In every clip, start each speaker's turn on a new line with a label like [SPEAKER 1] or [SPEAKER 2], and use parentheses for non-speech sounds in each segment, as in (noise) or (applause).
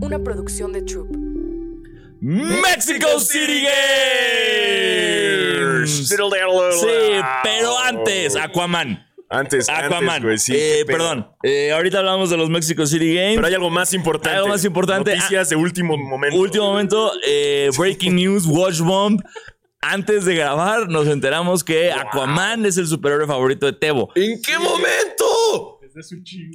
[SPEAKER 1] una producción de Troop.
[SPEAKER 2] Mexico City Games. Sí, pero antes, Aquaman.
[SPEAKER 3] Antes,
[SPEAKER 2] Aquaman.
[SPEAKER 3] antes, güey, sí,
[SPEAKER 2] Eh,
[SPEAKER 3] qué pedo.
[SPEAKER 2] perdón. Eh, ahorita hablamos de los Mexico City Games.
[SPEAKER 3] Pero hay algo más importante.
[SPEAKER 2] Algo más importante. ah,
[SPEAKER 3] Noticias de último momento.
[SPEAKER 2] Último momento, eh, breaking news, Watch Bomb. Antes de grabar, nos enteramos que Aquaman es el superhéroe favorito de Tebo.
[SPEAKER 3] ¿En qué momento?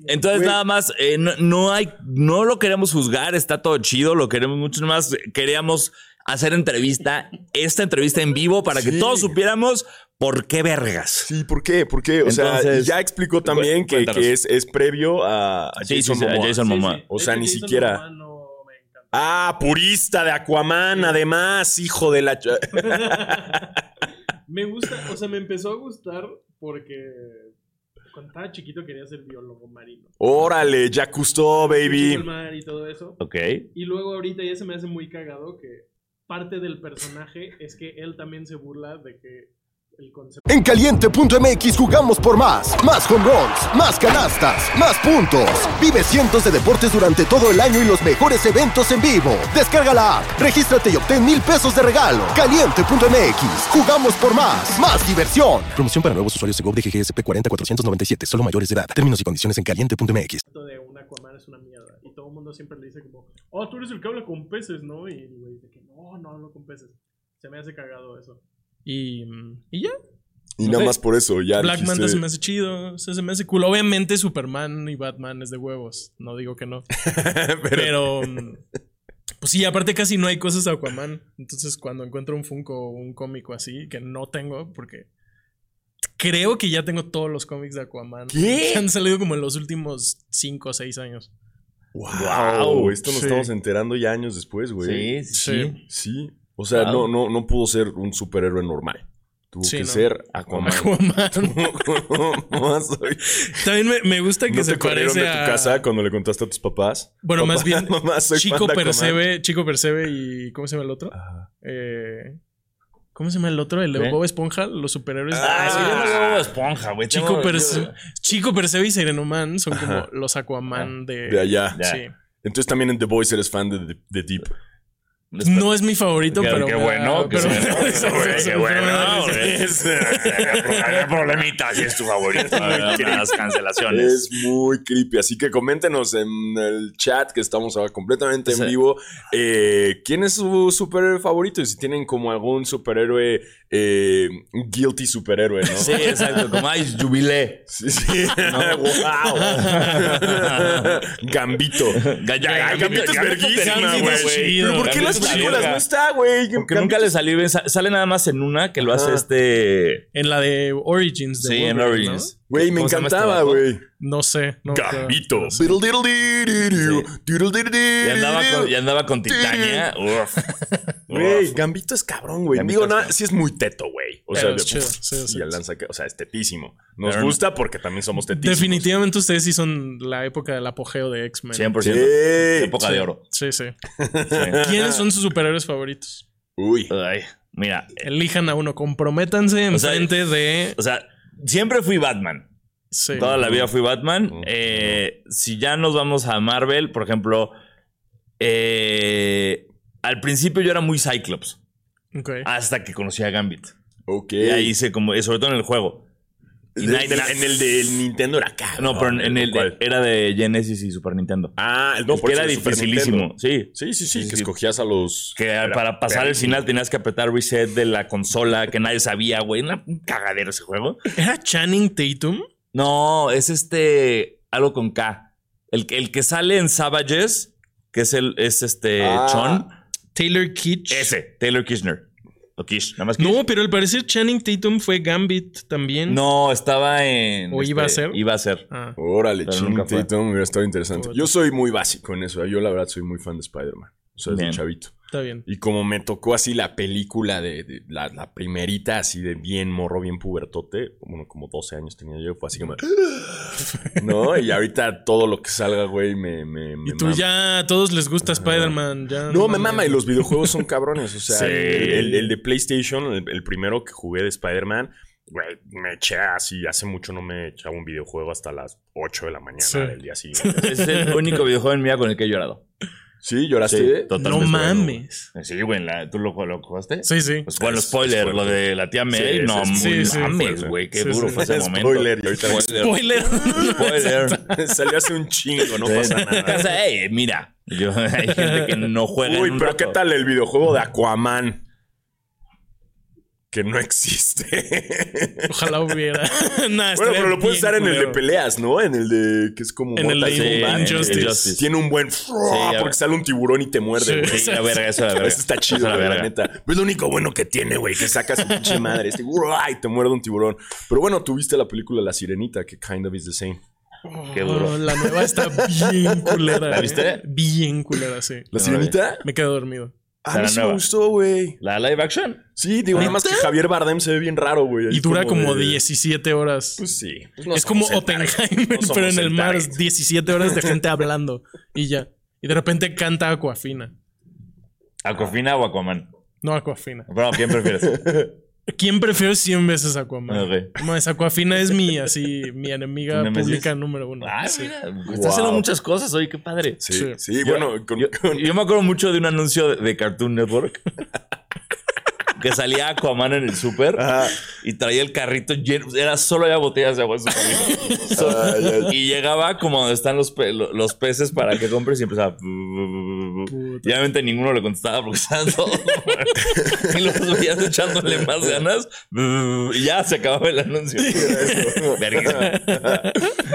[SPEAKER 2] Entonces, nada más, eh, no, no hay, no lo queremos juzgar, está todo chido, lo queremos mucho más. Queríamos hacer entrevista, esta entrevista en vivo para que
[SPEAKER 3] Sí.
[SPEAKER 2] todos supiéramos por qué vergas.
[SPEAKER 3] Sí, ¿por qué? ¿Por qué? O sea,
[SPEAKER 2] Entonces,
[SPEAKER 3] ya explicó también que,
[SPEAKER 2] cuéntanos.
[SPEAKER 3] que es, es previo a, a
[SPEAKER 2] Sí, sí,
[SPEAKER 3] Jason
[SPEAKER 2] sí, a
[SPEAKER 3] Momoa.
[SPEAKER 2] Jason Momoa.
[SPEAKER 3] O sea,
[SPEAKER 4] Es que
[SPEAKER 3] ni
[SPEAKER 4] Jason
[SPEAKER 3] siquiera.
[SPEAKER 4] Momoa no me encanta.
[SPEAKER 3] Ah, purista de Aquaman, además, hijo de la... ch-
[SPEAKER 4] Me gusta, o sea, me empezó a gustar porque cuando estaba chiquito quería ser biólogo marino.
[SPEAKER 3] Órale, ya custó,
[SPEAKER 4] Chico el
[SPEAKER 3] baby.
[SPEAKER 4] mar y todo eso.
[SPEAKER 2] Ok.
[SPEAKER 4] Y luego ahorita ya se me hace muy cagado que parte del personaje es que él también se burla de que el concepto
[SPEAKER 5] En caliente.mx jugamos por más. Más home runs, más canastas, más puntos. Vive cientos de deportes durante todo el año y los mejores eventos en vivo. Descarga la app, regístrate y obtén mil pesos de regalo. Caliente.mx, jugamos por más. Más diversión. Promoción para nuevos usuarios de GOV de GGSP 40497, solo mayores de edad. Términos y condiciones en caliente.mx.
[SPEAKER 4] de un Aquaman es una mierda. Y todo el mundo siempre le dice como, oh, tú eres el que habla con peces, ¿no? Y el güey dice que no, no hablo con peces. Se me hace cagado eso.
[SPEAKER 6] Y, y ya.
[SPEAKER 3] Y nada más por eso, ya
[SPEAKER 6] Black Manta se
[SPEAKER 3] dijiste-
[SPEAKER 6] me hace chido. o sea, se me hace cool. Obviamente, Superman y Batman es de huevos. No digo
[SPEAKER 3] (laughs)
[SPEAKER 6] que no. Pero. mm, Pues sí, aparte casi no hay cosas de Aquaman. Entonces, cuando encuentro un Funko o un cómico así, que no tengo, porque creo que ya tengo todos los cómics de Aquaman.
[SPEAKER 3] ¿Qué?
[SPEAKER 6] Que han salido como en los últimos 5 o 6 años.
[SPEAKER 3] Wow,
[SPEAKER 2] Wow,
[SPEAKER 3] esto nos
[SPEAKER 6] sí.
[SPEAKER 3] estamos enterando ya años después, güey.
[SPEAKER 2] Sí, sí. sí.
[SPEAKER 3] Sí. O sea,
[SPEAKER 2] Wow.
[SPEAKER 3] no, no, no pudo ser un superhéroe normal. Tuvo
[SPEAKER 6] Sí,
[SPEAKER 3] que
[SPEAKER 6] no.
[SPEAKER 3] ser Aquaman.
[SPEAKER 6] (laughs)
[SPEAKER 3] (laughs)
[SPEAKER 6] Aquaman.
[SPEAKER 3] Más, güey.
[SPEAKER 6] También me, me gusta que
[SPEAKER 3] ¿No
[SPEAKER 6] se
[SPEAKER 3] te corrieron
[SPEAKER 6] parece
[SPEAKER 3] de tu
[SPEAKER 6] a-
[SPEAKER 3] casa cuando le contaste a tus papás?
[SPEAKER 6] Bueno,
[SPEAKER 3] Papá,
[SPEAKER 6] más bien,
[SPEAKER 3] (laughs) mamá, soy
[SPEAKER 6] Chico
[SPEAKER 3] fan de Aquaman.
[SPEAKER 6] Percebe, Chico Percebe y ¿cómo se llama el otro? Eh, ¿Cómo se llama el otro? El de
[SPEAKER 2] ¿Qué?
[SPEAKER 6] Bob Esponja, los superhéroes.
[SPEAKER 2] Ah, sí, yo no
[SPEAKER 6] Ah,
[SPEAKER 2] veo Bob esponja, güey.
[SPEAKER 6] Chico,
[SPEAKER 2] Tengo-
[SPEAKER 6] Perce- Chico Percebe y Serenoman son como
[SPEAKER 3] Ajá.
[SPEAKER 6] los Aquaman de,
[SPEAKER 3] De allá.
[SPEAKER 2] Ah, Ya.
[SPEAKER 6] Sí.
[SPEAKER 3] Entonces también en The Voice eres fan de, de- de Deep.
[SPEAKER 2] Después-
[SPEAKER 6] No es mi favorito,
[SPEAKER 2] Qué-
[SPEAKER 6] pero.
[SPEAKER 2] qué
[SPEAKER 6] me da-
[SPEAKER 2] bueno, que
[SPEAKER 6] (laughs) pero-
[SPEAKER 2] se-
[SPEAKER 6] pero-
[SPEAKER 2] Qué bueno,
[SPEAKER 6] pero-
[SPEAKER 2] qué bueno,
[SPEAKER 6] pero-
[SPEAKER 2] güey. (laughs) Había problemitas si es tu favorito. Las cancelaciones.
[SPEAKER 3] Es muy creepy. Así que coméntenos en el chat que estamos ahora completamente
[SPEAKER 2] Sí.
[SPEAKER 3] en vivo. eh, ¿Quién es su superhéroe favorito? Y si tienen como algún superhéroe, eh, un guilty superhéroe, ¿no?
[SPEAKER 2] Sí, exacto. Como ay, jubilé.
[SPEAKER 3] Sí, sí. wow. (laughs) Gambito. Ay, Gambito es verguísima,
[SPEAKER 6] Gambito
[SPEAKER 3] güey.
[SPEAKER 6] es chido.
[SPEAKER 3] Pero ¿por qué en las
[SPEAKER 2] Pues
[SPEAKER 6] Gambito es la
[SPEAKER 3] películas
[SPEAKER 6] verga.
[SPEAKER 3] no está, güey?
[SPEAKER 2] Que nunca le salió bien. Sa- Sale nada más en una que lo hace este.
[SPEAKER 6] En la de Origins. de
[SPEAKER 2] Sí, en
[SPEAKER 6] Wolverine,
[SPEAKER 2] Origins.
[SPEAKER 3] Güey, me
[SPEAKER 2] ¿Cómo se llama este
[SPEAKER 3] encantaba,
[SPEAKER 2] vato?
[SPEAKER 3] güey.
[SPEAKER 6] No, No sé. No, me acuerdo.
[SPEAKER 3] Gambito. Diddle-diddle-diddle-diddle.
[SPEAKER 2] Y andaba (laughs) con, y
[SPEAKER 3] Diddle-diddle-diddle.
[SPEAKER 2] andaba con Titania. Uf.
[SPEAKER 3] Güey,
[SPEAKER 2] Uf.
[SPEAKER 3] Gambito es cabrón, güey.
[SPEAKER 2] Gambito
[SPEAKER 3] Digo,
[SPEAKER 2] es
[SPEAKER 3] nada,
[SPEAKER 2] cabrón.
[SPEAKER 3] sí es muy teto, güey. O
[SPEAKER 6] Pero
[SPEAKER 3] sea,
[SPEAKER 6] es
[SPEAKER 3] de- pues,
[SPEAKER 6] chido, sí, sí,
[SPEAKER 3] y el
[SPEAKER 6] sí.
[SPEAKER 3] lanza, o sea, es tetísimo. Nos
[SPEAKER 2] Pero no.
[SPEAKER 3] gusta porque también somos tetísimos.
[SPEAKER 6] Definitivamente ustedes sí son la época del apogeo de X-Men.
[SPEAKER 2] 100%.
[SPEAKER 3] Sí.
[SPEAKER 2] Época de oro.
[SPEAKER 6] Sí, sí.
[SPEAKER 2] (laughs) Sí.
[SPEAKER 6] ¿Quiénes son sus superhéroes favoritos?
[SPEAKER 3] Uy.
[SPEAKER 2] Ay, mira,
[SPEAKER 6] Elijan a uno, comprométanse en
[SPEAKER 2] O sea,
[SPEAKER 6] frente de.
[SPEAKER 2] o sea, siempre fui Batman.
[SPEAKER 6] Sí.
[SPEAKER 2] Toda la vida fui Batman.
[SPEAKER 3] Ujú.
[SPEAKER 2] Eh, si ya nos vamos a Marvel, por ejemplo, eh, al principio yo era muy Cyclops,
[SPEAKER 6] Ok.
[SPEAKER 2] hasta que conocí a Gambit.
[SPEAKER 3] Ok.
[SPEAKER 2] Y ahí hice como, eh, sobre todo en el juego.
[SPEAKER 3] De-
[SPEAKER 2] Y na-
[SPEAKER 3] de-
[SPEAKER 2] na-
[SPEAKER 3] en el de Nintendo era acá.
[SPEAKER 2] No, pero en, en el
[SPEAKER 3] ¿Cuál?
[SPEAKER 2] era de Genesis y Super Nintendo.
[SPEAKER 3] Ah, no,
[SPEAKER 2] No,
[SPEAKER 3] por
[SPEAKER 2] porque
[SPEAKER 3] eso
[SPEAKER 2] era
[SPEAKER 3] de Super
[SPEAKER 2] dificilísimo.
[SPEAKER 3] Nintendo.
[SPEAKER 2] Sí.
[SPEAKER 3] Sí, sí, sí,
[SPEAKER 2] Sí,
[SPEAKER 3] que
[SPEAKER 2] sí.
[SPEAKER 3] escogías a los.
[SPEAKER 2] Que
[SPEAKER 3] Era
[SPEAKER 2] para pasar el
[SPEAKER 3] perrísimo.
[SPEAKER 2] final tenías que apretar reset de la consola que nadie sabía, güey. Una- Un cagadero ese juego.
[SPEAKER 6] ¿Era Channing Tatum?
[SPEAKER 2] No, es este. Algo con K. El, que- el que sale en Savages, que es el, es este
[SPEAKER 3] Ah.
[SPEAKER 2] Chon.
[SPEAKER 6] Taylor Kitsch.
[SPEAKER 2] Ese, Taylor Kirchner. O Kish, nada más Kish.
[SPEAKER 6] No, pero al parecer Channing Tatum fue Gambit también.
[SPEAKER 2] No, estaba en. este,
[SPEAKER 6] ¿O iba a ser?
[SPEAKER 2] Iba a ser.
[SPEAKER 6] Ah,
[SPEAKER 3] Órale,
[SPEAKER 2] Pero
[SPEAKER 3] Channing
[SPEAKER 2] nunca fue.
[SPEAKER 3] Tatum hubiera estado interesante.
[SPEAKER 6] Puta.
[SPEAKER 3] Yo soy muy básico en eso. ¿eh? Yo, la verdad, soy muy fan de Spider-Man. O sea, desde
[SPEAKER 2] Bien.
[SPEAKER 3] chavito.
[SPEAKER 6] está bien.
[SPEAKER 3] Y como me tocó así la película de, de- la, la primerita, así de bien morro, bien pubertote, bueno, como 12 años tenía yo, fue así como. ¿No? Y ahorita todo lo que salga, güey, me. me, me
[SPEAKER 6] Y tú
[SPEAKER 3] mama.
[SPEAKER 6] ya a todos les gusta Spider-Man. ya
[SPEAKER 3] No, me
[SPEAKER 6] mames.
[SPEAKER 3] mama, y los videojuegos son cabrones. O sea,
[SPEAKER 2] Sí.
[SPEAKER 3] el, el- el de PlayStation, el, el primero que jugué de Spider-Man, güey, me eché así. Hace mucho no me echaba un videojuego hasta las 8 de la mañana
[SPEAKER 6] Sí.
[SPEAKER 3] del día siguiente.
[SPEAKER 2] Es el único videojuego en mía con el que he llorado.
[SPEAKER 3] Sí, lloraste.
[SPEAKER 2] Sí,
[SPEAKER 6] No
[SPEAKER 2] totalmente.
[SPEAKER 6] mames.
[SPEAKER 3] Sí, güey, la- ¿tú lo, lo jugaste?
[SPEAKER 6] Sí, sí.
[SPEAKER 2] Pues bueno, spoiler, lo de la tía May,
[SPEAKER 3] Sí, es-
[SPEAKER 2] no
[SPEAKER 6] sí,
[SPEAKER 2] muy
[SPEAKER 6] sí,
[SPEAKER 2] mames,
[SPEAKER 3] fuerte.
[SPEAKER 2] güey, qué
[SPEAKER 6] Sí,
[SPEAKER 2] duro
[SPEAKER 6] sí.
[SPEAKER 2] fue ese momento. (laughs)
[SPEAKER 3] Spoiler, y ahorita- (laughs)
[SPEAKER 6] Spoiler.
[SPEAKER 3] Spoiler. (laughs) Salió hace un chingo, no pasa
[SPEAKER 2] (laughs)
[SPEAKER 3] nada.
[SPEAKER 2] Entonces, hey, mira, yo- (laughs) hay gente que no juega.
[SPEAKER 3] Uy,
[SPEAKER 2] en un
[SPEAKER 3] pero
[SPEAKER 2] rato.
[SPEAKER 3] ¿qué tal el videojuego de Aquaman? Que no existe.
[SPEAKER 6] (laughs) Ojalá hubiera. (laughs)
[SPEAKER 3] (laughs) bueno,
[SPEAKER 6] Nah, estaría
[SPEAKER 3] pero lo puedes
[SPEAKER 6] bien
[SPEAKER 3] usar en el de
[SPEAKER 6] culero.
[SPEAKER 3] peleas, ¿no? En el de que es como
[SPEAKER 6] En el
[SPEAKER 3] Mortal
[SPEAKER 6] de
[SPEAKER 3] Kombat.
[SPEAKER 6] Injustice.
[SPEAKER 3] Tiene un buen
[SPEAKER 2] a ver.
[SPEAKER 3] porque sale un tiburón y te muerde, güey.
[SPEAKER 2] Sí, la verga, eso
[SPEAKER 3] (laughs)
[SPEAKER 2] la verga.
[SPEAKER 3] Eso está chido,
[SPEAKER 2] Eso la
[SPEAKER 3] güey, la
[SPEAKER 2] verga.
[SPEAKER 3] neta. Es lo único bueno que tiene, güey, que saca su pinche madre. Este, ¡guau! y te muerde un tiburón. Pero bueno, tuviste la película La Sirenita, que kind of is the same.
[SPEAKER 2] Qué duro.
[SPEAKER 6] No, la nueva está
[SPEAKER 3] (laughs)
[SPEAKER 6] bien culera.
[SPEAKER 2] ¿La
[SPEAKER 6] eh.
[SPEAKER 2] viste?
[SPEAKER 6] Bien culera, sí.
[SPEAKER 3] ¿La Sirenita?
[SPEAKER 6] Me quedé dormido.
[SPEAKER 3] A
[SPEAKER 2] La
[SPEAKER 3] mí sí Ah, me
[SPEAKER 2] nueva.
[SPEAKER 3] gustó, güey.
[SPEAKER 2] La live action.
[SPEAKER 3] Sí, digo, nada más que Javier Bardem se ve bien raro, güey.
[SPEAKER 6] Y
[SPEAKER 3] Es
[SPEAKER 6] dura como
[SPEAKER 3] de-
[SPEAKER 6] 17 horas.
[SPEAKER 3] Pues sí. Pues no
[SPEAKER 6] es como
[SPEAKER 3] somos el target.
[SPEAKER 6] Oppenheimer,
[SPEAKER 3] No somos
[SPEAKER 6] pero en el
[SPEAKER 3] el
[SPEAKER 6] mar.
[SPEAKER 3] target.
[SPEAKER 6] 17 horas
[SPEAKER 3] (laughs)
[SPEAKER 6] de gente hablando. Y ya. Y de repente canta Aquafina.
[SPEAKER 2] ¿Aquafina o Aquaman?
[SPEAKER 6] No Aquafina.
[SPEAKER 2] Bueno, ¿quién
[SPEAKER 3] (laughs)
[SPEAKER 2] prefieres?
[SPEAKER 6] ¿Quién prefiero 100 veces Aquaman?
[SPEAKER 2] Ok.
[SPEAKER 6] No, es Aquafina es mi, así, mi enemiga
[SPEAKER 2] ¿Némesis?
[SPEAKER 6] pública número uno.
[SPEAKER 2] Ah, mira, está
[SPEAKER 3] Wow.
[SPEAKER 2] haciendo muchas cosas, oye, qué padre.
[SPEAKER 3] Sí,
[SPEAKER 6] Sí.
[SPEAKER 3] sí, bueno, con,
[SPEAKER 2] Yo,
[SPEAKER 3] con- (laughs)
[SPEAKER 2] yo me acuerdo mucho de un anuncio de- de Cartoon Network que salía Aquaman en el súper
[SPEAKER 3] Ajá.
[SPEAKER 2] y traía el carrito lleno. Era solo había botellas de agua en su camino.
[SPEAKER 3] (laughs) Ah, ya.
[SPEAKER 2] Y llegaba como donde están los, pe- lo- los peces para que compres y empezaba. Y obviamente ninguno le contestaba porque estaban todos. (laughs) y los veías echándole más ganas. Y ya se acababa el anuncio. Verguísima.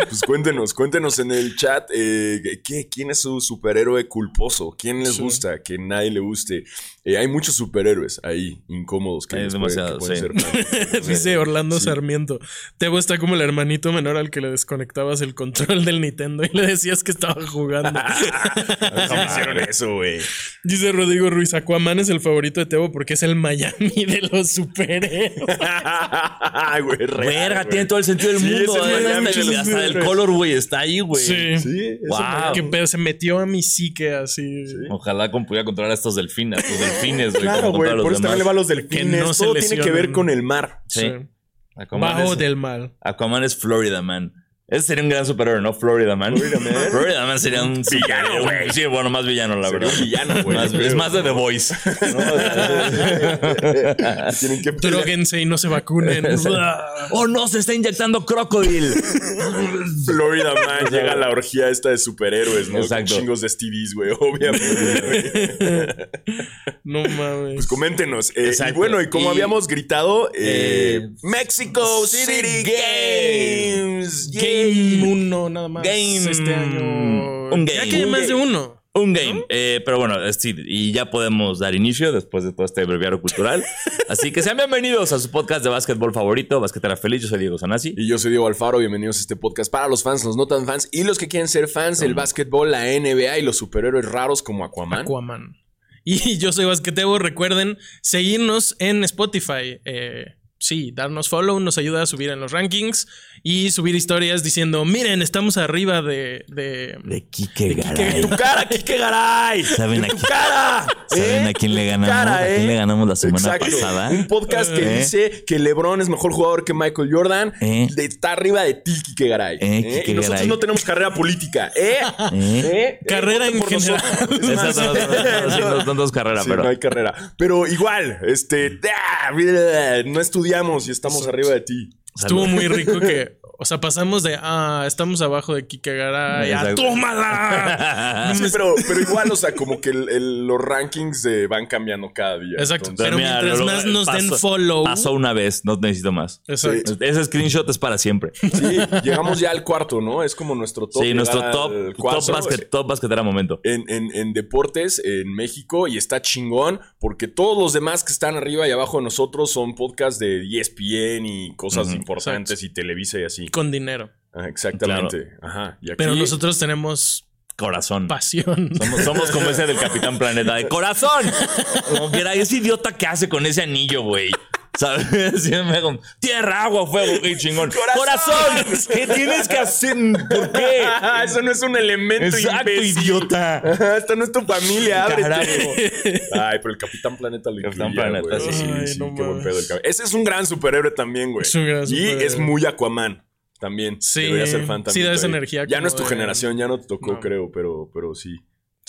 [SPEAKER 3] pues cuéntenos, cuéntenos en el chat eh, ¿qué- quién es su superhéroe culposo, quién les
[SPEAKER 6] Sí.
[SPEAKER 3] gusta, que nadie le guste. Eh, hay muchos superhéroes ahí incómodos que,
[SPEAKER 2] Hay
[SPEAKER 3] les pueden- que
[SPEAKER 2] demasiado,
[SPEAKER 3] pueden
[SPEAKER 2] sí.
[SPEAKER 3] ser (laughs) fans.
[SPEAKER 6] (laughs) Dice Orlando
[SPEAKER 3] Sí.
[SPEAKER 6] Sarmiento. Tebo está como el hermanito menor al que le desconectabas el control del Nintendo y le decías que estaba
[SPEAKER 3] (laughs)
[SPEAKER 6] jugando.
[SPEAKER 3] ¿Cómo hicieron eso, güey?
[SPEAKER 6] Dice Rodrigo Ruiz, Aquaman es el favorito de Tebo porque es el Miami de los superhéroes.
[SPEAKER 3] (laughs) Güey, real,
[SPEAKER 2] Verga,
[SPEAKER 3] güey.
[SPEAKER 2] tiene todo el sentido del
[SPEAKER 3] Sí,
[SPEAKER 2] mundo.
[SPEAKER 3] ese
[SPEAKER 2] Además,
[SPEAKER 3] Miami
[SPEAKER 2] hasta,
[SPEAKER 3] es
[SPEAKER 2] el,
[SPEAKER 3] un
[SPEAKER 2] hasta el
[SPEAKER 3] héroe.
[SPEAKER 2] color, güey, está ahí, güey.
[SPEAKER 6] Sí.
[SPEAKER 3] Sí, eso
[SPEAKER 6] (laughs)
[SPEAKER 2] Wow.
[SPEAKER 6] Que pero se metió a mi psique así.
[SPEAKER 2] Ojalá con- pudiera controlar a estos delfines, a los delfines, güey.
[SPEAKER 3] Claro,
[SPEAKER 2] como
[SPEAKER 3] güey,
[SPEAKER 2] controla a los
[SPEAKER 3] por eso también le
[SPEAKER 2] demás.
[SPEAKER 3] va a los delfines.
[SPEAKER 6] no se
[SPEAKER 3] Todo tiene que ver
[SPEAKER 6] lesionen.
[SPEAKER 3] con el (laughs) mar.
[SPEAKER 2] Sí. Aquaman
[SPEAKER 6] Bajo
[SPEAKER 2] es-
[SPEAKER 6] del mal.
[SPEAKER 2] Aquaman es Florida Man. Ese sería un gran superhéroe, ¿no? Florida Man. Florida Man, sería un villano, güey. Sí, bueno, más villano, la
[SPEAKER 3] Sería
[SPEAKER 2] verdad.
[SPEAKER 3] un villano, güey.
[SPEAKER 2] Más-
[SPEAKER 3] yo
[SPEAKER 2] es
[SPEAKER 3] creo.
[SPEAKER 2] más de The Voice. ¿no? O sea,
[SPEAKER 3] Tienen que (laughs)
[SPEAKER 6] Droguense y no se vacunen.
[SPEAKER 2] (laughs) oh, no, se está inyectando (laughs) Crocodile.
[SPEAKER 3] Florida Man llega a la orgía esta de superhéroes, ¿no?
[SPEAKER 2] Exacto.
[SPEAKER 3] Con chingos de STDs, güey, (laughs) obviamente. güey.
[SPEAKER 6] no mames.
[SPEAKER 3] Pues coméntenos. eh, y
[SPEAKER 2] Exacto.
[SPEAKER 3] bueno, y como
[SPEAKER 2] Y-
[SPEAKER 3] habíamos gritado, eh,
[SPEAKER 2] Eh,
[SPEAKER 3] Mexico City
[SPEAKER 2] City eh,
[SPEAKER 3] Games.
[SPEAKER 6] Game uno nada más.
[SPEAKER 2] Game.
[SPEAKER 6] Este año.
[SPEAKER 2] Un
[SPEAKER 6] Ya
[SPEAKER 2] game.
[SPEAKER 6] que hay
[SPEAKER 2] Un
[SPEAKER 6] más de
[SPEAKER 2] game.
[SPEAKER 6] uno.
[SPEAKER 2] Un game. Eh, pero bueno, es- sí, y ya podemos dar inicio después de todo este breviario (laughs) cultural. Así que sean bienvenidos a su podcast de básquetbol favorito, Basquetera Feliz. Yo soy Diego Sanasi.
[SPEAKER 3] Y yo soy Diego Alfaro, bienvenidos a este podcast para los fans, los no tan fans y los que quieren ser fans del básquetbol, la NBA y los superhéroes raros como Aquaman.
[SPEAKER 6] Aquaman. Y (laughs) yo soy Basquetebo. Recuerden seguirnos en Spotify. Eh, sí, darnos follow nos ayuda a subir en los rankings y subir historias diciendo: Miren, estamos arriba de. de-
[SPEAKER 2] De ¿Eh? Kike
[SPEAKER 6] Garay.
[SPEAKER 3] ¡Tu cara, Kike Garay!
[SPEAKER 2] (laughs) ¿Saben a
[SPEAKER 3] ¡Tu
[SPEAKER 2] quién-
[SPEAKER 3] cara!
[SPEAKER 2] ¿Saben
[SPEAKER 3] ¿Eh?
[SPEAKER 2] a quién le
[SPEAKER 3] ¡Tu
[SPEAKER 2] ganamos?
[SPEAKER 3] cara,
[SPEAKER 2] ¿A quién
[SPEAKER 3] eh?
[SPEAKER 2] le ganamos la semana
[SPEAKER 3] Exacto.
[SPEAKER 2] pasada?
[SPEAKER 3] Un podcast que
[SPEAKER 2] Eh.
[SPEAKER 3] dice que LeBron es mejor jugador que Michael Jordan.
[SPEAKER 2] Eh.
[SPEAKER 3] de- Está arriba de ti, Kike
[SPEAKER 2] Eh,
[SPEAKER 3] Garay. ¿eh?
[SPEAKER 2] Kike
[SPEAKER 3] y nosotros
[SPEAKER 2] Garay.
[SPEAKER 3] no tenemos carrera política. ¿eh?
[SPEAKER 2] ¿Eh?
[SPEAKER 3] ¿Eh?
[SPEAKER 6] Carrera
[SPEAKER 3] Eh, voten
[SPEAKER 6] en
[SPEAKER 3] por
[SPEAKER 6] general.
[SPEAKER 2] (laughs)
[SPEAKER 3] nosotros. (laughs) Es
[SPEAKER 2] Esas
[SPEAKER 3] más.
[SPEAKER 2] son, son- son- sí, no- son dos carreras,
[SPEAKER 3] Sí,
[SPEAKER 2] pero. Mm.
[SPEAKER 3] no hay carrera. Pero igual, este, ah, mira, no estudiamos y estamos arriba de ti.
[SPEAKER 6] Estuvo
[SPEAKER 2] Salud.
[SPEAKER 6] muy rico
[SPEAKER 2] (laughs)
[SPEAKER 6] que. O sea, pasamos de. Ah, estamos abajo de Kike Garay. a,
[SPEAKER 2] Exacto. Ah.
[SPEAKER 6] ¡Tómala!
[SPEAKER 3] Sí, pero, pero igual, o sea, como que el- el- los rankings eh, van cambiando cada día.
[SPEAKER 6] Exacto.
[SPEAKER 3] Entonces,
[SPEAKER 6] Pero
[SPEAKER 2] Mira,
[SPEAKER 6] mientras
[SPEAKER 2] lo-
[SPEAKER 6] más nos den
[SPEAKER 2] pasó-
[SPEAKER 6] follow.
[SPEAKER 2] Pasó una vez, no necesito más.
[SPEAKER 6] Exacto.
[SPEAKER 2] Ese screenshot es para
[SPEAKER 3] (laughs)
[SPEAKER 2] siempre.
[SPEAKER 3] sí, llegamos ya al cuarto, ¿no? Es como nuestro top.
[SPEAKER 2] Sí, nuestro
[SPEAKER 3] llegar al
[SPEAKER 2] top, top,
[SPEAKER 3] cuarto.
[SPEAKER 2] basket, top basquetera momento.
[SPEAKER 3] en, en- en deportes en México y está chingón porque todos los demás que están arriba y abajo de nosotros son podcasts de E ESPN y cosas
[SPEAKER 2] Ujú,
[SPEAKER 3] importantes y Televisa y así.
[SPEAKER 6] Con dinero.
[SPEAKER 3] Ah, Exactamente. Ajá. Y aquí-
[SPEAKER 6] Pero nosotros tenemos
[SPEAKER 2] Corazón.
[SPEAKER 6] (laughs) pasión.
[SPEAKER 2] Somos, somos como ese del Capitán Planeta de corazón. Como que era ese idiota que hace con ese anillo, güey. ¿Sabes? Sí, me hago, Tierra, agua, fuego, qué chingón. ¡Corazón! ¿Qué tienes que hacer? ¿Por qué?
[SPEAKER 3] Ah, eso no es un elemento
[SPEAKER 2] Exacto,
[SPEAKER 3] imbécil.
[SPEAKER 2] idiota.
[SPEAKER 6] (laughs)
[SPEAKER 3] Ajá, Esta no es tu (laughs) familia,
[SPEAKER 2] Carajo.
[SPEAKER 3] ábrete. Ay, pero el Capitán Planeta lo
[SPEAKER 2] Capitán
[SPEAKER 3] incluía,
[SPEAKER 2] Planeta, sí,
[SPEAKER 3] güey. Sí,
[SPEAKER 6] sí.
[SPEAKER 3] sí,
[SPEAKER 6] Ay, no
[SPEAKER 3] qué buen
[SPEAKER 6] mames.
[SPEAKER 3] pedo el Cap- Ese es un gran superhéroe también, güey.
[SPEAKER 6] Es un gran
[SPEAKER 3] Y
[SPEAKER 6] superhéroe.
[SPEAKER 3] es muy Aquaman también.
[SPEAKER 6] Sí.
[SPEAKER 3] Debería ser fan
[SPEAKER 6] Sí,
[SPEAKER 3] también.
[SPEAKER 6] da esa
[SPEAKER 3] güey.
[SPEAKER 6] energía
[SPEAKER 3] Ya
[SPEAKER 6] como
[SPEAKER 3] no es tu
[SPEAKER 6] de-
[SPEAKER 3] generación, ya no te tocó,
[SPEAKER 6] No.
[SPEAKER 3] creo, pero, pero sí.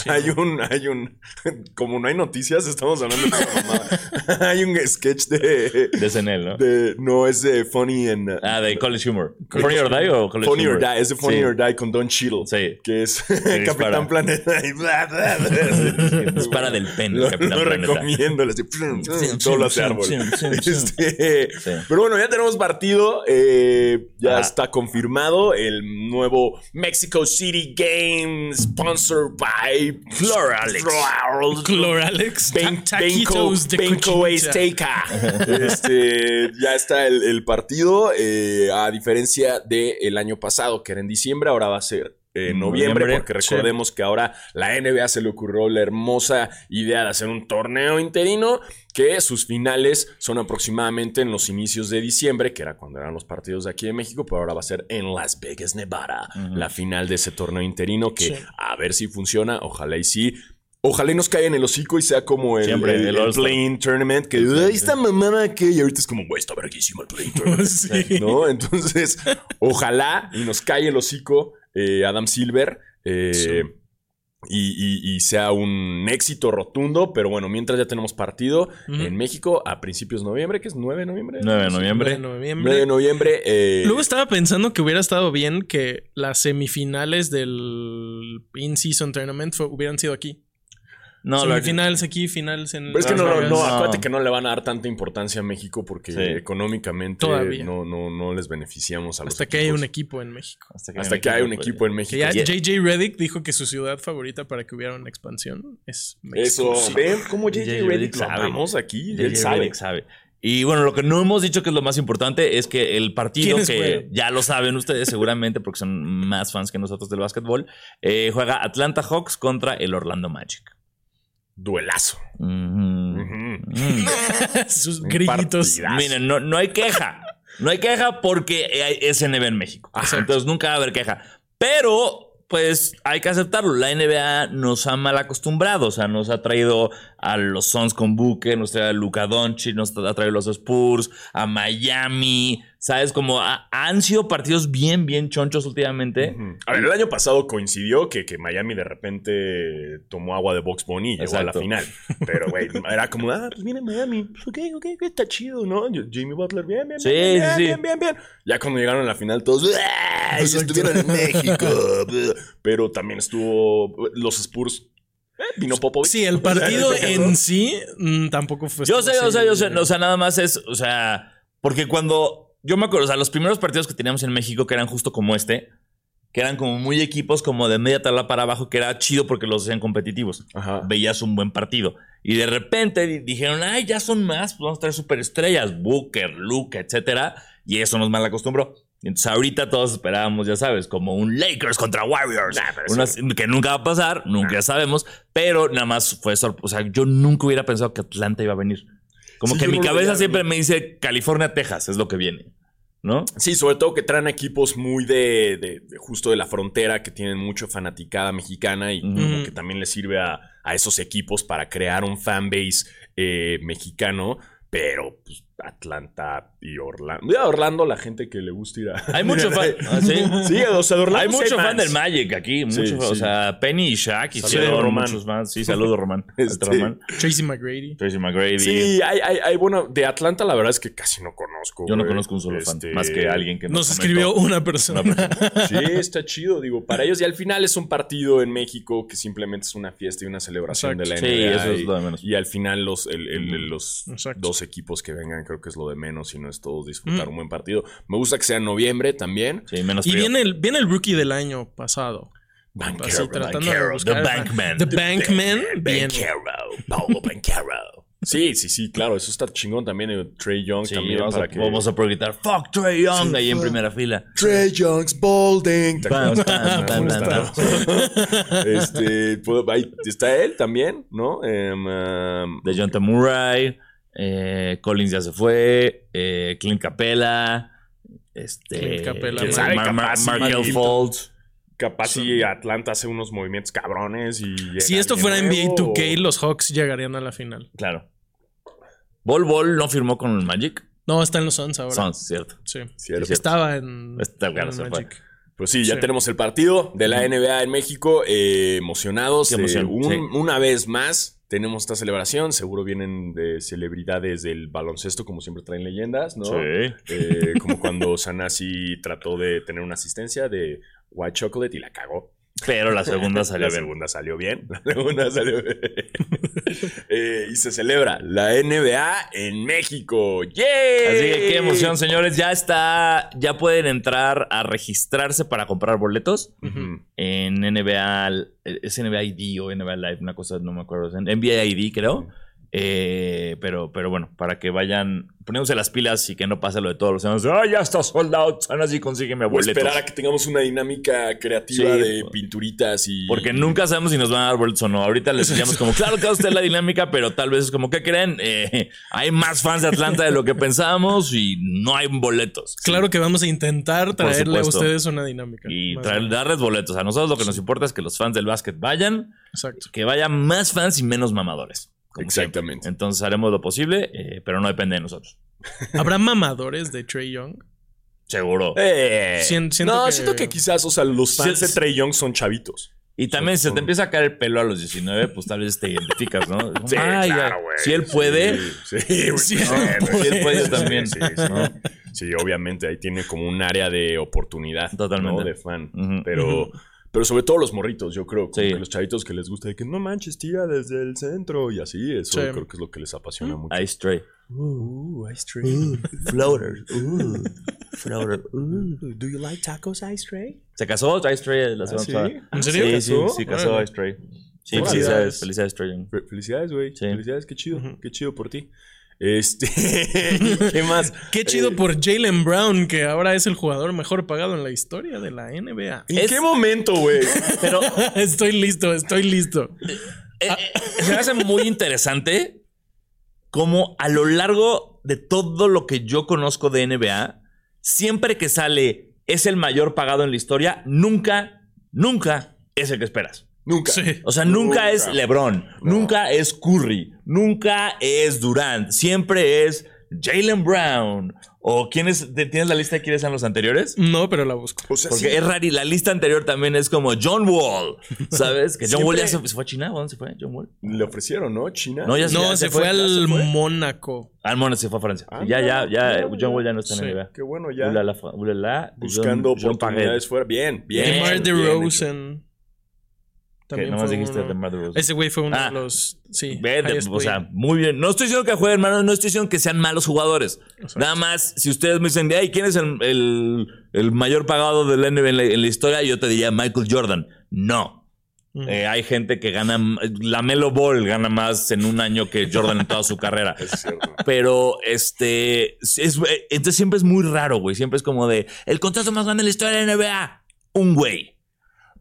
[SPEAKER 3] hay un, hay un, (laughs) como no hay noticias, estamos hablando de esa
[SPEAKER 6] (laughs)
[SPEAKER 3] mamada. hay un sketch de,
[SPEAKER 2] De SNL, ¿no?
[SPEAKER 3] de- no, es de Funny and,
[SPEAKER 2] Ah, de College Humor. ¿Funny or Die o College
[SPEAKER 3] Funny or
[SPEAKER 2] Humor?
[SPEAKER 3] Die, es de Funny
[SPEAKER 2] Sí.
[SPEAKER 3] or Die con Don Cheadle.
[SPEAKER 2] Sí.
[SPEAKER 3] Que es
[SPEAKER 2] dispara.
[SPEAKER 3] (laughs) Capitán Planeta y bla, bla, (laughs) bla.
[SPEAKER 2] Dispara del pen,
[SPEAKER 3] Lo,
[SPEAKER 2] Capitán
[SPEAKER 3] lo
[SPEAKER 2] Planeta.
[SPEAKER 3] recomiendo. le hace plum, plum,
[SPEAKER 2] Sí,
[SPEAKER 3] todo lo
[SPEAKER 2] sí,
[SPEAKER 3] hace árbol.
[SPEAKER 2] sí, sí, sí.
[SPEAKER 3] Este,
[SPEAKER 2] Sí.
[SPEAKER 3] Pero bueno, ya tenemos partido. eh, ya
[SPEAKER 2] Ajá.
[SPEAKER 3] está confirmado el nuevo Mexico City Game sponsored by
[SPEAKER 2] Cloralex.
[SPEAKER 3] Cloralex.
[SPEAKER 6] Cloralex.
[SPEAKER 3] Ben-
[SPEAKER 6] ta-
[SPEAKER 3] Benco,
[SPEAKER 6] taquitos de
[SPEAKER 3] Benco
[SPEAKER 6] cochinita.
[SPEAKER 3] Azteca. (laughs) Este, ya está el, el partido, eh, a diferencia del año pasado, que era en diciembre, ahora va a ser en noviembre,
[SPEAKER 2] Noviembre,
[SPEAKER 3] porque
[SPEAKER 2] sí.
[SPEAKER 3] recordemos que ahora la NBA se le ocurrió la hermosa idea de hacer un torneo interino, que sus finales son aproximadamente en los inicios de diciembre, que era cuando eran los partidos de aquí de México, pero ahora va a ser en Las Vegas, Nevada, la final de ese torneo interino, que
[SPEAKER 6] Sí.
[SPEAKER 3] a ver si funciona, ojalá y sí. Ojalá y nos caiga en el hocico y sea como el,
[SPEAKER 2] Siempre,
[SPEAKER 3] el,
[SPEAKER 2] el
[SPEAKER 3] el
[SPEAKER 2] All-Star.
[SPEAKER 3] Play-In Tournament, que "Ay, esta mamada que y ahorita es como, güey, está verguísimo el Play-In
[SPEAKER 6] (laughs)
[SPEAKER 3] Tournament.
[SPEAKER 6] Sí.
[SPEAKER 3] ¿No? Entonces, ojalá y nos caiga el hocico eh, Adam Silver. eh, Y, y- y sea un éxito rotundo, pero bueno, mientras ya tenemos partido
[SPEAKER 6] Ujú.
[SPEAKER 3] en México a principios de noviembre, que es 9 de noviembre.
[SPEAKER 2] 9 de
[SPEAKER 6] Noviembre.
[SPEAKER 2] noviembre.
[SPEAKER 3] 9 de noviembre. eh,
[SPEAKER 6] Luego estaba pensando que hubiera estado bien que las semifinales del in-season tournament fue- hubieran sido aquí.
[SPEAKER 2] No, lo
[SPEAKER 6] semifinales aquí, finales en.
[SPEAKER 3] Pero es que
[SPEAKER 6] Las
[SPEAKER 3] no, no,
[SPEAKER 6] Vegas.
[SPEAKER 3] no,
[SPEAKER 2] No.
[SPEAKER 3] acuérdate que no le van a dar tanta importancia a México porque
[SPEAKER 2] Sí.
[SPEAKER 3] económicamente
[SPEAKER 6] Todavía.
[SPEAKER 3] no, no, no les beneficiamos a los
[SPEAKER 6] Hasta que hay
[SPEAKER 3] equipos.
[SPEAKER 6] un equipo en México.
[SPEAKER 2] Hasta
[SPEAKER 3] Hasta que hay un equipo en
[SPEAKER 6] Que
[SPEAKER 3] México.
[SPEAKER 6] ya
[SPEAKER 2] pues, Ya-
[SPEAKER 6] JJ Reddick dijo que su ciudad favorita para que hubiera una expansión es México.
[SPEAKER 3] Eso,
[SPEAKER 6] (laughs) Sí.
[SPEAKER 3] ven cómo JJ,
[SPEAKER 2] J.J.
[SPEAKER 3] Redick
[SPEAKER 2] Redick
[SPEAKER 3] lo
[SPEAKER 2] sabe.
[SPEAKER 3] amamos aquí,
[SPEAKER 2] J.J.
[SPEAKER 3] él sabe.
[SPEAKER 2] Redick sabe. Y bueno, lo que no hemos dicho que es lo más importante es que el partido,
[SPEAKER 6] ¿Quiénes
[SPEAKER 2] que
[SPEAKER 6] juegan?
[SPEAKER 2] ya lo saben ustedes seguramente porque son más fans que nosotros del básquetbol, eh, juega Atlanta Hawks contra el Orlando Magic.
[SPEAKER 3] Duelazo.
[SPEAKER 2] Ujú.
[SPEAKER 3] Ujú.
[SPEAKER 2] Mm.
[SPEAKER 6] Sus
[SPEAKER 3] Un
[SPEAKER 6] grillitos.
[SPEAKER 3] partidazo.
[SPEAKER 2] Miren, no, no hay queja. No hay queja porque eh, hay SNB en México. Entonces nunca va a haber queja. Pero, pues, hay que aceptarlo. La NBA nos ha mal acostumbrado. O sea, nos ha traído a los Suns con Booker, nos trae a Luka Doncic, nos ha traído a los Spurs, a Miami. ¿Sabes? Como ha- han sido partidos bien, bien chonchos últimamente.
[SPEAKER 3] A ver, el año pasado coincidió que, que Miami de repente tomó agua de Box Bunny y llegó a la
[SPEAKER 2] Exacto.
[SPEAKER 3] final. Pero,
[SPEAKER 2] (laughs)
[SPEAKER 3] güey, era como, ah, pues viene Miami. Pues, ok, ok, ok, está chido, ¿no? Yo- Jimmy Butler, bien, bien,
[SPEAKER 2] Sí,
[SPEAKER 3] bien, bien,
[SPEAKER 2] sí, sí.
[SPEAKER 3] bien, bien, bien. Ya cuando llegaron a la final, todos, "Ah, ellos estuvieron en México.
[SPEAKER 2] (laughs)
[SPEAKER 3] Pero también estuvo los Spurs. Eh, vino Popovich.
[SPEAKER 6] Sí, el partido en sí mm, tampoco
[SPEAKER 3] pues,
[SPEAKER 6] fue.
[SPEAKER 2] Yo sé,
[SPEAKER 6] así.
[SPEAKER 2] yo sé, yo sé. O sea, nada más es, o sea, porque cuando yo me acuerdo, o sea, los primeros partidos que teníamos en México que eran justo como este, que eran como muy equipos como de media tabla para abajo, que era chido porque los hacían competitivos.
[SPEAKER 3] Ajá.
[SPEAKER 2] Veías un buen partido. Y de repente di- dijeron, ay, ya son más, pues vamos a traer superestrellas, Booker, Luca, etcétera. Y eso nos mal acostumbró. Entonces ahorita todos esperábamos, ya sabes, como un Lakers contra Warriors. Una- que nunca va a pasar, nunca sabemos, pero nada más fue sorpresa. O sea, yo nunca hubiera pensado que Atlanta iba a venir. Como
[SPEAKER 3] Sí,
[SPEAKER 2] que
[SPEAKER 3] yo
[SPEAKER 2] mi
[SPEAKER 3] no lo
[SPEAKER 2] cabeza
[SPEAKER 3] veía
[SPEAKER 2] siempre me dice California, Texas, es lo que viene. ¿No?
[SPEAKER 3] Sí, sobre todo que traen equipos muy de, de- de justo de la frontera, que tienen mucho fanaticada mexicana y como que también les sirve a, a esos equipos para crear un fanbase eh, mexicano, pero pues, Atlanta y Orlando. Mira, Orlando, la gente que le gusta ir a... (laughs)
[SPEAKER 2] Hay mucho
[SPEAKER 3] eh.
[SPEAKER 2] fan. ¿Ah, sí?
[SPEAKER 3] Sí, o sea, de Orlando
[SPEAKER 2] Hay
[SPEAKER 3] sí
[SPEAKER 2] mucho fan
[SPEAKER 3] fans.
[SPEAKER 2] del Magic aquí, mucho,
[SPEAKER 3] Sí,
[SPEAKER 2] o
[SPEAKER 3] sí.
[SPEAKER 2] sea, Penny y Shaq y
[SPEAKER 3] Saludos, Román.
[SPEAKER 2] muchos fans. Sí, saludos
[SPEAKER 3] (laughs)
[SPEAKER 2] Román.
[SPEAKER 3] Este.
[SPEAKER 2] Alto Román.
[SPEAKER 6] Tracy McGrady.
[SPEAKER 2] Tracy McGrady.
[SPEAKER 3] Sí, hay, hay, hay, bueno, de Atlanta la verdad es que casi no conozco.
[SPEAKER 2] Yo no
[SPEAKER 3] güey.
[SPEAKER 2] conozco un solo
[SPEAKER 3] Este,
[SPEAKER 2] fan, más que alguien que
[SPEAKER 6] Nos
[SPEAKER 2] comentó.
[SPEAKER 6] escribió una persona.
[SPEAKER 3] Sí, está chido, digo, para ellos. Y al final es un partido en México que simplemente es una fiesta y una celebración
[SPEAKER 6] Exacto.
[SPEAKER 3] de la
[SPEAKER 2] Sí,
[SPEAKER 3] NBA.
[SPEAKER 2] eso es
[SPEAKER 3] y-
[SPEAKER 2] lo de menos.
[SPEAKER 3] Y al final los, el- el- el- los
[SPEAKER 6] Exacto. Mm.
[SPEAKER 3] dos equipos que vengan creo que es lo de menos y no es todos disfrutar un buen partido. Me gusta que sea en noviembre también.
[SPEAKER 2] Sí, menos
[SPEAKER 6] y
[SPEAKER 2] frío.
[SPEAKER 6] viene el, viene el rookie del año pasado.
[SPEAKER 3] Banquero,
[SPEAKER 6] Así tratando de
[SPEAKER 2] Banchero,
[SPEAKER 6] buscar.
[SPEAKER 2] The Bankman.
[SPEAKER 6] The Bankman. Bien.
[SPEAKER 3] Banquero, Paulo Banquero. Sí, sí, sí, claro, eso está chingón también. eh, Trey Young
[SPEAKER 2] Sí,
[SPEAKER 3] también
[SPEAKER 2] vamos,
[SPEAKER 3] para
[SPEAKER 2] a,
[SPEAKER 3] que...
[SPEAKER 2] vamos a proyectar Fuck Trey Young ahí en primera (laughs) fila.
[SPEAKER 3] Trey Young's
[SPEAKER 2] (laughs)
[SPEAKER 3] Balding.
[SPEAKER 2] Pam, pam, pam, pam, pam.
[SPEAKER 3] Este, puedo- ahí está él también, ¿no? Em, em,
[SPEAKER 2] De John Murray. eh, Collins ya se fue. eh, Clint Capella. Este,
[SPEAKER 6] Clint Capela,
[SPEAKER 2] ¿quién
[SPEAKER 3] ¿no?
[SPEAKER 2] sabe? Mar- Mar-
[SPEAKER 3] Capaz,
[SPEAKER 2] Markel
[SPEAKER 3] maldito.
[SPEAKER 2] Fultz.
[SPEAKER 3] capaz si Atlanta hace unos movimientos cabrones y... llega
[SPEAKER 6] Si esto
[SPEAKER 3] alguien
[SPEAKER 6] fuera NBA
[SPEAKER 3] nuevo,
[SPEAKER 6] 2K, los Hawks llegarían a la final.
[SPEAKER 2] Claro. Bol Bol no firmó con el Magic.
[SPEAKER 6] No, está en los Suns ahora.
[SPEAKER 2] Suns, cierto.
[SPEAKER 6] Sí.
[SPEAKER 3] Cierto.
[SPEAKER 2] Sí,
[SPEAKER 6] Estaba en.
[SPEAKER 2] Está claro,
[SPEAKER 6] en
[SPEAKER 2] se fue.
[SPEAKER 6] Magic.
[SPEAKER 3] Pues sí, ya
[SPEAKER 6] Sí.
[SPEAKER 3] tenemos el partido de la NBA en México. eh, emocionados.
[SPEAKER 2] Qué
[SPEAKER 3] eh,
[SPEAKER 2] emoción,
[SPEAKER 3] un-
[SPEAKER 2] sí.
[SPEAKER 3] Una vez más tenemos esta celebración. Seguro vienen de celebridades del baloncesto, como siempre traen leyendas, ¿no?
[SPEAKER 2] Sí.
[SPEAKER 3] Eh,
[SPEAKER 2] (laughs)
[SPEAKER 3] como cuando Sanasi trató de tener una asistencia de White Chocolate y la cagó.
[SPEAKER 2] Pero la segunda salió
[SPEAKER 3] La
[SPEAKER 2] bien.
[SPEAKER 3] segunda salió bien. (laughs) La segunda salió bien. (laughs) Eh, y se celebra la NBA en México. ¡Yay!
[SPEAKER 2] Así que qué emoción, señores. Ya está, ya pueden entrar a registrarse para comprar boletos
[SPEAKER 3] Ujú.
[SPEAKER 2] en NBA, es NBA ID o NBA Live, una cosa, no me acuerdo, es en NBA ID creo. Eh, pero, pero bueno, para que vayan poniéndose las pilas y que no pase lo de todos los años. ¡Ah, ya está soldado! Ahora sí consígueme
[SPEAKER 3] O
[SPEAKER 2] boletos.
[SPEAKER 3] esperar a que tengamos una dinámica creativa
[SPEAKER 2] Sí.
[SPEAKER 3] de pinturitas y.
[SPEAKER 2] Porque nunca sabemos si nos van a dar boletos o no. Ahorita les decíamos como, claro que a usted la dinámica, pero tal vez es como, ¿qué creen? Eh, hay más fans de Atlanta de lo que pensábamos y no hay boletos.
[SPEAKER 3] (laughs)
[SPEAKER 6] Claro que vamos a intentar traerle a
[SPEAKER 2] supuesto.
[SPEAKER 6] ustedes una dinámica.
[SPEAKER 2] Y
[SPEAKER 6] Más
[SPEAKER 2] traer-
[SPEAKER 6] bien.
[SPEAKER 2] darles boletos. A nosotros lo que nos importa es que los fans del básquet vayan,
[SPEAKER 6] Exacto.
[SPEAKER 2] que vayan más fans y menos mamadores. como
[SPEAKER 3] Exactamente.
[SPEAKER 2] siempre. Entonces haremos lo posible, eh, pero no depende de nosotros.
[SPEAKER 6] ¿Habrá mamadores de Trey Young?
[SPEAKER 2] Seguro.
[SPEAKER 3] Eh,
[SPEAKER 6] Sien- siento
[SPEAKER 3] no,
[SPEAKER 6] que-
[SPEAKER 3] siento que quizás, o sea, los fans
[SPEAKER 2] Sí,
[SPEAKER 3] de
[SPEAKER 2] sí.
[SPEAKER 3] Trey Young son chavitos.
[SPEAKER 2] Y también si se te empieza a caer el pelo a los 19, pues tal vez te identificas, ¿no? Ay, ay, Si él puede,
[SPEAKER 3] Sí, güey, (laughs)
[SPEAKER 6] Sí,
[SPEAKER 3] no,
[SPEAKER 6] él
[SPEAKER 3] güey,
[SPEAKER 2] puede.
[SPEAKER 3] sí,
[SPEAKER 2] él puede
[SPEAKER 3] sí,
[SPEAKER 2] también.
[SPEAKER 3] Sí, sí, ¿no? Sí, obviamente, ahí tiene como un área de oportunidad.
[SPEAKER 2] Totalmente.
[SPEAKER 3] ¿no? De fan.
[SPEAKER 2] Ujú.
[SPEAKER 3] Pero. Pero sobre todo los morritos, yo creo, como
[SPEAKER 2] Sí.
[SPEAKER 3] que los chavitos que les gusta de que no manches, tira desde el centro y así, eso
[SPEAKER 6] Sí.
[SPEAKER 3] creo que es lo que les apasiona mucho.
[SPEAKER 2] Ice Tray.
[SPEAKER 7] Ooh, ice tray. Ooh,
[SPEAKER 6] (laughs)
[SPEAKER 7] floater. Ooh, floater. uh. Ooh, do you like tacos, ice tray?
[SPEAKER 2] ¿Se casó Ice Tray la semana pasada?
[SPEAKER 6] ¿En
[SPEAKER 2] Sí,
[SPEAKER 6] serio?
[SPEAKER 2] sí, sí,
[SPEAKER 6] ¿Casó?
[SPEAKER 2] casó
[SPEAKER 6] Órale.
[SPEAKER 2] Ice Tray. Sí,
[SPEAKER 3] Órale.
[SPEAKER 2] felicidades, felicidades Trey Young.
[SPEAKER 3] Fe- Felicidades, güey.
[SPEAKER 2] Sí.
[SPEAKER 3] Felicidades, qué chido. Qué chido por ti. Este. (laughs) ¿Qué más?
[SPEAKER 6] Qué chido
[SPEAKER 3] Eh,
[SPEAKER 6] por Jalen Brown, que ahora es el jugador mejor pagado en la historia de la NBA.
[SPEAKER 3] ¿En
[SPEAKER 2] Es-
[SPEAKER 3] qué momento, (laughs) güey?
[SPEAKER 2] Pero
[SPEAKER 6] (laughs) estoy listo, estoy listo.
[SPEAKER 2] Eh, eh, se me hace muy interesante como a lo largo de todo lo que yo conozco de NBA, siempre que sale es el mayor pagado en la historia, nunca, nunca es el que esperas.
[SPEAKER 3] Nunca.
[SPEAKER 6] Sí.
[SPEAKER 2] O sea, nunca,
[SPEAKER 3] Nunca.
[SPEAKER 2] es LeBron, nunca es Curry, nunca es Durant, siempre es Jalen Brown. ¿O quién es? te- ¿Tienes la lista de quiénes eran los anteriores?
[SPEAKER 6] No, pero la busco.
[SPEAKER 3] O sea,
[SPEAKER 2] Porque
[SPEAKER 3] sí.
[SPEAKER 2] es raro y la lista anterior también es como John Wall, ¿sabes? Que John Wall ya se,
[SPEAKER 6] Siempre-
[SPEAKER 2] se fue a China, ¿a ¿dónde se fue? John Wall.
[SPEAKER 3] le ofrecieron, ¿no? China.
[SPEAKER 2] No, ya
[SPEAKER 6] No,
[SPEAKER 2] ya
[SPEAKER 6] se, fue, al
[SPEAKER 2] ya se fue.
[SPEAKER 6] Mónaco.
[SPEAKER 2] Al Mono se fue a Francia.
[SPEAKER 3] Ah,
[SPEAKER 2] ya, ya,
[SPEAKER 3] mira,
[SPEAKER 2] ya.
[SPEAKER 3] mira,
[SPEAKER 2] John
[SPEAKER 3] mira.
[SPEAKER 2] Wall ya no está
[SPEAKER 6] Sí,
[SPEAKER 2] en NBA.
[SPEAKER 3] Qué bueno, ya.
[SPEAKER 2] Ulala, fa- ulala.
[SPEAKER 3] buscando
[SPEAKER 2] John- John
[SPEAKER 3] oportunidades fuera. Bien, bien.
[SPEAKER 6] DeMar
[SPEAKER 3] bien hecho.
[SPEAKER 6] DeRozan.
[SPEAKER 2] Paget. Que nomás
[SPEAKER 6] fue
[SPEAKER 2] dijiste
[SPEAKER 6] uno.
[SPEAKER 2] de Mar de Rose.
[SPEAKER 6] Ese güey fue uno
[SPEAKER 2] Ah.
[SPEAKER 6] de los. Sí.
[SPEAKER 2] Ve, de-
[SPEAKER 6] highest
[SPEAKER 2] o sea,
[SPEAKER 6] paid.
[SPEAKER 2] muy bien. No estoy diciendo que jueguen hermano, no estoy diciendo que sean malos jugadores. Nada más, si ustedes me dicen, ay, ¿quién es el, el- el mayor pagado del NBA en la, en la historia? Yo te diría Michael Jordan. No.
[SPEAKER 3] Mm.
[SPEAKER 6] Ujú.
[SPEAKER 2] Eh, hay gente que gana. La Melo Ball gana más en un año que Jordan en toda
[SPEAKER 3] (laughs)
[SPEAKER 2] su carrera.
[SPEAKER 3] Es cierto.
[SPEAKER 2] Pero este es, entonces siempre es muy raro, güey. Siempre es como de el contrato más grande de la historia de la NBA. Un güey.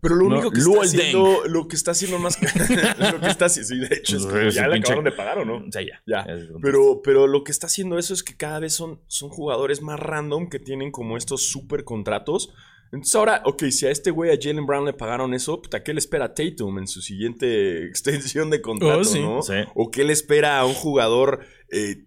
[SPEAKER 3] Pero lo
[SPEAKER 2] No,
[SPEAKER 3] único que
[SPEAKER 2] Luol
[SPEAKER 3] está haciendo, lo que (laughs) está haciendo más, lo que está haciendo, sí, de hecho, es que
[SPEAKER 2] Ese
[SPEAKER 3] ya le
[SPEAKER 2] pinche-
[SPEAKER 3] acabaron de pagar, ¿o no?
[SPEAKER 2] O sea, ya.
[SPEAKER 3] Ya,
[SPEAKER 2] Es-
[SPEAKER 3] Pero, pero lo que está haciendo eso es que cada vez son, son jugadores más random que tienen como estos super contratos. Entonces ahora, ok, si a este güey, a Jalen Brown le pagaron eso, puta, ¿qué le espera a Tatum en su siguiente (laughs) extensión de contrato,
[SPEAKER 6] Oh, sí.
[SPEAKER 3] no?
[SPEAKER 2] Sí.
[SPEAKER 3] ¿O qué le espera a un jugador? eh,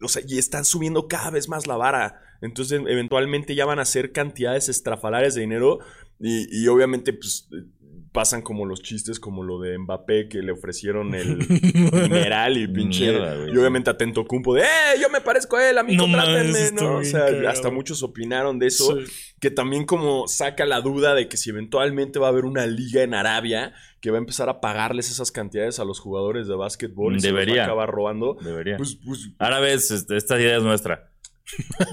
[SPEAKER 3] o sea, y están subiendo cada vez más la vara. Entonces, eventualmente ya van a ser cantidades estrafalarias de dinero. Y, y obviamente, pues, eh, pasan como los chistes, como lo de Mbappé, que le ofrecieron
[SPEAKER 6] (laughs)
[SPEAKER 3] el mineral y pinche.
[SPEAKER 2] Mierda, güey.
[SPEAKER 3] y obviamente atento Cumpo de, ¡eh! Yo me parezco a él, a mí
[SPEAKER 6] No
[SPEAKER 3] contrátenme",
[SPEAKER 6] mames, está
[SPEAKER 3] ¿no? O
[SPEAKER 6] bien
[SPEAKER 3] sea,
[SPEAKER 6] cagado.
[SPEAKER 3] hasta muchos opinaron de eso
[SPEAKER 6] Sí.
[SPEAKER 3] que también como saca la duda de que si eventualmente va a haber una liga en Arabia que va a empezar a pagarles esas cantidades a los jugadores de básquetbol y se los va
[SPEAKER 2] Debería.
[SPEAKER 3] a acabar robando.
[SPEAKER 2] Debería.
[SPEAKER 3] Pues, pues
[SPEAKER 2] Ahora ves, este, esta idea es nuestra.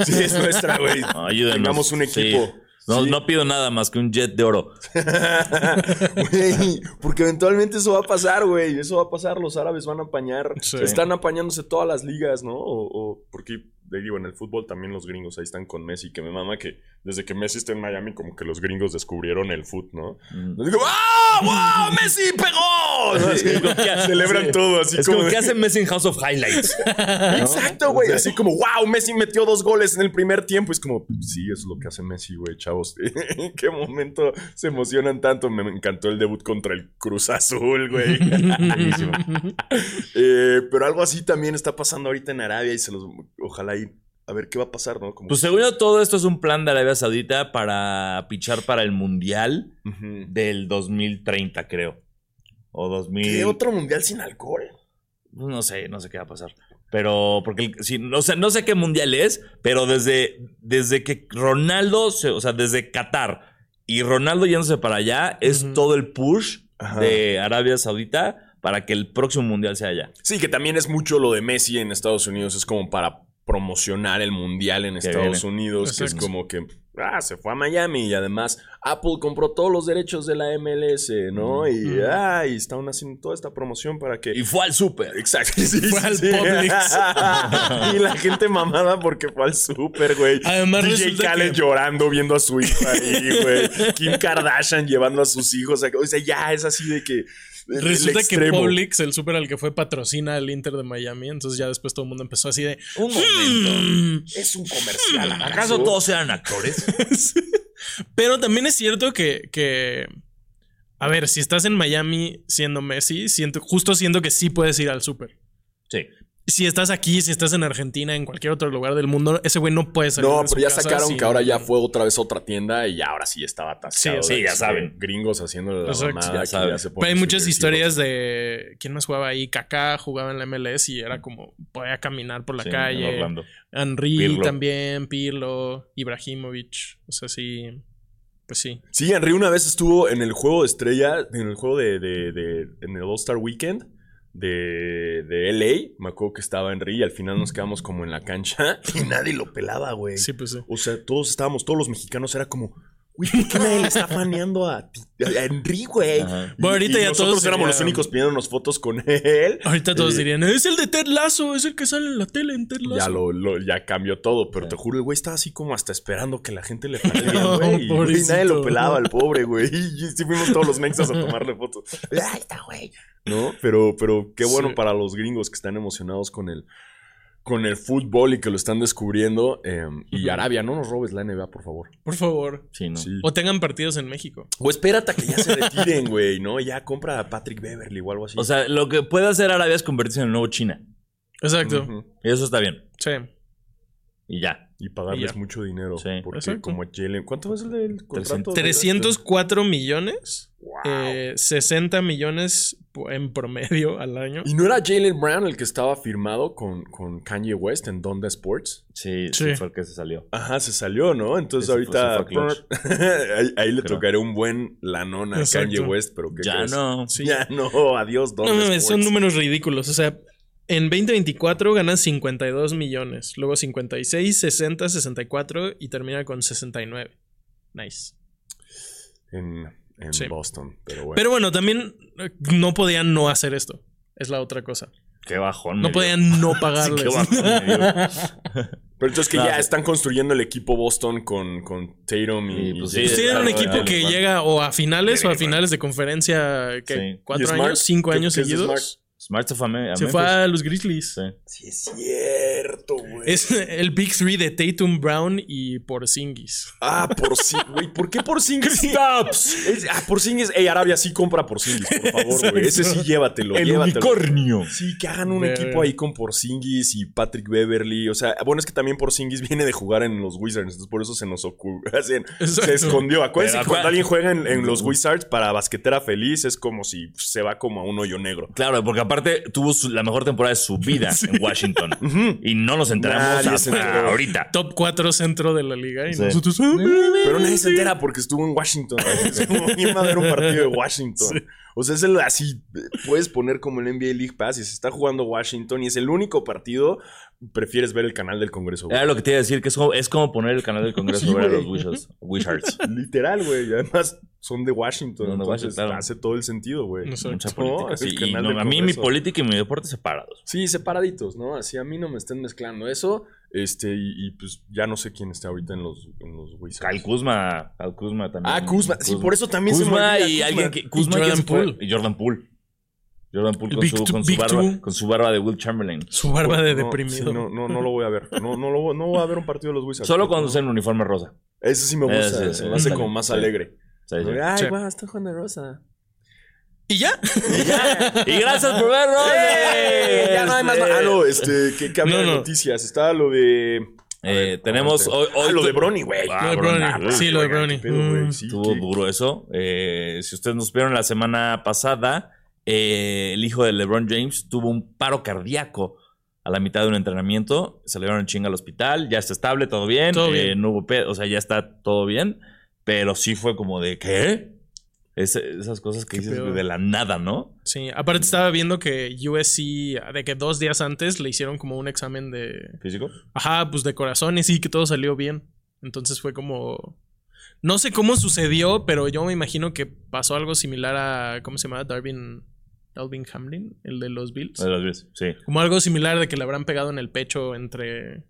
[SPEAKER 3] sí, es nuestra, güey.
[SPEAKER 2] No, (laughs) ayúdenos.
[SPEAKER 3] Tengamos un
[SPEAKER 2] Sí.
[SPEAKER 3] equipo.
[SPEAKER 2] No,
[SPEAKER 3] Sí.
[SPEAKER 2] no pido nada más que un jet de oro.
[SPEAKER 3] Güey, porque eventualmente eso va a pasar, güey. Eso va a pasar. Los árabes van a apañar.
[SPEAKER 6] Sí.
[SPEAKER 3] Están apañándose todas las ligas, ¿no? O, o- porque, le digo, en el fútbol también los gringos ahí están con Messi, que me mama que desde que Messi está en Miami, como que los gringos descubrieron el fútbol, ¿no?
[SPEAKER 2] Mm.
[SPEAKER 3] Nos digo, ¡ah! ¡Wow! ¡Messi pegó! ¿no? (laughs) Así,
[SPEAKER 2] Es como que-
[SPEAKER 3] celebran
[SPEAKER 2] sí.
[SPEAKER 3] todo, así
[SPEAKER 2] Es
[SPEAKER 3] como.
[SPEAKER 2] como
[SPEAKER 3] de-
[SPEAKER 2] que hace Messi en House of
[SPEAKER 3] (laughs)
[SPEAKER 2] Highlights.
[SPEAKER 3] Exacto, güey. Así como, wow, Messi metió dos goles en el primer tiempo. Es como, sí, es lo que hace Messi, güey, chavos. (laughs) ¿En qué momento se emocionan tanto? Me encantó el debut contra el Cruz Azul,
[SPEAKER 8] (laughs)
[SPEAKER 3] güey. Eh, pero algo así también está pasando ahorita en Arabia y se los. Ojalá y a ver qué va a pasar, ¿no? Como
[SPEAKER 8] Pues
[SPEAKER 3] que-
[SPEAKER 8] según yo, todo esto es un plan de Arabia Saudita para pichar para el Mundial
[SPEAKER 3] Ujú.
[SPEAKER 8] del 2030, creo. O 2000.
[SPEAKER 3] ¿Qué otro mundial sin alcohol?
[SPEAKER 8] No sé, no sé qué va a pasar. Pero, porque, el- sí, no, sé, no sé qué mundial es, pero desde, desde que Ronaldo, se- o sea, desde Qatar y Ronaldo yéndose para allá, es
[SPEAKER 6] Ujú.
[SPEAKER 8] todo el push
[SPEAKER 3] Ajá.
[SPEAKER 8] de Arabia Saudita para que el próximo mundial sea allá.
[SPEAKER 3] Sí, que también es mucho lo de Messi en Estados Unidos, es como para promocionar el mundial en
[SPEAKER 8] Que
[SPEAKER 3] Estados Unidos, que es
[SPEAKER 6] Exacto.
[SPEAKER 3] como que ah, se fue a Miami y además Apple compró todos los derechos de la MLS, ¿no? Y,
[SPEAKER 6] Mm.
[SPEAKER 3] ah, y están haciendo toda esta promoción para que...
[SPEAKER 8] Y fue al súper.
[SPEAKER 3] Exacto. sí,
[SPEAKER 6] (laughs) Fue
[SPEAKER 3] sí,
[SPEAKER 6] al
[SPEAKER 3] sí.
[SPEAKER 6] Publix.
[SPEAKER 3] (laughs) y la gente mamada porque fue al súper, güey.
[SPEAKER 6] Además,
[SPEAKER 3] DJ
[SPEAKER 6] resulta
[SPEAKER 3] Khaled
[SPEAKER 6] que-
[SPEAKER 3] llorando viendo a su hijo
[SPEAKER 6] (laughs)
[SPEAKER 3] ahí, güey. Kim Kardashian llevando a sus hijos. O sea, ya es así de que. el- el
[SPEAKER 6] Resulta que
[SPEAKER 3] extremo.
[SPEAKER 6] Publix, el súper al que fue, patrocina al Inter de Miami. Entonces ya después todo el mundo empezó así de.
[SPEAKER 8] Un momento.
[SPEAKER 6] "Mm".
[SPEAKER 3] Es un comercial.
[SPEAKER 2] "Hmm,
[SPEAKER 8] ¿Acaso todos eran actores?
[SPEAKER 6] Pero también es cierto que, que. A ver, si estás en Miami siendo Messi, siento, justo siento que sí puedes ir al súper.
[SPEAKER 8] Sí.
[SPEAKER 6] Si estás aquí, si estás en Argentina, en cualquier otro lugar del mundo, ese güey no puede salir.
[SPEAKER 3] No,
[SPEAKER 6] de su
[SPEAKER 3] pero ya
[SPEAKER 6] casa
[SPEAKER 3] sacaron
[SPEAKER 6] sin-
[SPEAKER 3] que ahora ya fue otra vez a otra tienda y ahora sí estaba atascado.
[SPEAKER 8] Sí, sí,
[SPEAKER 3] de-
[SPEAKER 8] ya
[SPEAKER 3] de
[SPEAKER 8] saben.
[SPEAKER 3] Gringos haciendo la
[SPEAKER 6] Exacto.
[SPEAKER 3] mamada
[SPEAKER 8] Ya
[SPEAKER 3] que
[SPEAKER 8] saben.
[SPEAKER 3] se
[SPEAKER 6] Pero hay
[SPEAKER 3] ponen
[SPEAKER 6] muchas
[SPEAKER 3] subversivos.
[SPEAKER 6] historias de quién más jugaba ahí. Kaká jugaba en la MLS y era como podía caminar por la
[SPEAKER 8] Sí, en
[SPEAKER 6] calle.
[SPEAKER 8] Orlando.
[SPEAKER 6] Henry
[SPEAKER 8] Pirlo.
[SPEAKER 6] también, Pirlo, Ibrahimovic. O sea, sí. Pues sí.
[SPEAKER 3] Sí, Henry una vez estuvo en el juego de estrella, en el juego de, de- de- en el All Star Weekend de, de LA. Me acuerdo que estaba Henry y al final nos quedamos como en la cancha (laughs) y nadie lo pelaba, güey.
[SPEAKER 6] Sí, pues sí.
[SPEAKER 3] O sea, todos estábamos, todos los mexicanos era como, güey, ¿por (laughs) qué nadie le está faneando a, ti- a Henry, güey?
[SPEAKER 8] Ajá.
[SPEAKER 6] Bueno,
[SPEAKER 3] Y-
[SPEAKER 6] ahorita
[SPEAKER 3] y
[SPEAKER 6] ya
[SPEAKER 3] nosotros
[SPEAKER 6] todos
[SPEAKER 3] éramos los
[SPEAKER 6] serían-
[SPEAKER 3] únicos pidiéndonos fotos con él.
[SPEAKER 6] Ahorita todos
[SPEAKER 3] Eh,
[SPEAKER 6] dirían, es el de Ted Lazo, es el que sale en la tele en Ted Lazo.
[SPEAKER 3] Ya lo, lo- ya cambió todo, pero
[SPEAKER 8] Sí.
[SPEAKER 3] te juro, el güey estaba así como hasta esperando que la gente
[SPEAKER 6] (laughs)
[SPEAKER 3] le faneara,
[SPEAKER 6] No,
[SPEAKER 3] güey. Y, güey,
[SPEAKER 6] pobrecito.
[SPEAKER 3] nadie lo pelaba, el pobre, güey. (laughs) Y sí fuimos todos los mexas a tomarle
[SPEAKER 6] (laughs)
[SPEAKER 3] fotos. Ahí está, güey. ¿No? Pero, pero qué bueno
[SPEAKER 6] Sí.
[SPEAKER 3] para los gringos que están emocionados con el, con el fútbol y que lo están descubriendo. eh, y Arabia, no nos robes la NBA, por favor.
[SPEAKER 6] Por favor.
[SPEAKER 8] Sí, no.
[SPEAKER 3] Sí.
[SPEAKER 6] O tengan partidos en México.
[SPEAKER 3] O espérate a que ya se retiren, güey, ¿no? Ya compra a Patrick Beverly o algo así.
[SPEAKER 8] O sea, lo que puede hacer Arabia es convertirse en el nuevo China.
[SPEAKER 6] Exacto.
[SPEAKER 3] Ujú.
[SPEAKER 8] Y eso está bien.
[SPEAKER 6] Sí.
[SPEAKER 8] Y ya.
[SPEAKER 3] Y pagarles
[SPEAKER 6] Y ya.
[SPEAKER 3] mucho dinero.
[SPEAKER 8] Sí.
[SPEAKER 3] Porque
[SPEAKER 6] Exacto.
[SPEAKER 3] como Jalen... ¿Cuánto es el del contrato?
[SPEAKER 6] 304 millones,
[SPEAKER 3] Wow.
[SPEAKER 6] eh, 60 millones po- en promedio al año.
[SPEAKER 3] ¿Y no era Jalen Brown el que estaba firmado con, con Kanye West en Donda Sports?
[SPEAKER 8] Sí, sí,
[SPEAKER 6] Sí.
[SPEAKER 8] fue el que se salió.
[SPEAKER 3] Ajá, se salió, ¿no? Entonces
[SPEAKER 8] Ese
[SPEAKER 3] ahorita...
[SPEAKER 8] fue- ese
[SPEAKER 3] (laughs) ahí, ahí le
[SPEAKER 8] Creo.
[SPEAKER 3] tocaré un buen lanón a
[SPEAKER 6] Exacto.
[SPEAKER 3] Kanye West, pero ¿qué
[SPEAKER 8] Ya
[SPEAKER 3] crees? (laughs)
[SPEAKER 8] no.
[SPEAKER 6] Sí.
[SPEAKER 3] Ya no, adiós
[SPEAKER 6] No
[SPEAKER 3] Donda
[SPEAKER 6] mames,
[SPEAKER 3] Sports.
[SPEAKER 6] son números ridículos. O sea, en 2024 ganan 52 millones, luego 56, 60, 64 y termina con 69. Nice.
[SPEAKER 3] En, en
[SPEAKER 6] Sí.
[SPEAKER 3] Boston, pero bueno.
[SPEAKER 6] Pero bueno, también eh, no podían no hacer esto. Es la otra cosa.
[SPEAKER 8] Qué bajón. me
[SPEAKER 6] No
[SPEAKER 8] dio.
[SPEAKER 3] (laughs)
[SPEAKER 6] podían no
[SPEAKER 8] Sí,
[SPEAKER 6] pagarles.
[SPEAKER 8] qué bajón.
[SPEAKER 6] (laughs)
[SPEAKER 8] me
[SPEAKER 2] (laughs)
[SPEAKER 8] dio.
[SPEAKER 3] Pero entonces que
[SPEAKER 8] No,
[SPEAKER 3] ya
[SPEAKER 8] sí.
[SPEAKER 3] están construyendo el equipo Boston con, con Tatum y,
[SPEAKER 8] Y, pues,
[SPEAKER 3] y Jalen
[SPEAKER 6] Pues
[SPEAKER 8] sí,
[SPEAKER 6] tienen un
[SPEAKER 8] claro,
[SPEAKER 6] equipo
[SPEAKER 8] claro,
[SPEAKER 6] que
[SPEAKER 8] claro.
[SPEAKER 6] llega o a finales o a
[SPEAKER 3] Sí,
[SPEAKER 6] finales de conferencia que
[SPEAKER 8] Sí.
[SPEAKER 6] cuatro
[SPEAKER 3] ¿Y Smart?
[SPEAKER 6] años, cinco
[SPEAKER 3] ¿Qué-
[SPEAKER 6] años
[SPEAKER 3] qué es de
[SPEAKER 6] seguidos.
[SPEAKER 8] Smart se fue a, Me- a
[SPEAKER 6] Se
[SPEAKER 8] Memphis.
[SPEAKER 6] fue a los Grizzlies.
[SPEAKER 8] Sí.
[SPEAKER 3] Sí, es cierto, güey.
[SPEAKER 6] Es el Big Three de Tatum Brown y Porzingis.
[SPEAKER 3] Ah, por sí, güey. ¿Por qué por Stops. ah, por Ey, Arabia sí compra por por favor, güey. Ese sí llévatelo. llévatelo. Sí, que hagan un
[SPEAKER 6] Verga.
[SPEAKER 3] equipo ahí con Porzingis y Patrick Beverly. O sea, bueno, es que también Porzingis viene de jugar en los Wizards, entonces por eso se nos ocurrió. (laughs) Se,
[SPEAKER 6] Exacto.
[SPEAKER 3] escondió. Acuérdense
[SPEAKER 8] Pero
[SPEAKER 3] que cuando
[SPEAKER 8] acuérdate-
[SPEAKER 3] alguien juega en, en los Wizards para basquetera feliz, es como si se va como a un hoyo negro.
[SPEAKER 8] Claro, porque aparte tuvo su- la mejor temporada de
[SPEAKER 3] (laughs)
[SPEAKER 8] su vida en Washington. Y no nos enteramos
[SPEAKER 3] Nadie
[SPEAKER 8] hasta
[SPEAKER 3] se enteró.
[SPEAKER 8] ahorita.
[SPEAKER 6] Top 4 centro de la liga. Y
[SPEAKER 8] Sí.
[SPEAKER 6] nosotros. "Ah,
[SPEAKER 3] Pero nadie se entera porque estuvo en Washington.
[SPEAKER 6] (laughs)
[SPEAKER 3] Es como ¿quién va a ver un partido de Washington. O sea, es el así. Puedes poner como el NBA League Pass y se está jugando Washington y es el único partido. Prefieres ver el canal del Congreso. güey.
[SPEAKER 8] Era lo que te iba a decir, que es como, es como poner el canal del Congreso
[SPEAKER 3] Sí,
[SPEAKER 8] sobre
[SPEAKER 3] güey.
[SPEAKER 8] los Wizards.
[SPEAKER 3] (laughs)
[SPEAKER 6] (laughs)
[SPEAKER 8] Wizards.
[SPEAKER 3] Literal, güey. Y además son de Washington.
[SPEAKER 8] Son de
[SPEAKER 3] entonces
[SPEAKER 8] Washington, claro.
[SPEAKER 3] hace todo el sentido, güey.
[SPEAKER 6] No sé.
[SPEAKER 8] Mucha
[SPEAKER 3] No,
[SPEAKER 8] política.
[SPEAKER 3] es
[SPEAKER 8] sí,
[SPEAKER 3] el
[SPEAKER 8] y
[SPEAKER 3] canal
[SPEAKER 8] no,
[SPEAKER 3] del
[SPEAKER 8] a mí mi
[SPEAKER 3] Congreso.
[SPEAKER 8] política y mi deporte separados.
[SPEAKER 3] Sí, separaditos, ¿no? Así a mí no me estén mezclando eso. Este, y, y, pues ya no sé quién está ahorita en los, en los Wizards.
[SPEAKER 8] Al Kuzma. Al Kuzma también.
[SPEAKER 3] Ah, Kuzma. Sí, por eso también se me
[SPEAKER 8] Kuzma
[SPEAKER 3] olvida
[SPEAKER 8] y
[SPEAKER 3] Kuzma.
[SPEAKER 8] alguien que.
[SPEAKER 6] Y
[SPEAKER 8] Kuzma
[SPEAKER 6] Jordan
[SPEAKER 8] ¿quién se fue?
[SPEAKER 6] Poole.
[SPEAKER 8] Y Jordan Poole. Jordan Poole con
[SPEAKER 6] Big
[SPEAKER 8] su,
[SPEAKER 6] Two-
[SPEAKER 8] con, su
[SPEAKER 6] Big
[SPEAKER 8] barba,
[SPEAKER 6] Two.
[SPEAKER 8] con su barba de Will Chamberlain.
[SPEAKER 6] Su barba de
[SPEAKER 3] No,
[SPEAKER 6] deprimido.
[SPEAKER 3] sí, no, no, no lo voy a ver. No, no, lo, voy- no voy a ver un partido de los Wizards.
[SPEAKER 8] Solo
[SPEAKER 3] No,
[SPEAKER 8] cuando
[SPEAKER 3] no.
[SPEAKER 8] usa en uniforme rosa.
[SPEAKER 3] Ese sí me
[SPEAKER 8] Eh,
[SPEAKER 3] gusta.
[SPEAKER 8] sí,
[SPEAKER 3] se
[SPEAKER 8] sí,
[SPEAKER 3] me hace
[SPEAKER 8] sí.
[SPEAKER 3] como más
[SPEAKER 8] Sí.
[SPEAKER 3] alegre.
[SPEAKER 8] Sí, sí.
[SPEAKER 3] (laughs) Ay,
[SPEAKER 6] Sí.
[SPEAKER 3] guau, está jugando de rosa.
[SPEAKER 6] Y ya.
[SPEAKER 8] Y gracias
[SPEAKER 3] (laughs)
[SPEAKER 8] por vernos.
[SPEAKER 3] Ya no hay más. Ah, no, Ah, este, que cambian
[SPEAKER 6] No, no.
[SPEAKER 3] noticias. Está lo de
[SPEAKER 8] Eh, tenemos hoy,
[SPEAKER 3] Ah,
[SPEAKER 8] hoy
[SPEAKER 3] lo
[SPEAKER 8] tu-
[SPEAKER 3] de Brony, güey.
[SPEAKER 8] Ah,
[SPEAKER 6] Lo de
[SPEAKER 8] Brony,
[SPEAKER 6] Brony.
[SPEAKER 8] güey.
[SPEAKER 6] sí, lo de Brony. Mm.
[SPEAKER 8] Estuvo duro eso. Eh, si ustedes nos vieron la semana pasada, eh, el hijo de LeBron James tuvo un paro cardíaco a la mitad de un entrenamiento. Se le dieron chinga al hospital. Ya está estable, todo bien.
[SPEAKER 6] Todo
[SPEAKER 8] Eh,
[SPEAKER 6] bien.
[SPEAKER 8] no hubo pedo, o sea, ya está todo bien. Pero sí fue como de, ¿qué? Ese- esas cosas que
[SPEAKER 6] Qué
[SPEAKER 8] dices
[SPEAKER 6] pedo.
[SPEAKER 8] de la nada, ¿no?
[SPEAKER 6] Sí, aparte estaba viendo que USC, de que dos días antes le hicieron como un examen de,
[SPEAKER 8] Físico.
[SPEAKER 6] ajá, pues de corazón y sí, que todo salió bien. Entonces fue como, no sé cómo sucedió, pero yo me imagino que pasó algo similar a, ¿cómo se llamaba? Darvin, Dalvin Hamlin, el de los Bills.
[SPEAKER 8] De las veces, Sí.
[SPEAKER 6] Como algo similar de que le habrán pegado en el pecho entre,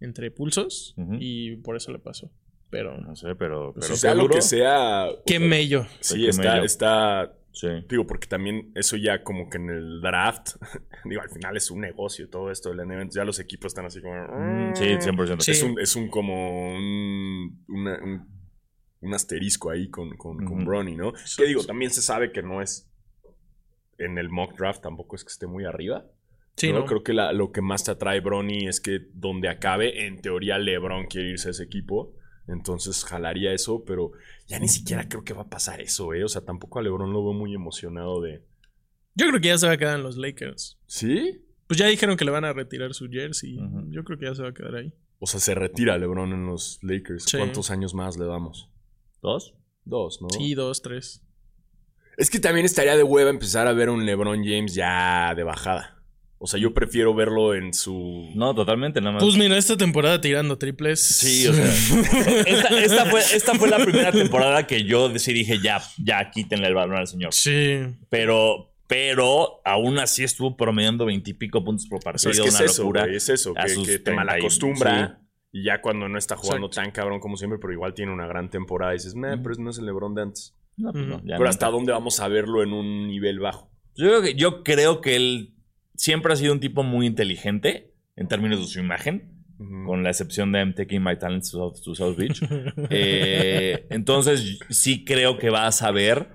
[SPEAKER 6] entre pulsos
[SPEAKER 8] Ujú.
[SPEAKER 6] y por eso le pasó. Pero,
[SPEAKER 8] No sé, pero. pero
[SPEAKER 3] Pero
[SPEAKER 8] fue
[SPEAKER 3] sea lo
[SPEAKER 8] duro.
[SPEAKER 3] que sea.
[SPEAKER 6] qué mello.
[SPEAKER 3] Sí,
[SPEAKER 8] Qué
[SPEAKER 3] está,
[SPEAKER 8] mello.
[SPEAKER 3] está.
[SPEAKER 8] Sí.
[SPEAKER 3] Digo, porque también eso ya como que en el draft. (laughs) digo, al final es un negocio todo esto del NBA. Ya los equipos están así como.
[SPEAKER 8] Mm, Sí, 100%.
[SPEAKER 6] Sí.
[SPEAKER 3] Es un, es un como un, una- un, un asterisco ahí con, con, con
[SPEAKER 8] Ujú.
[SPEAKER 3] Bronny, ¿no? Que digo, también se sabe que no es en el mock draft, tampoco es que esté muy arriba.
[SPEAKER 6] Sí,
[SPEAKER 3] ¿no?
[SPEAKER 6] ¿no?
[SPEAKER 3] Creo que la- lo que más te atrae Bronny es que donde acabe, en teoría LeBron quiere irse a ese equipo. Entonces jalaría eso, pero ya ni siquiera creo que va a pasar eso, ¿eh? O sea, tampoco a LeBron lo veo muy emocionado de.
[SPEAKER 6] Yo creo que ya se va a quedar en los Lakers.
[SPEAKER 3] ¿Sí?
[SPEAKER 6] Pues ya dijeron que le van a retirar su jersey.
[SPEAKER 8] Ujú.
[SPEAKER 6] Yo creo que ya se va a quedar ahí.
[SPEAKER 3] O sea, se retira LeBron en los Lakers.
[SPEAKER 6] Sí.
[SPEAKER 3] ¿Cuántos años más le damos?
[SPEAKER 8] ¿Dos?
[SPEAKER 3] Dos, ¿no?
[SPEAKER 8] Oh.
[SPEAKER 6] Sí, dos, tres.
[SPEAKER 3] Es que también estaría de hueva empezar a ver un LeBron James ya de bajada. O sea, yo prefiero verlo en su.
[SPEAKER 8] No, totalmente, nada más.
[SPEAKER 6] Pues mira, esta temporada tirando triples.
[SPEAKER 8] Ah. Sí, o sea. Esta, esta fue, esta fue la primera temporada que yo sí dije, ya, ya, quítenle el balón al
[SPEAKER 6] (laughs)
[SPEAKER 8] señor.
[SPEAKER 6] Sí.
[SPEAKER 8] Pero, pero, aún así estuvo promediando veintipico puntos por
[SPEAKER 3] O sea,
[SPEAKER 8] partido.
[SPEAKER 3] es que es
[SPEAKER 8] una
[SPEAKER 3] eso,
[SPEAKER 8] locura.
[SPEAKER 3] güey, es eso,
[SPEAKER 8] A
[SPEAKER 3] que,
[SPEAKER 8] sus
[SPEAKER 3] que te
[SPEAKER 8] 30 y-
[SPEAKER 3] malacostumbra. Y ya cuando no está jugando
[SPEAKER 6] Exacto.
[SPEAKER 3] tan cabrón como siempre, pero igual tiene una gran temporada, y dices, meh, pero ese no es el LeBron de antes.
[SPEAKER 8] No, pues no,
[SPEAKER 6] Ujú.
[SPEAKER 8] ya
[SPEAKER 3] pero
[SPEAKER 8] no.
[SPEAKER 3] hasta dónde vamos a verlo en un nivel bajo.
[SPEAKER 8] Yo creo, que, yo creo que él siempre ha sido un tipo muy inteligente en términos de su imagen. con la excepción de I'm Taking My Talents to South, to
[SPEAKER 3] (laughs)
[SPEAKER 8] South Beach. Eh, entonces, sí creo que va a saber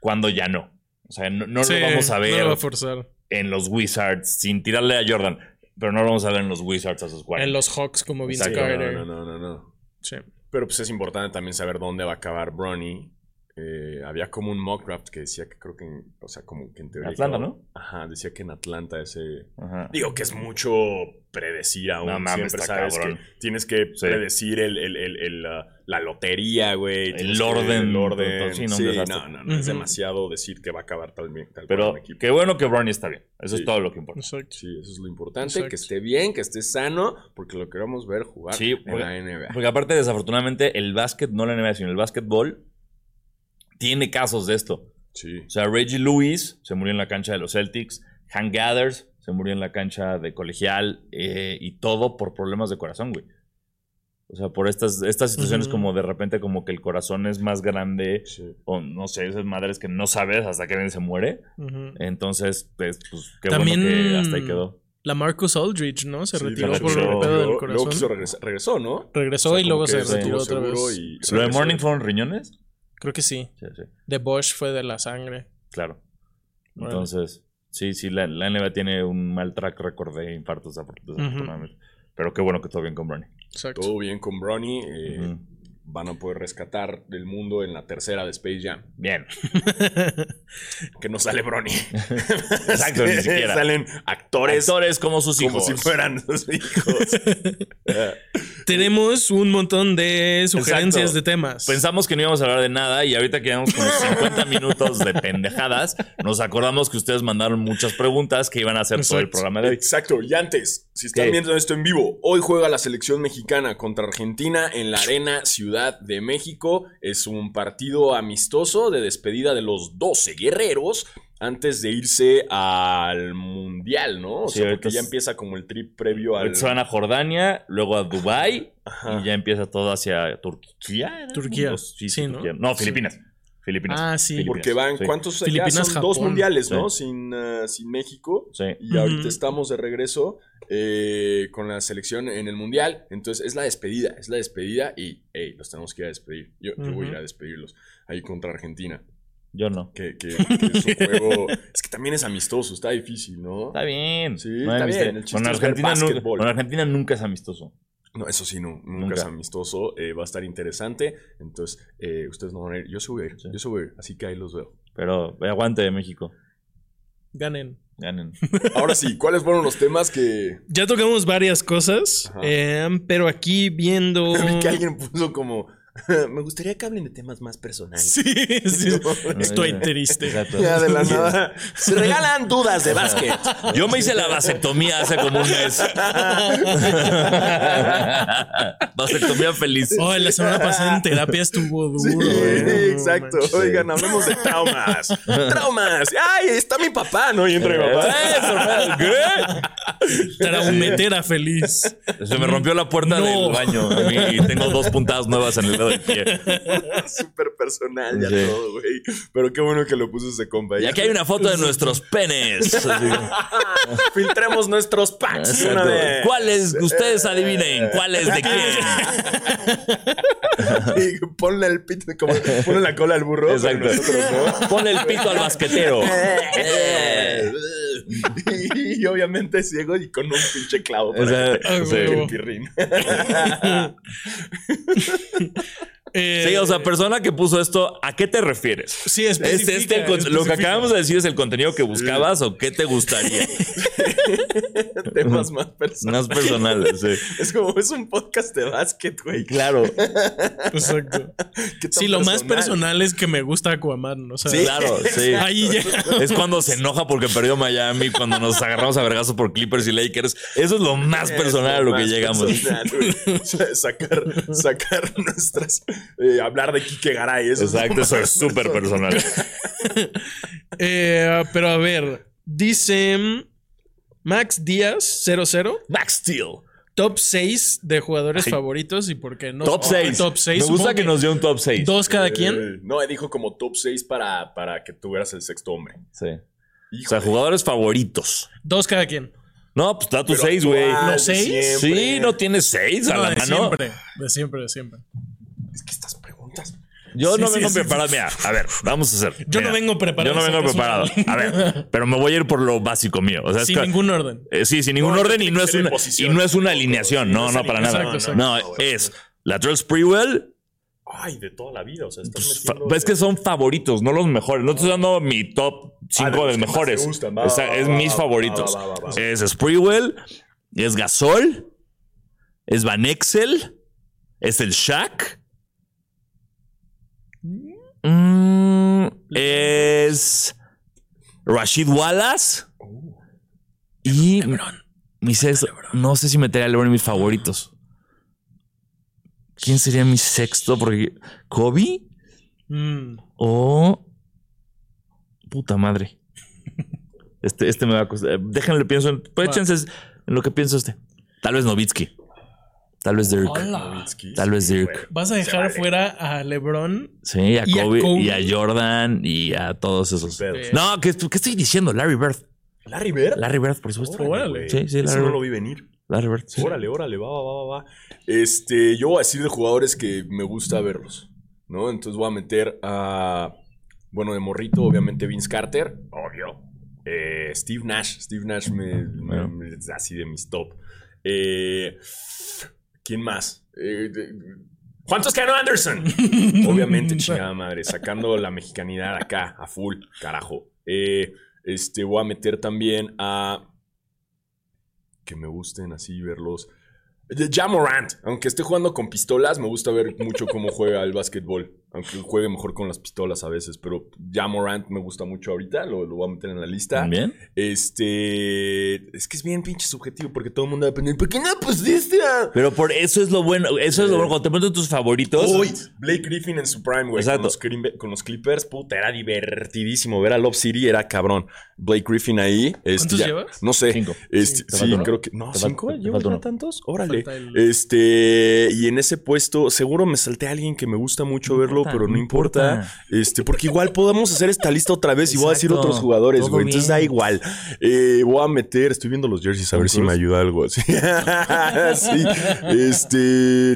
[SPEAKER 8] cuando ya no. O sea, no, no
[SPEAKER 6] Sí,
[SPEAKER 8] lo vamos a
[SPEAKER 6] No
[SPEAKER 8] ver
[SPEAKER 6] lo va a forzar.
[SPEAKER 8] en los Wizards, sin tirarle a Jordan, pero no lo vamos a ver en los Wizards a sus
[SPEAKER 6] En
[SPEAKER 8] 40.
[SPEAKER 6] los Hawks como Vince
[SPEAKER 8] Exacto,
[SPEAKER 3] no,
[SPEAKER 6] Carter.
[SPEAKER 3] no, no, no, no.
[SPEAKER 6] Sí.
[SPEAKER 3] Pero pues es importante también saber dónde va a acabar Bronny. Eh, había como un mock draft que decía que creo que, en- o sea, como que en teoría.
[SPEAKER 8] Atlanta,
[SPEAKER 3] acababa-
[SPEAKER 8] ¿no?
[SPEAKER 3] Ajá, decía que en Atlanta ese.
[SPEAKER 8] Ajá.
[SPEAKER 3] Digo que es mucho predecir aún.
[SPEAKER 8] No mames,
[SPEAKER 3] Siempre
[SPEAKER 8] está
[SPEAKER 3] sabes
[SPEAKER 8] cabrón.
[SPEAKER 3] que tienes que
[SPEAKER 8] Sí.
[SPEAKER 3] predecir el, el- el- el, la, la lotería, güey.
[SPEAKER 8] El
[SPEAKER 3] tienes que-
[SPEAKER 8] orden,
[SPEAKER 3] El orden.
[SPEAKER 8] todo, sí,
[SPEAKER 3] Sí,
[SPEAKER 8] no,
[SPEAKER 3] no,
[SPEAKER 8] un desastre.
[SPEAKER 3] no, no, Es
[SPEAKER 6] Ujú.
[SPEAKER 3] demasiado decir que va a acabar tal, bien- tal
[SPEAKER 8] Pero
[SPEAKER 3] cual un equipo.
[SPEAKER 8] qué bueno que Bronny está bien. Eso
[SPEAKER 3] Sí.
[SPEAKER 8] es todo lo que importa.
[SPEAKER 6] Exacto.
[SPEAKER 3] Sí, eso es lo importante.
[SPEAKER 6] Exacto.
[SPEAKER 3] Que esté bien, que esté sano, porque lo queremos ver jugar
[SPEAKER 8] Sí,
[SPEAKER 3] en
[SPEAKER 8] porque-
[SPEAKER 3] la NBA.
[SPEAKER 8] Porque aparte, desafortunadamente, el básquet, no la NBA, sino el básquetbol, tiene casos de esto.
[SPEAKER 3] Sí.
[SPEAKER 8] O sea, Reggie Lewis se murió en la cancha de los Celtics, Hank Gathers se murió en la cancha de colegial eh, y todo por problemas de corazón, güey. O sea, por estas, estas situaciones
[SPEAKER 6] Ujú.
[SPEAKER 8] como de repente como que el corazón es más grande
[SPEAKER 3] sí.
[SPEAKER 8] o no sé, esas madres que no sabes hasta que alguien se muere.
[SPEAKER 6] Ujú.
[SPEAKER 8] Entonces, pues, pues, qué
[SPEAKER 6] También-
[SPEAKER 8] bueno que hasta ahí quedó.
[SPEAKER 6] La Marcus Aldridge, ¿no? Se
[SPEAKER 3] Sí,
[SPEAKER 6] retiró
[SPEAKER 8] la
[SPEAKER 6] por el
[SPEAKER 8] retiró.
[SPEAKER 6] pedo del
[SPEAKER 3] Luego- Luego
[SPEAKER 6] corazón.
[SPEAKER 3] quiso regresar. Regresó, ¿no?
[SPEAKER 6] Regresó
[SPEAKER 3] O sea,
[SPEAKER 6] y
[SPEAKER 3] como
[SPEAKER 6] luego
[SPEAKER 3] que
[SPEAKER 6] se
[SPEAKER 3] estuvo
[SPEAKER 6] retiró otra
[SPEAKER 3] seguro
[SPEAKER 6] vez.
[SPEAKER 3] y
[SPEAKER 8] ¿Lo de
[SPEAKER 3] regresó.
[SPEAKER 8] Morning fueron riñones?
[SPEAKER 6] Creo que sí.
[SPEAKER 8] Sí, sí,
[SPEAKER 6] De Bosch fue de la sangre.
[SPEAKER 8] claro.
[SPEAKER 6] Órale.
[SPEAKER 8] Entonces, sí, sí, la, la NBA tiene un mal track record de infartos, desafortunadamente. Pero qué bueno que todo bien con Bronny.
[SPEAKER 6] Exacto.
[SPEAKER 3] Todo bien con Bronny. eh,
[SPEAKER 8] Ujú.
[SPEAKER 3] Van a poder rescatar del mundo en la tercera de Space Jam.
[SPEAKER 8] Bien.
[SPEAKER 3] que no sale Bronny.
[SPEAKER 8] (laughs)
[SPEAKER 3] (laughs)
[SPEAKER 8] Exacto, ni siquiera.
[SPEAKER 3] Salen actores,
[SPEAKER 8] Actores Pues, como sus
[SPEAKER 3] como
[SPEAKER 8] hijos.
[SPEAKER 3] si fueran sus hijos.
[SPEAKER 8] (laughs)
[SPEAKER 6] Tenemos un montón de sugerencias
[SPEAKER 8] Exacto.
[SPEAKER 6] de temas.
[SPEAKER 8] Pensamos que no íbamos a hablar de nada y ahorita que llevamos como (laughs) 50 minutos de pendejadas, nos acordamos que ustedes mandaron muchas preguntas que iban a hacer todo el
[SPEAKER 6] Exacto.
[SPEAKER 8] programa de hoy.
[SPEAKER 3] Exacto, y antes, si están
[SPEAKER 8] ¿Qué?
[SPEAKER 3] viendo esto en vivo, hoy juega la selección mexicana contra Argentina en la Arena Ciudad de México. Es un partido amistoso de despedida de los 12 guerreros antes de irse al Mundial, ¿no? O
[SPEAKER 8] Sí,
[SPEAKER 3] sea,
[SPEAKER 8] ahorita
[SPEAKER 3] porque ya
[SPEAKER 8] es-
[SPEAKER 3] empieza como el trip previo al...
[SPEAKER 8] Ahorita Se van a Jordania, luego a Dubai
[SPEAKER 3] Ajá.
[SPEAKER 8] y ya empieza todo hacia Turquía. ¿era?
[SPEAKER 6] Turquía.
[SPEAKER 8] Sí, sí,
[SPEAKER 6] Sí, ¿no?
[SPEAKER 8] Turquía. ¿no? Filipinas. Filipinas.
[SPEAKER 6] Ah, sí.
[SPEAKER 8] Filipinas.
[SPEAKER 3] Porque van,
[SPEAKER 8] Sí.
[SPEAKER 3] ¿cuántos? Ya
[SPEAKER 6] Filipinas,
[SPEAKER 3] son dos
[SPEAKER 6] Japón.
[SPEAKER 3] mundiales, ¿no?
[SPEAKER 8] Sí.
[SPEAKER 3] Sin, eh, sin México.
[SPEAKER 8] Sí.
[SPEAKER 3] Y ahorita
[SPEAKER 6] Ujú.
[SPEAKER 3] estamos de regreso eh, con la selección en el mundial. Entonces es la despedida, es la despedida y hey, los tenemos que ir a despedir. Yo, yo voy a ir a despedirlos ahí contra Argentina.
[SPEAKER 8] Yo no.
[SPEAKER 3] Que, que- que
[SPEAKER 6] (laughs)
[SPEAKER 3] es un juego. Es que también es amistoso, está difícil, ¿no?
[SPEAKER 8] Está bien.
[SPEAKER 3] Sí,
[SPEAKER 8] No hay
[SPEAKER 3] está
[SPEAKER 8] misterio.
[SPEAKER 3] bien, el chiste
[SPEAKER 8] Con
[SPEAKER 3] es ver
[SPEAKER 8] Argentina, nu-
[SPEAKER 3] básquetbol.
[SPEAKER 8] con Argentina nunca es amistoso.
[SPEAKER 3] No, eso sí, no, nunca,
[SPEAKER 2] Nunca.
[SPEAKER 3] es amistoso. eh, va a estar interesante. Entonces, eh, ustedes no van a ir. Yo sí voy a ir.
[SPEAKER 2] Sí.
[SPEAKER 3] Yo sí voy a ir. Así que ahí los veo.
[SPEAKER 2] Pero eh, aguante, México.
[SPEAKER 6] Ganen.
[SPEAKER 2] Ganen.
[SPEAKER 3] Ahora (laughs) sí, ¿cuáles fueron los temas que,
[SPEAKER 6] Ya tocamos varias cosas,
[SPEAKER 3] Ajá.
[SPEAKER 6] eh, pero
[SPEAKER 2] (laughs)
[SPEAKER 6] aquí viendo...
[SPEAKER 3] vi
[SPEAKER 6] (laughs)
[SPEAKER 3] que alguien puso como. (laughs)
[SPEAKER 9] Me gustaría que hablen de temas más personales.
[SPEAKER 6] Sí, sí.
[SPEAKER 3] (laughs)
[SPEAKER 6] Estoy triste.
[SPEAKER 2] Exacto.
[SPEAKER 3] Ya de la nada.
[SPEAKER 9] Se regalan dudas de básquet.
[SPEAKER 2] Yo me hice la vasectomía hace como un mes. vasectomía feliz.
[SPEAKER 6] Oh, la semana pasada en terapia estuvo
[SPEAKER 3] Sí,
[SPEAKER 6] duro. eh.
[SPEAKER 3] exacto.
[SPEAKER 6] No manches.
[SPEAKER 3] Oigan, hablemos de traumas. Traumas. ¡Ay, está mi papá! No, y entra mi papá.
[SPEAKER 2] Eh, sorpresa. ¿Qué?
[SPEAKER 6] Traumetera feliz.
[SPEAKER 2] Se me rompió la puerta
[SPEAKER 6] No.
[SPEAKER 2] del baño a mí, y tengo dos puntadas nuevas en el dedo del pie.
[SPEAKER 3] (laughs) Súper personal ya
[SPEAKER 2] Sí.
[SPEAKER 3] todo, güey. Pero qué bueno que lo puso ese compa.
[SPEAKER 2] Y aquí hay una foto de nuestros penes.
[SPEAKER 3] Filtremos nuestros packs de una vez.
[SPEAKER 2] ¿Cuáles? Ustedes adivinen. ¿Cuáles de quién?
[SPEAKER 3] (laughs) Y ponle el pito, como ponle la cola al burro.
[SPEAKER 2] Exacto.
[SPEAKER 3] pero nosotros, (laughs)
[SPEAKER 2] Ponle el pito al basquetero. Eh.
[SPEAKER 3] ¿no? y, obviamente ciego y con un pinche clavo.
[SPEAKER 2] O
[SPEAKER 3] Para
[SPEAKER 2] sea,
[SPEAKER 6] Ah,
[SPEAKER 2] sí.
[SPEAKER 3] que-
[SPEAKER 6] huevo.
[SPEAKER 3] el pirrín. (laughs)
[SPEAKER 6] Eh,
[SPEAKER 2] Sí, o sea, persona que puso esto, ¿a qué te refieres?
[SPEAKER 6] sí,
[SPEAKER 2] Es
[SPEAKER 6] especifica,
[SPEAKER 2] este el con- lo que
[SPEAKER 6] especifica.
[SPEAKER 2] acabamos de decir es el contenido que buscabas o qué te gustaría.
[SPEAKER 3] Temas más
[SPEAKER 2] Más
[SPEAKER 3] personales.
[SPEAKER 2] personales, sí.
[SPEAKER 3] Es como, es un podcast de básquet, güey.
[SPEAKER 2] Claro,
[SPEAKER 6] Exacto.
[SPEAKER 2] (laughs)
[SPEAKER 3] ¿Qué tan
[SPEAKER 6] Sí, lo más personal es que me gusta Aquaman, o sea,
[SPEAKER 2] claro,
[SPEAKER 6] (laughs)
[SPEAKER 2] sí. (laughs)
[SPEAKER 6] ahí ya.
[SPEAKER 2] Es cuando se enoja porque perdió Miami, cuando nos agarramos a vergazos por Clippers y Lakers. Eso es lo más personal a lo que
[SPEAKER 3] Más
[SPEAKER 2] llegamos.
[SPEAKER 3] personal,
[SPEAKER 2] (laughs)
[SPEAKER 3] güey. O sea, sacar, sacar (laughs) nuestras. eh, hablar de Kike Garay. Eso es
[SPEAKER 2] Exacto,
[SPEAKER 3] lo
[SPEAKER 2] eso es
[SPEAKER 3] más
[SPEAKER 2] súper
[SPEAKER 3] personal.
[SPEAKER 2] personal.
[SPEAKER 6] Eh, pero a ver, dice mm, Max Díaz 00,
[SPEAKER 2] Max Steel.
[SPEAKER 6] top 6 de jugadores favoritos y por qué no.
[SPEAKER 2] Top 6.
[SPEAKER 6] Top 6.
[SPEAKER 2] Me gusta que nos dio un top 6.
[SPEAKER 6] dos cada quien.
[SPEAKER 3] Eh, no, dijo como top 6 para, para que tuvieras el sexto hombre.
[SPEAKER 2] Sí. O sea, jugadores favoritos.
[SPEAKER 6] Dos cada quien.
[SPEAKER 2] No, pues da tus
[SPEAKER 3] Pero
[SPEAKER 2] 6, güey.
[SPEAKER 3] actual,
[SPEAKER 6] ¿Los
[SPEAKER 3] de
[SPEAKER 6] seis?
[SPEAKER 3] siempre.
[SPEAKER 2] Sí, no tienes 6 a
[SPEAKER 6] No,
[SPEAKER 2] la
[SPEAKER 6] de
[SPEAKER 2] mano.
[SPEAKER 6] siempre, de siempre, de siempre.
[SPEAKER 3] Es que estas preguntas.
[SPEAKER 2] Yo
[SPEAKER 6] Sí,
[SPEAKER 2] no
[SPEAKER 6] sí,
[SPEAKER 2] vengo
[SPEAKER 6] sí,
[SPEAKER 2] preparado. Mira, a ver, vamos a hacer.
[SPEAKER 6] Yo
[SPEAKER 2] Mira,
[SPEAKER 6] no vengo preparado,
[SPEAKER 2] Yo no
[SPEAKER 6] (laughs)
[SPEAKER 2] vengo
[SPEAKER 6] sacas
[SPEAKER 2] preparado.
[SPEAKER 6] una-
[SPEAKER 2] A ver, pero me voy a ir por lo básico mío. O sea, es
[SPEAKER 6] Sin
[SPEAKER 2] que-
[SPEAKER 6] ningún orden.
[SPEAKER 2] eh, sí, sin ningún
[SPEAKER 3] No,
[SPEAKER 2] orden
[SPEAKER 3] tiene
[SPEAKER 2] y
[SPEAKER 3] que
[SPEAKER 2] no, es
[SPEAKER 3] ser en
[SPEAKER 2] una, y
[SPEAKER 3] posición.
[SPEAKER 2] no es una alineación. No, no, para nada.
[SPEAKER 6] Exacto,
[SPEAKER 2] no,
[SPEAKER 3] exacto.
[SPEAKER 2] es Latrell Sprewell.
[SPEAKER 3] Ay, de toda la vida. O sea, estás
[SPEAKER 2] pues, fa-
[SPEAKER 3] metiendo.
[SPEAKER 2] es que son favoritos, no los mejores. No estoy dando mi top 5
[SPEAKER 3] los
[SPEAKER 2] de
[SPEAKER 3] Ah, que más
[SPEAKER 2] mejores.
[SPEAKER 3] te gustan. Va,
[SPEAKER 2] O sea,
[SPEAKER 3] va, va,
[SPEAKER 2] es
[SPEAKER 3] va,
[SPEAKER 2] mis
[SPEAKER 3] va,
[SPEAKER 2] favoritos.
[SPEAKER 3] va, va, va, va.
[SPEAKER 2] Es Sprewell, es Gasol, es Van Exel, es el Shaq. Mm, es Rashid Wallace. Y mi sexto. No sé si metería a LeBron en mis favoritos. ¿Quién sería mi sexto? Porque Kobe
[SPEAKER 6] Mm,
[SPEAKER 2] o puta
[SPEAKER 3] (laughs)
[SPEAKER 2] madre. Este, este me va a costar. Eh, Déjenle pienso. En, pues,
[SPEAKER 6] Va.
[SPEAKER 2] échense en lo que pienso este. Tal vez Novitsky. Tal vez Dirk.
[SPEAKER 6] hola.
[SPEAKER 2] Tal vez Dirk.
[SPEAKER 6] Vas a dejar fuera a LeBron.
[SPEAKER 2] Sí, a
[SPEAKER 6] Y a
[SPEAKER 2] Kobe,
[SPEAKER 6] Kobe.
[SPEAKER 2] y a Jordan y a todos esos.
[SPEAKER 3] Pedos.
[SPEAKER 2] No, ¿qué, qué estoy diciendo? Larry Bird.
[SPEAKER 3] Larry Bird.
[SPEAKER 2] Larry Bird, por supuesto.
[SPEAKER 6] pues, Órale.
[SPEAKER 3] güey.
[SPEAKER 2] Sí, sí,
[SPEAKER 3] Ese
[SPEAKER 2] Larry
[SPEAKER 3] no
[SPEAKER 2] Bird.
[SPEAKER 3] lo vi venir.
[SPEAKER 2] Larry Bird. sí.
[SPEAKER 3] Órale, órale, va, va, va, va, va. Este, yo voy a decir de jugadores que me gusta verlos, ¿no? Entonces voy a meter a, bueno, de morrito, obviamente Vince Carter, obvio. Eh, Steve Nash, Steve Nash me, me- me- es así de mis top. Eh, ¿Quién más? Eh, de- Juan Toscano Anderson. Obviamente, chingada madre, sacando la mexicanidad acá, a full, carajo. Eh, este, voy a meter también a que me gusten así verlos. Ya- Ya Morant, aunque esté jugando con pistolas, me gusta ver mucho cómo juega el básquetbol. Aunque juegue mejor con las pistolas a veces, pero ya Morant me gusta mucho ahorita, lo, lo voy a meter en la lista.
[SPEAKER 2] ¿También?
[SPEAKER 3] Este. Es que es bien pinche subjetivo porque todo el mundo va a poner. ¿Por qué no Pues, este, ah, pusiste a.?
[SPEAKER 2] Pero por eso es lo bueno. Eso es lo
[SPEAKER 3] Eh.
[SPEAKER 2] bueno. Cuando te pones tus favoritos.
[SPEAKER 3] Uy, Blake Griffin en su prime, güey. Con
[SPEAKER 2] Exacto.
[SPEAKER 3] los, Crim- con los Clippers, puta, era divertidísimo. Ver a Love City era cabrón. Blake Griffin ahí. este,
[SPEAKER 6] ¿Cuántos
[SPEAKER 3] ya-
[SPEAKER 6] llevas?
[SPEAKER 3] No sé.
[SPEAKER 2] Cinco.
[SPEAKER 3] Este,
[SPEAKER 2] Te
[SPEAKER 3] sí,
[SPEAKER 2] falta uno.
[SPEAKER 3] creo que. No,
[SPEAKER 2] Te fal-
[SPEAKER 3] cinco.
[SPEAKER 2] te
[SPEAKER 3] ¿Llevo
[SPEAKER 2] falta
[SPEAKER 3] ya
[SPEAKER 2] uno.
[SPEAKER 3] tantos? Órale.
[SPEAKER 6] Falta el-
[SPEAKER 3] Este. Y en ese puesto, seguro me salté a alguien que me gusta mucho verlo,
[SPEAKER 2] importa,
[SPEAKER 3] pero no
[SPEAKER 2] no
[SPEAKER 3] importa.
[SPEAKER 2] importa.
[SPEAKER 3] Este, porque igual podamos hacer esta lista otra vez y voy a decir
[SPEAKER 2] Exacto.
[SPEAKER 3] otros jugadores,
[SPEAKER 2] Todo
[SPEAKER 3] güey. Entonces da
[SPEAKER 2] bien.
[SPEAKER 3] igual. Eh, voy a meter. Estoy viendo los jerseys a ver si me ayuda (laughs) algo. Sí. Sí. Este.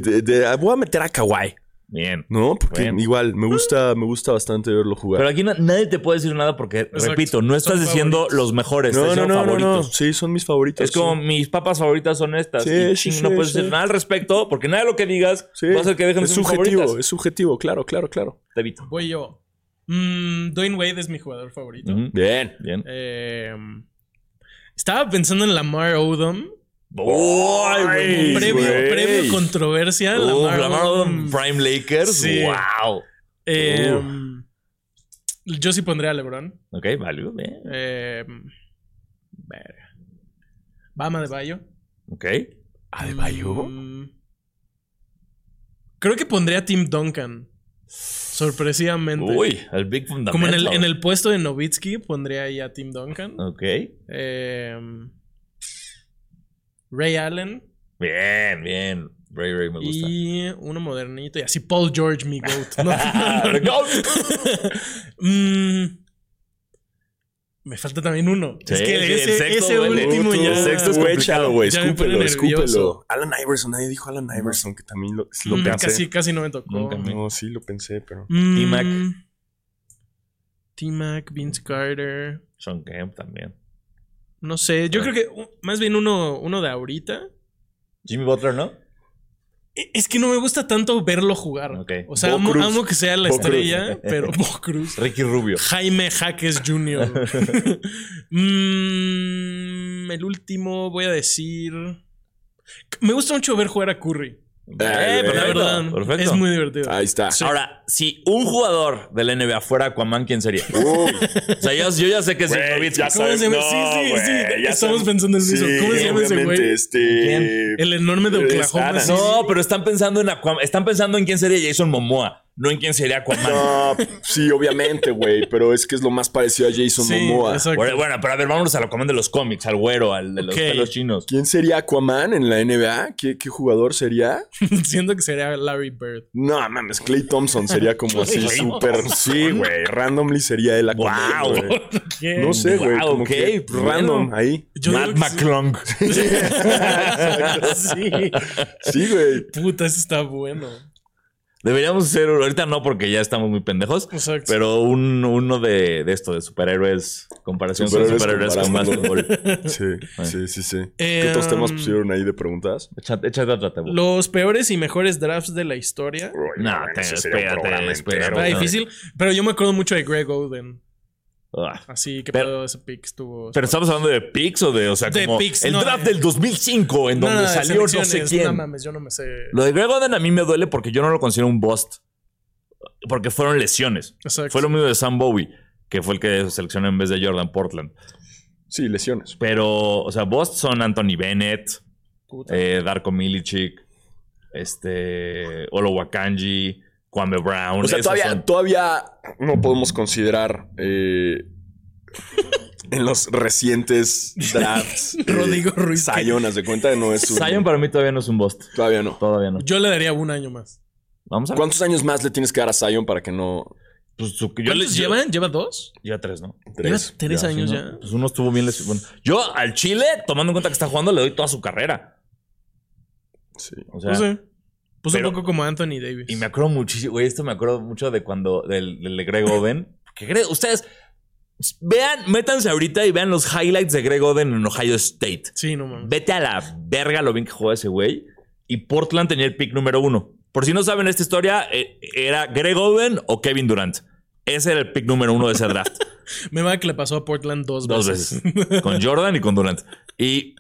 [SPEAKER 3] de- de- voy a meter a Kawhi.
[SPEAKER 8] Bien.
[SPEAKER 3] No, porque
[SPEAKER 8] Bueno.
[SPEAKER 3] igual me gusta, me gusta bastante verlo jugar.
[SPEAKER 8] Pero aquí na- nadie te puede decir nada porque,
[SPEAKER 6] Exacto.
[SPEAKER 8] repito, no estás
[SPEAKER 6] Son
[SPEAKER 8] diciendo
[SPEAKER 6] favoritos.
[SPEAKER 8] los mejores, no,
[SPEAKER 3] no, no, no, no,
[SPEAKER 8] favoritos.
[SPEAKER 3] no. Sí, son mis Este, favoritos.
[SPEAKER 8] Es como
[SPEAKER 3] sí.
[SPEAKER 8] mis papas favoritas son estas.
[SPEAKER 3] Sí,
[SPEAKER 8] y
[SPEAKER 3] sí,
[SPEAKER 8] ching,
[SPEAKER 3] sí,
[SPEAKER 8] no puedes
[SPEAKER 3] sí.
[SPEAKER 8] decir nada al respecto porque nada de lo que digas
[SPEAKER 3] Sí.
[SPEAKER 8] va a hacer que dejen de
[SPEAKER 3] es
[SPEAKER 8] ser tus
[SPEAKER 3] subjetivo,
[SPEAKER 8] favoritas.
[SPEAKER 3] es subjetivo, claro, claro, claro.
[SPEAKER 8] Te evito.
[SPEAKER 6] Voy yo. Mm, Dwayne Wade es mi jugador favorito.
[SPEAKER 8] Ujú.
[SPEAKER 3] Bien.
[SPEAKER 8] Bien.
[SPEAKER 6] Eh, estaba pensando en Lamar Odom.
[SPEAKER 8] ¡Ay,
[SPEAKER 6] Previo,
[SPEAKER 8] güey!
[SPEAKER 6] previo controversia.
[SPEAKER 8] Uf,
[SPEAKER 6] Lamar,
[SPEAKER 8] Lamar Odom,
[SPEAKER 6] Odom.
[SPEAKER 8] Prime Lakers.
[SPEAKER 6] Sí.
[SPEAKER 8] ¡Wow!
[SPEAKER 6] Eh, yo sí pondría a LeBron.
[SPEAKER 8] Ok, vale. bien.
[SPEAKER 6] Eh, verga. Bama de Bayo.
[SPEAKER 8] Ok.
[SPEAKER 6] Mm. creo que pondría a Tim Duncan. Sorpresivamente.
[SPEAKER 8] Uy, el Big Fundamental.
[SPEAKER 6] Como en el, en el puesto de Novitsky pondría ahí a Tim Duncan.
[SPEAKER 8] Ok.
[SPEAKER 6] Eh, Ray Allen.
[SPEAKER 8] Bien, bien. Ray Ray me gusta.
[SPEAKER 6] Y uno modernito. Y así Paul George, mi
[SPEAKER 8] (laughs)
[SPEAKER 6] GOAT. No,
[SPEAKER 8] Ah,
[SPEAKER 6] no, no, no.
[SPEAKER 8] no.
[SPEAKER 6] Mm, me falta también uno.
[SPEAKER 8] Sí,
[SPEAKER 6] es que
[SPEAKER 8] sí, el
[SPEAKER 6] ese,
[SPEAKER 8] sexto
[SPEAKER 6] ese
[SPEAKER 8] duele.
[SPEAKER 6] último
[SPEAKER 3] Puto,
[SPEAKER 6] ya.
[SPEAKER 3] el sexto es complicado, güey.
[SPEAKER 6] ya me
[SPEAKER 3] Escúpelo,
[SPEAKER 6] pone nervioso.
[SPEAKER 3] escúpelo. Alan Iverson, nadie dijo Alan Iverson, que también lo, lo
[SPEAKER 6] Mm,
[SPEAKER 3] pensé.
[SPEAKER 6] casi, casi no me tocó.
[SPEAKER 8] Nunca me-
[SPEAKER 3] No, sí lo pensé, pero.
[SPEAKER 6] Mm,
[SPEAKER 8] T-Mac.
[SPEAKER 6] T-Mac, Vince Carter.
[SPEAKER 8] Sean Kemp también.
[SPEAKER 6] No
[SPEAKER 3] Ah.
[SPEAKER 6] sé, yo creo que uh, más bien uno, uno de ahorita.
[SPEAKER 8] Jimmy Butler, ¿no?
[SPEAKER 6] E- Es que no me gusta tanto verlo jugar.
[SPEAKER 8] Ok.
[SPEAKER 6] O sea,
[SPEAKER 3] Bo
[SPEAKER 6] amo,
[SPEAKER 3] Cruz.
[SPEAKER 6] amo que sea la
[SPEAKER 3] Bo Cruz.
[SPEAKER 6] estrella, pero Bo Cruz.
[SPEAKER 8] Ricky Rubio.
[SPEAKER 6] Jaime Jaques Jr.
[SPEAKER 3] (laughs)
[SPEAKER 6] Mm, el último voy a decir. Me gusta mucho ver jugar a Curry.
[SPEAKER 3] Eh,
[SPEAKER 6] La
[SPEAKER 8] perfecto,
[SPEAKER 6] verdad,
[SPEAKER 8] perfecto.
[SPEAKER 6] es muy divertido.
[SPEAKER 3] Ahí está.
[SPEAKER 8] Ahora, si un jugador de la NBA fuera Aquaman, ¿quién sería?
[SPEAKER 3] Uy,
[SPEAKER 8] O sea, yo, yo ya sé que es
[SPEAKER 3] Güey,
[SPEAKER 8] Nowitzki.
[SPEAKER 3] ya
[SPEAKER 6] ¿Cómo
[SPEAKER 3] sabes-
[SPEAKER 6] se llama?
[SPEAKER 3] no,
[SPEAKER 6] sí, sí,
[SPEAKER 3] güey,
[SPEAKER 6] sí.
[SPEAKER 3] ya
[SPEAKER 6] Estamos
[SPEAKER 3] sabes-
[SPEAKER 6] pensando en eso.
[SPEAKER 3] sí,
[SPEAKER 6] ¿Cómo se llama ese
[SPEAKER 3] obviamente,
[SPEAKER 6] güey?
[SPEAKER 3] Este,
[SPEAKER 8] ¿Quién?
[SPEAKER 6] El enorme de
[SPEAKER 3] es
[SPEAKER 6] Oklahoma.
[SPEAKER 3] Adams.
[SPEAKER 6] sí, sí.
[SPEAKER 8] Eh, No, pero están pensando en Aquaman. Están pensando en quién sería Jason Momoa, no en quién sería Aquaman.
[SPEAKER 3] No, sí, obviamente, güey, pero es que es lo más parecido a Jason
[SPEAKER 6] Sí,
[SPEAKER 3] Momoa.
[SPEAKER 6] exacto.
[SPEAKER 8] Bueno, bueno, pero a ver, vámonos al Aquaman de los cómics, al güero, al de los
[SPEAKER 6] Ok.
[SPEAKER 8] pelos chinos.
[SPEAKER 3] ¿Quién sería Aquaman en la NBA? ¿Qué, qué jugador sería?
[SPEAKER 6] (laughs) Siento que sería Larry Bird.
[SPEAKER 3] No, mames, Clay Thompson sería como así
[SPEAKER 8] Clay
[SPEAKER 3] súper. Sí, güey, randomly sería el Aquaman.
[SPEAKER 8] Wow.
[SPEAKER 3] güey.
[SPEAKER 6] ¿Qué?
[SPEAKER 3] No sé, güey,
[SPEAKER 8] Wow,
[SPEAKER 3] como
[SPEAKER 8] ok,
[SPEAKER 3] que
[SPEAKER 8] bueno.
[SPEAKER 3] random ahí.
[SPEAKER 6] Yo
[SPEAKER 8] Matt
[SPEAKER 6] digo que sí.
[SPEAKER 8] McClung.
[SPEAKER 6] sí.
[SPEAKER 3] Sí,
[SPEAKER 8] (laughs)
[SPEAKER 3] güey.
[SPEAKER 6] Puta, eso está bueno.
[SPEAKER 8] Deberíamos hacer, ahorita no, porque ya estamos muy pendejos.
[SPEAKER 6] Exacto.
[SPEAKER 8] Pero un- uno de, de esto, de superhéroes, comparación con
[SPEAKER 3] Superhéroes
[SPEAKER 8] superhéroes con más fútbol.
[SPEAKER 3] Sí, sí, sí, sí.
[SPEAKER 6] Eh,
[SPEAKER 3] ¿Qué otros temas
[SPEAKER 6] um,
[SPEAKER 3] pusieron ahí de preguntas?
[SPEAKER 8] Échate, échate otra, Tebo.
[SPEAKER 6] Los peores y mejores drafts de la historia.
[SPEAKER 8] No, te- espérate, espérate.
[SPEAKER 6] Está
[SPEAKER 8] Pero-
[SPEAKER 6] difícil, pero yo me acuerdo mucho de Greg Oden.
[SPEAKER 8] Ah.
[SPEAKER 6] Así que
[SPEAKER 8] Pero-
[SPEAKER 6] pedo ese pick estuvo.
[SPEAKER 8] Pero estamos hablando de picks o de, o sea,
[SPEAKER 6] De
[SPEAKER 8] como
[SPEAKER 6] picks,
[SPEAKER 8] el
[SPEAKER 6] no,
[SPEAKER 8] draft
[SPEAKER 6] de-
[SPEAKER 8] del 2005 en
[SPEAKER 6] No,
[SPEAKER 8] donde
[SPEAKER 6] no, de
[SPEAKER 8] salió no sé
[SPEAKER 6] selecciones, No
[SPEAKER 8] quién.
[SPEAKER 6] mames, yo no me sé.
[SPEAKER 8] Lo de Greg Oden a mí me duele porque yo no lo considero un bust. Porque fueron lesiones.
[SPEAKER 6] Exacto.
[SPEAKER 8] Fue lo mismo de Sam Bowie, que fue el que seleccionó en vez de Jordan Portland.
[SPEAKER 3] Sí, lesiones.
[SPEAKER 8] Pero, o sea, bust son Anthony Bennett,
[SPEAKER 6] Puta.
[SPEAKER 8] eh, Darko Milicic, este, Olo Wakanji, Kwame Brown.
[SPEAKER 3] O sea,
[SPEAKER 8] esos
[SPEAKER 3] todavía,
[SPEAKER 8] son-
[SPEAKER 3] todavía no podemos considerar eh, (laughs) en los recientes
[SPEAKER 8] (laughs)
[SPEAKER 3] drafts. eh,
[SPEAKER 6] Rodrigo Ruiz, que-
[SPEAKER 3] Zion, haz de cuenta, no es un.
[SPEAKER 8] Zion para mí todavía no es un bust.
[SPEAKER 3] Todavía no.
[SPEAKER 8] Todavía no.
[SPEAKER 6] Yo le daría un año más.
[SPEAKER 8] Vamos a ver.
[SPEAKER 3] ¿Cuántos años más le tienes que dar a Zion para que no.
[SPEAKER 8] Pues, su- yo
[SPEAKER 6] ¿Cuántos
[SPEAKER 8] les- yo-
[SPEAKER 6] llevan? ¿Lleva dos?
[SPEAKER 8] Ya tres, ¿no?
[SPEAKER 3] Tres.
[SPEAKER 6] Lleva tres
[SPEAKER 8] Ya,
[SPEAKER 6] años
[SPEAKER 8] sí,
[SPEAKER 6] ya.
[SPEAKER 8] ¿no? Pues uno estuvo bien lesionado. Bueno, yo al Chile, tomando en cuenta que está jugando, le doy toda su carrera.
[SPEAKER 3] Sí.
[SPEAKER 8] O sea,
[SPEAKER 6] No sé. Pues
[SPEAKER 8] Pero-
[SPEAKER 6] un poco como Anthony Davis.
[SPEAKER 8] y me acuerdo muchísimo, güey, esto me acuerdo mucho de cuando, del, del de Greg Oden. Que Greg- ustedes vean, métanse ahorita y vean los highlights de Greg Oden en Ohio State.
[SPEAKER 6] Sí, no mames.
[SPEAKER 8] Vete a la verga lo bien que juega ese güey. Y Portland tenía el pick número uno. Por si no saben esta historia, eh, era Greg Oden o Kevin Durant. Ese era el pick número uno de ese draft.
[SPEAKER 6] Me va que le pasó a Portland dos veces.
[SPEAKER 8] Dos
[SPEAKER 6] (laughs)
[SPEAKER 8] veces. con Jordan y con Durant. Y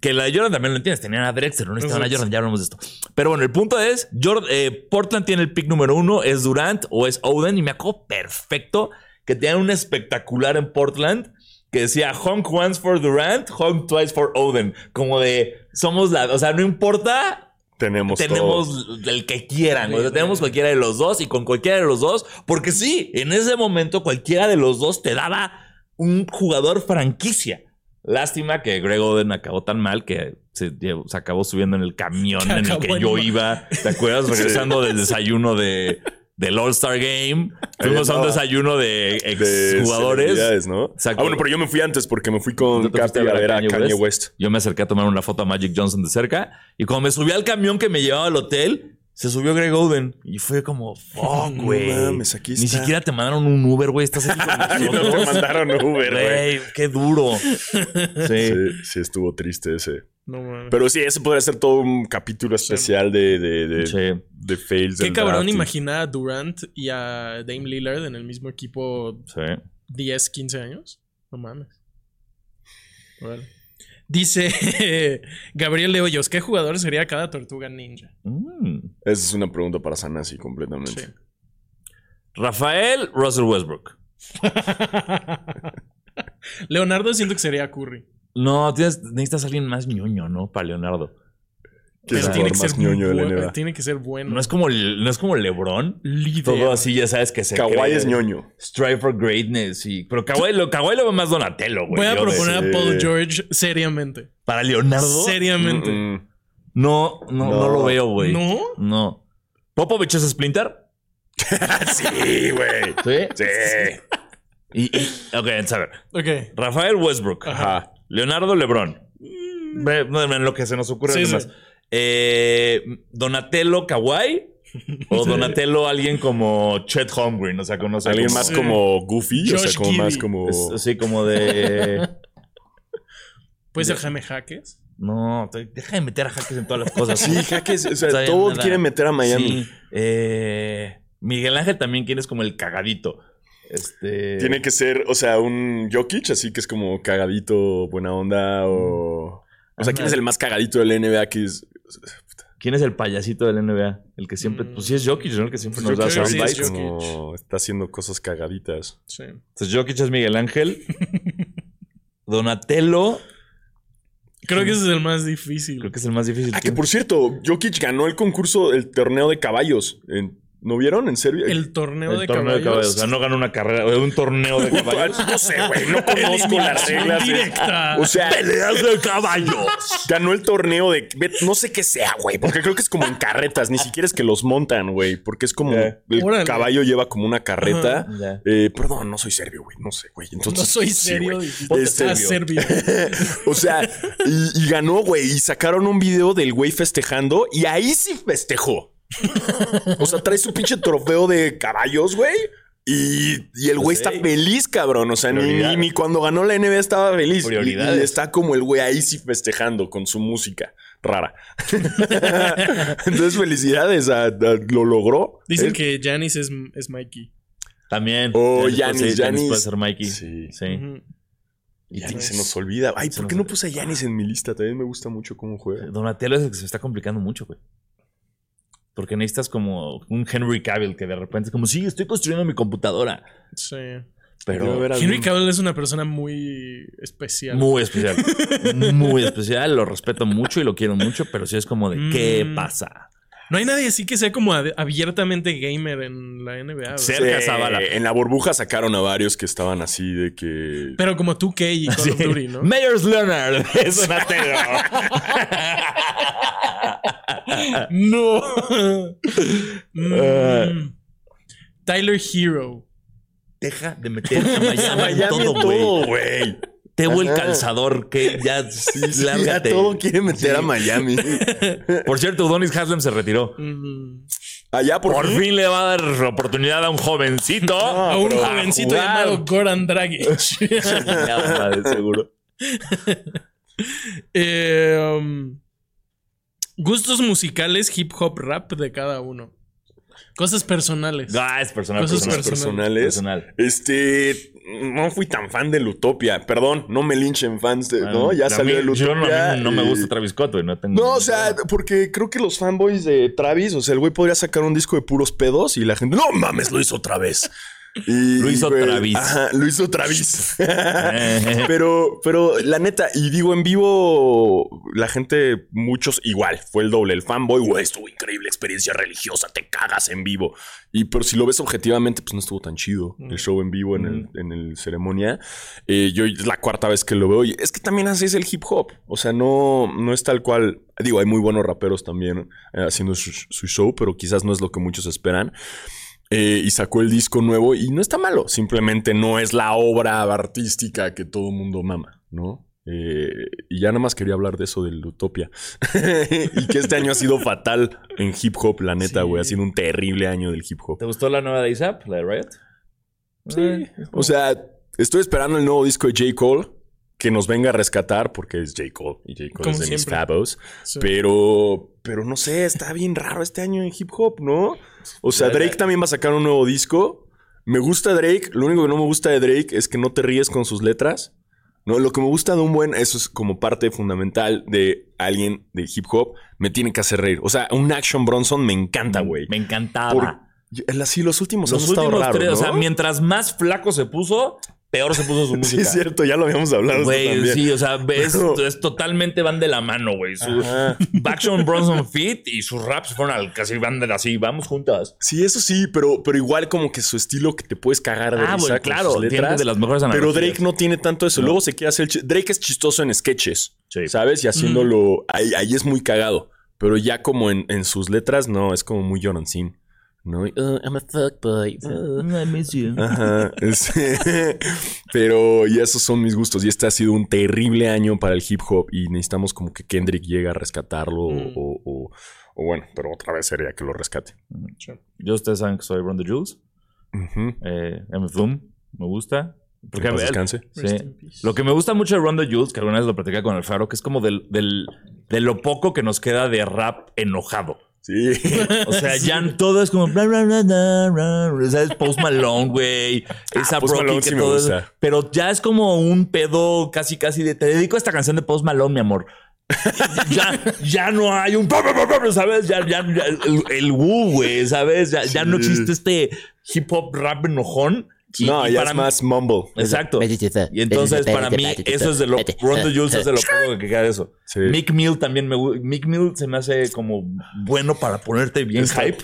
[SPEAKER 8] que la de Jordan también lo entiendes. Tenían a Drexler, no necesitaban a
[SPEAKER 6] Exacto.
[SPEAKER 8] Jordan. Ya hablamos de esto. Pero bueno, el punto es: Jord- eh, Portland tiene el pick número uno. Es Durant o es Oden. Y me acuerdo perfecto que tenían un espectacular en Portland que decía honk once for Durant, honk twice for Oden. Como de somos la. O sea, no importa.
[SPEAKER 3] Tenemos. todo.
[SPEAKER 8] Tenemos el que quieran, o sea, tenemos cualquiera de los dos y con cualquiera de los dos, porque sí, en ese momento cualquiera de los dos te daba un jugador franquicia. Lástima que Greg Oden acabó tan mal que se, llevó- se acabó subiendo en el camión
[SPEAKER 6] Que
[SPEAKER 8] en el
[SPEAKER 6] acabó
[SPEAKER 8] que
[SPEAKER 6] en
[SPEAKER 8] yo
[SPEAKER 6] ma-
[SPEAKER 8] iba. ¿Te acuerdas? Regresando del desayuno de, del All-Star Game. Fuimos a un
[SPEAKER 3] andaba.
[SPEAKER 8] desayuno de
[SPEAKER 3] de
[SPEAKER 8] exjugadores.
[SPEAKER 3] celebridades, ¿no?
[SPEAKER 8] Exacto.
[SPEAKER 3] Ah, bueno, pero yo me fui antes porque me fui
[SPEAKER 8] ¿No
[SPEAKER 3] con
[SPEAKER 8] te fuiste
[SPEAKER 3] Katy a ver a Kanye West.
[SPEAKER 8] Yo me acerqué a tomar una foto a Magic Johnson de cerca y cuando me subí al camión que me llevaba al hotel, Se subió Greg Oden y fue como, fuck, Oh, güey.
[SPEAKER 3] mames, aquí
[SPEAKER 8] Ni
[SPEAKER 3] está.
[SPEAKER 8] siquiera te mandaron un Uber, güey. Estás aquí (laughs) con
[SPEAKER 3] Y (laughs) no te
[SPEAKER 8] nosotros.
[SPEAKER 3] mandaron Uber, güey.
[SPEAKER 8] (laughs) Güey, qué duro. Sí.
[SPEAKER 3] Sí, sí, estuvo triste ese.
[SPEAKER 6] No mames.
[SPEAKER 3] Pero sí, ese podría ser todo un capítulo especial de, de, de,
[SPEAKER 8] Sí.
[SPEAKER 3] de fails.
[SPEAKER 6] Qué
[SPEAKER 3] del
[SPEAKER 6] cabrón
[SPEAKER 3] draft y-
[SPEAKER 6] imaginar a Durant y a Dame Lillard en el mismo equipo
[SPEAKER 8] Sí.
[SPEAKER 6] 10, 15 años. No mames. Órale. Dice (laughs) Gabriel de Hoyos, ¿qué jugador sería cada tortuga ninja?
[SPEAKER 8] Mm.
[SPEAKER 3] Esa es una pregunta para Sanasi completamente.
[SPEAKER 6] Sí.
[SPEAKER 8] Rafael Russell Westbrook.
[SPEAKER 6] Leonardo siento que sería Curry.
[SPEAKER 8] No, tienes, necesitas alguien más ñoño, ¿no? Para Leonardo.
[SPEAKER 3] ¿Quién es
[SPEAKER 6] Pero
[SPEAKER 3] el
[SPEAKER 6] tiene
[SPEAKER 3] jugador
[SPEAKER 6] que,
[SPEAKER 3] más
[SPEAKER 6] ser
[SPEAKER 3] ñoño de la
[SPEAKER 6] bu-
[SPEAKER 3] NBA?
[SPEAKER 6] tiene que ser bueno.
[SPEAKER 8] No es como, no es como LeBron.
[SPEAKER 6] líder.
[SPEAKER 8] Todo así, ya sabes que se.
[SPEAKER 3] Kawhi
[SPEAKER 8] cree.
[SPEAKER 3] es ñoño.
[SPEAKER 8] Strive for greatness. Y, pero Kawhi lo, Kawhi lo ve más Donatello, güey.
[SPEAKER 6] Voy a
[SPEAKER 8] yo de-
[SPEAKER 6] proponer
[SPEAKER 3] sí.
[SPEAKER 6] a Paul George seriamente.
[SPEAKER 8] Para Leonardo.
[SPEAKER 6] Seriamente.
[SPEAKER 3] Mm,
[SPEAKER 8] No, no, no,
[SPEAKER 3] No.
[SPEAKER 8] lo veo, güey.
[SPEAKER 6] ¿No?
[SPEAKER 8] No. ¿Popovich es Splinter?
[SPEAKER 3] Sí, güey.
[SPEAKER 8] Sí.
[SPEAKER 3] Sí.
[SPEAKER 8] Y, y- ok, entonces a ver.
[SPEAKER 6] Ok.
[SPEAKER 8] Rafael Westbrook.
[SPEAKER 3] Ajá.
[SPEAKER 8] Leonardo Lebron. Ve- no, En lo que se nos ocurre
[SPEAKER 6] Mm. Sí,
[SPEAKER 8] además.
[SPEAKER 6] sí.
[SPEAKER 8] Eh, Donatello Kawhi.
[SPEAKER 6] (laughs)
[SPEAKER 8] O Donatello alguien como Chet Holmgren. O sea, conoce
[SPEAKER 3] Alguien más como Goofy, o
[SPEAKER 6] Josh
[SPEAKER 3] sea, como más
[SPEAKER 6] Giddey.
[SPEAKER 3] como.
[SPEAKER 8] Así como de.
[SPEAKER 6] (laughs) Puede ser Pues Jaime Jaques.
[SPEAKER 8] No, te- deja de meter a Jaques en todas las cosas.
[SPEAKER 3] Sí, jaques. Ah, O sea,
[SPEAKER 8] Está bien,
[SPEAKER 3] todos
[SPEAKER 8] nada.
[SPEAKER 3] quieren meter a Miami.
[SPEAKER 8] Sí. Eh, Miguel Ángel también, quien es como el cagadito. Este.
[SPEAKER 3] Tiene que ser, o sea, un Jokic, así que es como cagadito, buena onda, o. O sea, ¿quién es el más cagadito del NBA? Que es-
[SPEAKER 8] ¿Quién es el payasito del NBA? El que siempre.
[SPEAKER 6] Mm.
[SPEAKER 8] Pues sí es Jokic, ¿no? El que siempre
[SPEAKER 6] Yo
[SPEAKER 8] nos da
[SPEAKER 6] creo que sí es
[SPEAKER 8] soundbites.
[SPEAKER 6] Jokic.
[SPEAKER 3] como está haciendo cosas cagaditas.
[SPEAKER 6] Sí.
[SPEAKER 8] Entonces pues Jokic es
[SPEAKER 6] (laughs)
[SPEAKER 8] Miguel Ángel. Donatello,
[SPEAKER 6] Creo que ese es el más difícil.
[SPEAKER 8] creo que es el más difícil.
[SPEAKER 3] Ah, que
[SPEAKER 8] ¿Quién?
[SPEAKER 3] por cierto, Jokic ganó el concurso, el torneo de caballos. En- ¿No vieron en Serbia?
[SPEAKER 6] El torneo,
[SPEAKER 8] El
[SPEAKER 6] de,
[SPEAKER 8] torneo
[SPEAKER 6] caballos.
[SPEAKER 8] de caballos. O sea, no ganó una carrera, o un torneo
[SPEAKER 6] (laughs)
[SPEAKER 8] de caballos.
[SPEAKER 3] No sé, güey,
[SPEAKER 8] (laughs)
[SPEAKER 3] no conozco las reglas.
[SPEAKER 6] Directa.
[SPEAKER 3] O sea,
[SPEAKER 8] ¡Peleas de caballos!
[SPEAKER 3] Ganó el torneo de. ve- No sé qué sea, güey. Porque creo que es como en carretas. Ni siquiera es que los montan, güey. Porque es como.
[SPEAKER 8] Ya.
[SPEAKER 3] El
[SPEAKER 6] Órale.
[SPEAKER 3] caballo lleva como una carreta.
[SPEAKER 8] Ya.
[SPEAKER 3] Eh, perdón, no soy serbio, güey. No sé, güey. Entonces,
[SPEAKER 6] no soy
[SPEAKER 3] sí,
[SPEAKER 6] serio.
[SPEAKER 3] güey.
[SPEAKER 6] dijiste.
[SPEAKER 8] Ponte
[SPEAKER 6] Ah,
[SPEAKER 3] Este,
[SPEAKER 6] serbio.
[SPEAKER 3] o sea, y, y ganó, güey. Y sacaron un video del güey festejando. Y ahí sí festejó. O sea, trae su pinche trofeo de caballos, güey. Y, y el güey
[SPEAKER 8] Sí.
[SPEAKER 3] está feliz, cabrón. O sea, ni,
[SPEAKER 8] Prioridad.
[SPEAKER 3] ni- ni cuando ganó la NBA estaba feliz. Y,
[SPEAKER 8] Prioridades.
[SPEAKER 3] y está como el güey ahí sí festejando con su música rara. (laughs) Entonces, felicidades. a- a- lo logró. ¿Eh?
[SPEAKER 6] Dicen
[SPEAKER 3] Es-
[SPEAKER 6] que Janice es, es Mikey.
[SPEAKER 8] También.
[SPEAKER 3] Oh,
[SPEAKER 8] Ya después,
[SPEAKER 3] Giannis,
[SPEAKER 8] sí, Giannis
[SPEAKER 3] Giannis.
[SPEAKER 8] puede ser Mikey.
[SPEAKER 3] Sí.
[SPEAKER 6] Ujú.
[SPEAKER 3] Y
[SPEAKER 6] Giannis.
[SPEAKER 3] se nos olvida. Ay,
[SPEAKER 8] Se
[SPEAKER 3] ¿por
[SPEAKER 8] nos
[SPEAKER 3] qué no
[SPEAKER 8] olvida.
[SPEAKER 3] puse a Yanis en mi lista? También me gusta mucho cómo juega.
[SPEAKER 8] Donatello es el que se está complicando mucho, güey. Porque necesitas como un Henry Cavill que de repente es como, sí, estoy construyendo mi computadora.
[SPEAKER 6] Sí.
[SPEAKER 3] Debe
[SPEAKER 8] Pero
[SPEAKER 3] haber
[SPEAKER 6] Henry
[SPEAKER 3] algún-
[SPEAKER 6] Cavill es una persona muy especial. (laughs)
[SPEAKER 8] muy especial. Muy especial. Lo respeto mucho y lo quiero mucho, pero sí es como de, ¿qué
[SPEAKER 6] Mm.
[SPEAKER 8] pasa?
[SPEAKER 6] No hay nadie así que sea como ad- abiertamente gamer en la NBA. ¿verdad?
[SPEAKER 8] Sí. Cerca,
[SPEAKER 3] Sí,
[SPEAKER 8] Zavala.
[SPEAKER 3] En la burbuja sacaron a varios que estaban así de que.
[SPEAKER 6] Pero como tú, Kay y Call of Duty, ¿no?
[SPEAKER 8] Mayors Leonard (laughs) es Donatello. (laughs)
[SPEAKER 6] No.
[SPEAKER 8] Eh.
[SPEAKER 6] Mm. Tyler Hero.
[SPEAKER 8] Deja de meter (laughs) a Miami, en
[SPEAKER 3] Miami en
[SPEAKER 8] todo, güey.
[SPEAKER 3] todo, güey.
[SPEAKER 8] Tebo el
[SPEAKER 3] Ajá.
[SPEAKER 8] calzador, que ya
[SPEAKER 3] Ya
[SPEAKER 8] Pues, lárgate.
[SPEAKER 3] todo quiere meter a
[SPEAKER 8] (laughs)
[SPEAKER 3] Miami.
[SPEAKER 8] Por cierto, Udonis Haslem se retiró.
[SPEAKER 6] Mm.
[SPEAKER 3] Allá por,
[SPEAKER 8] Por fin le va a dar oportunidad a un jovencito.
[SPEAKER 3] (laughs)
[SPEAKER 6] a un
[SPEAKER 8] pero a
[SPEAKER 6] jovencito
[SPEAKER 8] jugar.
[SPEAKER 6] llamado Goran Dragic.
[SPEAKER 8] (laughs) Ya, de seguro.
[SPEAKER 6] (laughs) Eh, um, gustos musicales, hip hop, rap de cada uno. Cosas personales.
[SPEAKER 8] Ah, es personal,
[SPEAKER 6] Cosas
[SPEAKER 8] personal.
[SPEAKER 6] personal.
[SPEAKER 3] personales.
[SPEAKER 8] Personal.
[SPEAKER 3] Este. No fui tan fan del Utopia. Perdón, no me linchen fans. de-
[SPEAKER 8] Bueno,
[SPEAKER 3] no, ya
[SPEAKER 8] a
[SPEAKER 3] salió
[SPEAKER 8] mí-
[SPEAKER 3] el Utopia.
[SPEAKER 8] Yo no, a mí no me
[SPEAKER 3] y-
[SPEAKER 8] gusta Travis Scott, güey. No tengo.
[SPEAKER 3] No, o sea, porque creo que los fanboys de Travis, o sea, el güey podría sacar un disco de puros pedos y la gente, no mames, lo hizo otra vez. Y,
[SPEAKER 8] Lo hizo
[SPEAKER 3] y, güey,
[SPEAKER 8] Travis.
[SPEAKER 3] Ajá, lo hizo
[SPEAKER 8] (laughs)
[SPEAKER 3] Travis. pero, pero la neta, y digo, en vivo, la gente, muchos igual, fue el doble. El fanboy, güey, estuvo increíble experiencia religiosa, te cagas en vivo. Y pero si lo ves objetivamente, pues no estuvo tan chido el show en vivo en, el, en el ceremonia. Eh, yo es la cuarta vez que lo veo y es que también así es el hip hop. O sea, no, no es tal cual. Digo, hay muy buenos raperos también eh, haciendo su, su show, pero quizás no es lo que muchos esperan. Eh, y sacó el disco nuevo y no está malo. Simplemente no es la obra artística que todo mundo mama, ¿no? Eh, y ya nada más quería hablar de eso del Utopia. (laughs) y que este año ha sido fatal en hip hop, la neta, güey. Ha sido un terrible año del hip hop.
[SPEAKER 8] ¿Te gustó la nueva de ASAP, la de Riot?
[SPEAKER 3] Sí. O sea, estoy esperando el nuevo disco de J. Cole que nos venga a rescatar porque es J. Cole y J. Cole
[SPEAKER 6] Como
[SPEAKER 3] es de mis
[SPEAKER 6] siempre.
[SPEAKER 3] favos.
[SPEAKER 6] Sí.
[SPEAKER 3] Pero, pero no sé, está bien raro este año en hip hop, ¿no? O sea,
[SPEAKER 8] Ya, ya.
[SPEAKER 3] Drake también va a sacar un nuevo disco. Me gusta Drake. Lo único que no me gusta de Drake es que no te ríes con sus letras. No, lo que me gusta de un buen, eso es como parte fundamental de alguien del hip hop, me tiene que hacer reír. O sea, un Action Bronson me encanta, güey.
[SPEAKER 8] Mm, Me encantaba.
[SPEAKER 3] Por- y- así los últimos
[SPEAKER 8] Los
[SPEAKER 3] han estado
[SPEAKER 8] últimos
[SPEAKER 3] raros,
[SPEAKER 8] tres, o sea,
[SPEAKER 3] ¿no?
[SPEAKER 8] mientras más flaco se puso, peor se puso
[SPEAKER 3] (laughs)
[SPEAKER 8] su
[SPEAKER 3] Sí,
[SPEAKER 8] música.
[SPEAKER 3] es cierto, ya lo habíamos hablado. esto
[SPEAKER 8] Güey,
[SPEAKER 3] también.
[SPEAKER 8] sí, o sea, ves,
[SPEAKER 3] Pero-
[SPEAKER 8] es totalmente van de la mano, güey. Su (laughs)
[SPEAKER 3] Ajá.
[SPEAKER 8] Backshot Bronson Fit y sus raps fueron al, casi van de así, vamos juntas.
[SPEAKER 3] Sí, eso sí, pero, pero igual como que su estilo que te puedes cagar de
[SPEAKER 8] Ah,
[SPEAKER 3] risa
[SPEAKER 8] bueno,
[SPEAKER 3] con
[SPEAKER 8] claro,
[SPEAKER 3] sus
[SPEAKER 8] tiene
[SPEAKER 3] letras,
[SPEAKER 8] de las mejores
[SPEAKER 3] Pero
[SPEAKER 8] analogías.
[SPEAKER 3] Drake no tiene tanto eso.
[SPEAKER 8] No.
[SPEAKER 3] Luego se quiere hacer... el chi- Drake es chistoso en sketches,
[SPEAKER 8] Sí.
[SPEAKER 3] ¿sabes? Y haciéndolo... Ahí, ahí es muy cagado. Pero ya como en, en sus letras, no, es como muy lloroncín. ¿No? Y, "Uh, I'm a fuckboy. uh".
[SPEAKER 8] Mm, I miss you.
[SPEAKER 3] Ajá. (laughs) es- pero y esos son mis gustos. Y este ha sido un terrible año para el hip hop. Y necesitamos como que Kendrick llegue a rescatarlo. o-
[SPEAKER 6] Mm.
[SPEAKER 3] O, o- o bueno, pero otra vez sería que lo rescate.
[SPEAKER 8] Yo ustedes saben que soy Ron the Jules.
[SPEAKER 3] Ujú.
[SPEAKER 8] Eh, M. Doom, me gusta.
[SPEAKER 3] Que
[SPEAKER 8] Porque
[SPEAKER 3] en paz
[SPEAKER 8] el-
[SPEAKER 3] descanse.
[SPEAKER 8] Sí. Lo que me gusta mucho de Ronda Jules, que alguna vez lo platicé con Alfaro, que es como del, del- de lo poco que nos queda de rap enojado. (laughs)
[SPEAKER 3] Sí. (laughs)
[SPEAKER 8] O sea, ya todo es como. bla, bla, bla, bla, bla, bla. ¿Sabes? Post Malone, güey. Esa
[SPEAKER 3] Post pues Malone sí me gusta.
[SPEAKER 8] Pero ya es como un pedo casi, casi de. Te dedico a esta canción de Post Malone, mi amor. (laughs) ya, ya no hay un. ¿Sabes? Ya, ya, ya- el, el woo, güey. ¿Sabes? Ya, ya no
[SPEAKER 3] Sí.
[SPEAKER 8] existe este hip hop rap enojón. Y-
[SPEAKER 3] no,
[SPEAKER 8] y
[SPEAKER 3] ya
[SPEAKER 8] para
[SPEAKER 3] es
[SPEAKER 8] mí-
[SPEAKER 3] más mumble.
[SPEAKER 8] Exacto. Y entonces, para mí, eso es de lo. Ronda
[SPEAKER 3] (laughs)
[SPEAKER 8] Jules es de lo poco que queda de eso.
[SPEAKER 3] Sí.
[SPEAKER 8] Mick Mill también me gu- Mick Mill se me hace como bueno para ponerte bien
[SPEAKER 3] Está-
[SPEAKER 8] hype.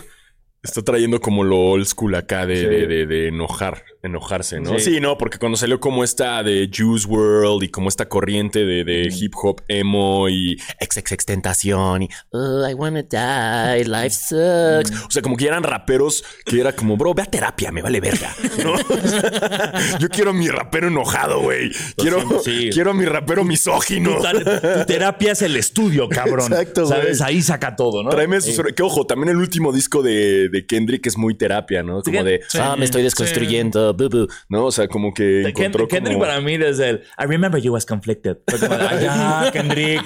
[SPEAKER 3] Está trayendo como lo old school acá de,
[SPEAKER 8] Sí.
[SPEAKER 3] de, de- de enojar, enojarse, ¿no?
[SPEAKER 8] Sí.
[SPEAKER 3] Sí. no, porque cuando salió como esta de Juice World y como esta corriente de, de hip hop emo y extentación y "Oh, I wanna die, life sucks. O sea, como que eran raperos que era como, bro, ve a terapia, me vale verga, ¿no? (laughs) Yo quiero a mi rapero enojado, güey. Quiero,
[SPEAKER 8] siento, sí.
[SPEAKER 3] quiero a mi rapero misógino.
[SPEAKER 8] Dale, tu terapia es el estudio, cabrón.
[SPEAKER 3] Exacto, güey.
[SPEAKER 8] ¿Sabes? Ahí saca todo, ¿no?
[SPEAKER 3] Tráeme sus- Que ojo, también el último disco de, de Kendrick es muy terapia, ¿no? Como de,
[SPEAKER 6] Sí.
[SPEAKER 3] ah, me estoy desconstruyendo, bu, bu", ¿no? O sea, como que
[SPEAKER 8] Ken-
[SPEAKER 3] encontró
[SPEAKER 8] Kendrick
[SPEAKER 3] como...
[SPEAKER 8] para mí desde el I remember you was conflicted. Fue como de,
[SPEAKER 3] (laughs)
[SPEAKER 8] "Ay, ya, Kendrick,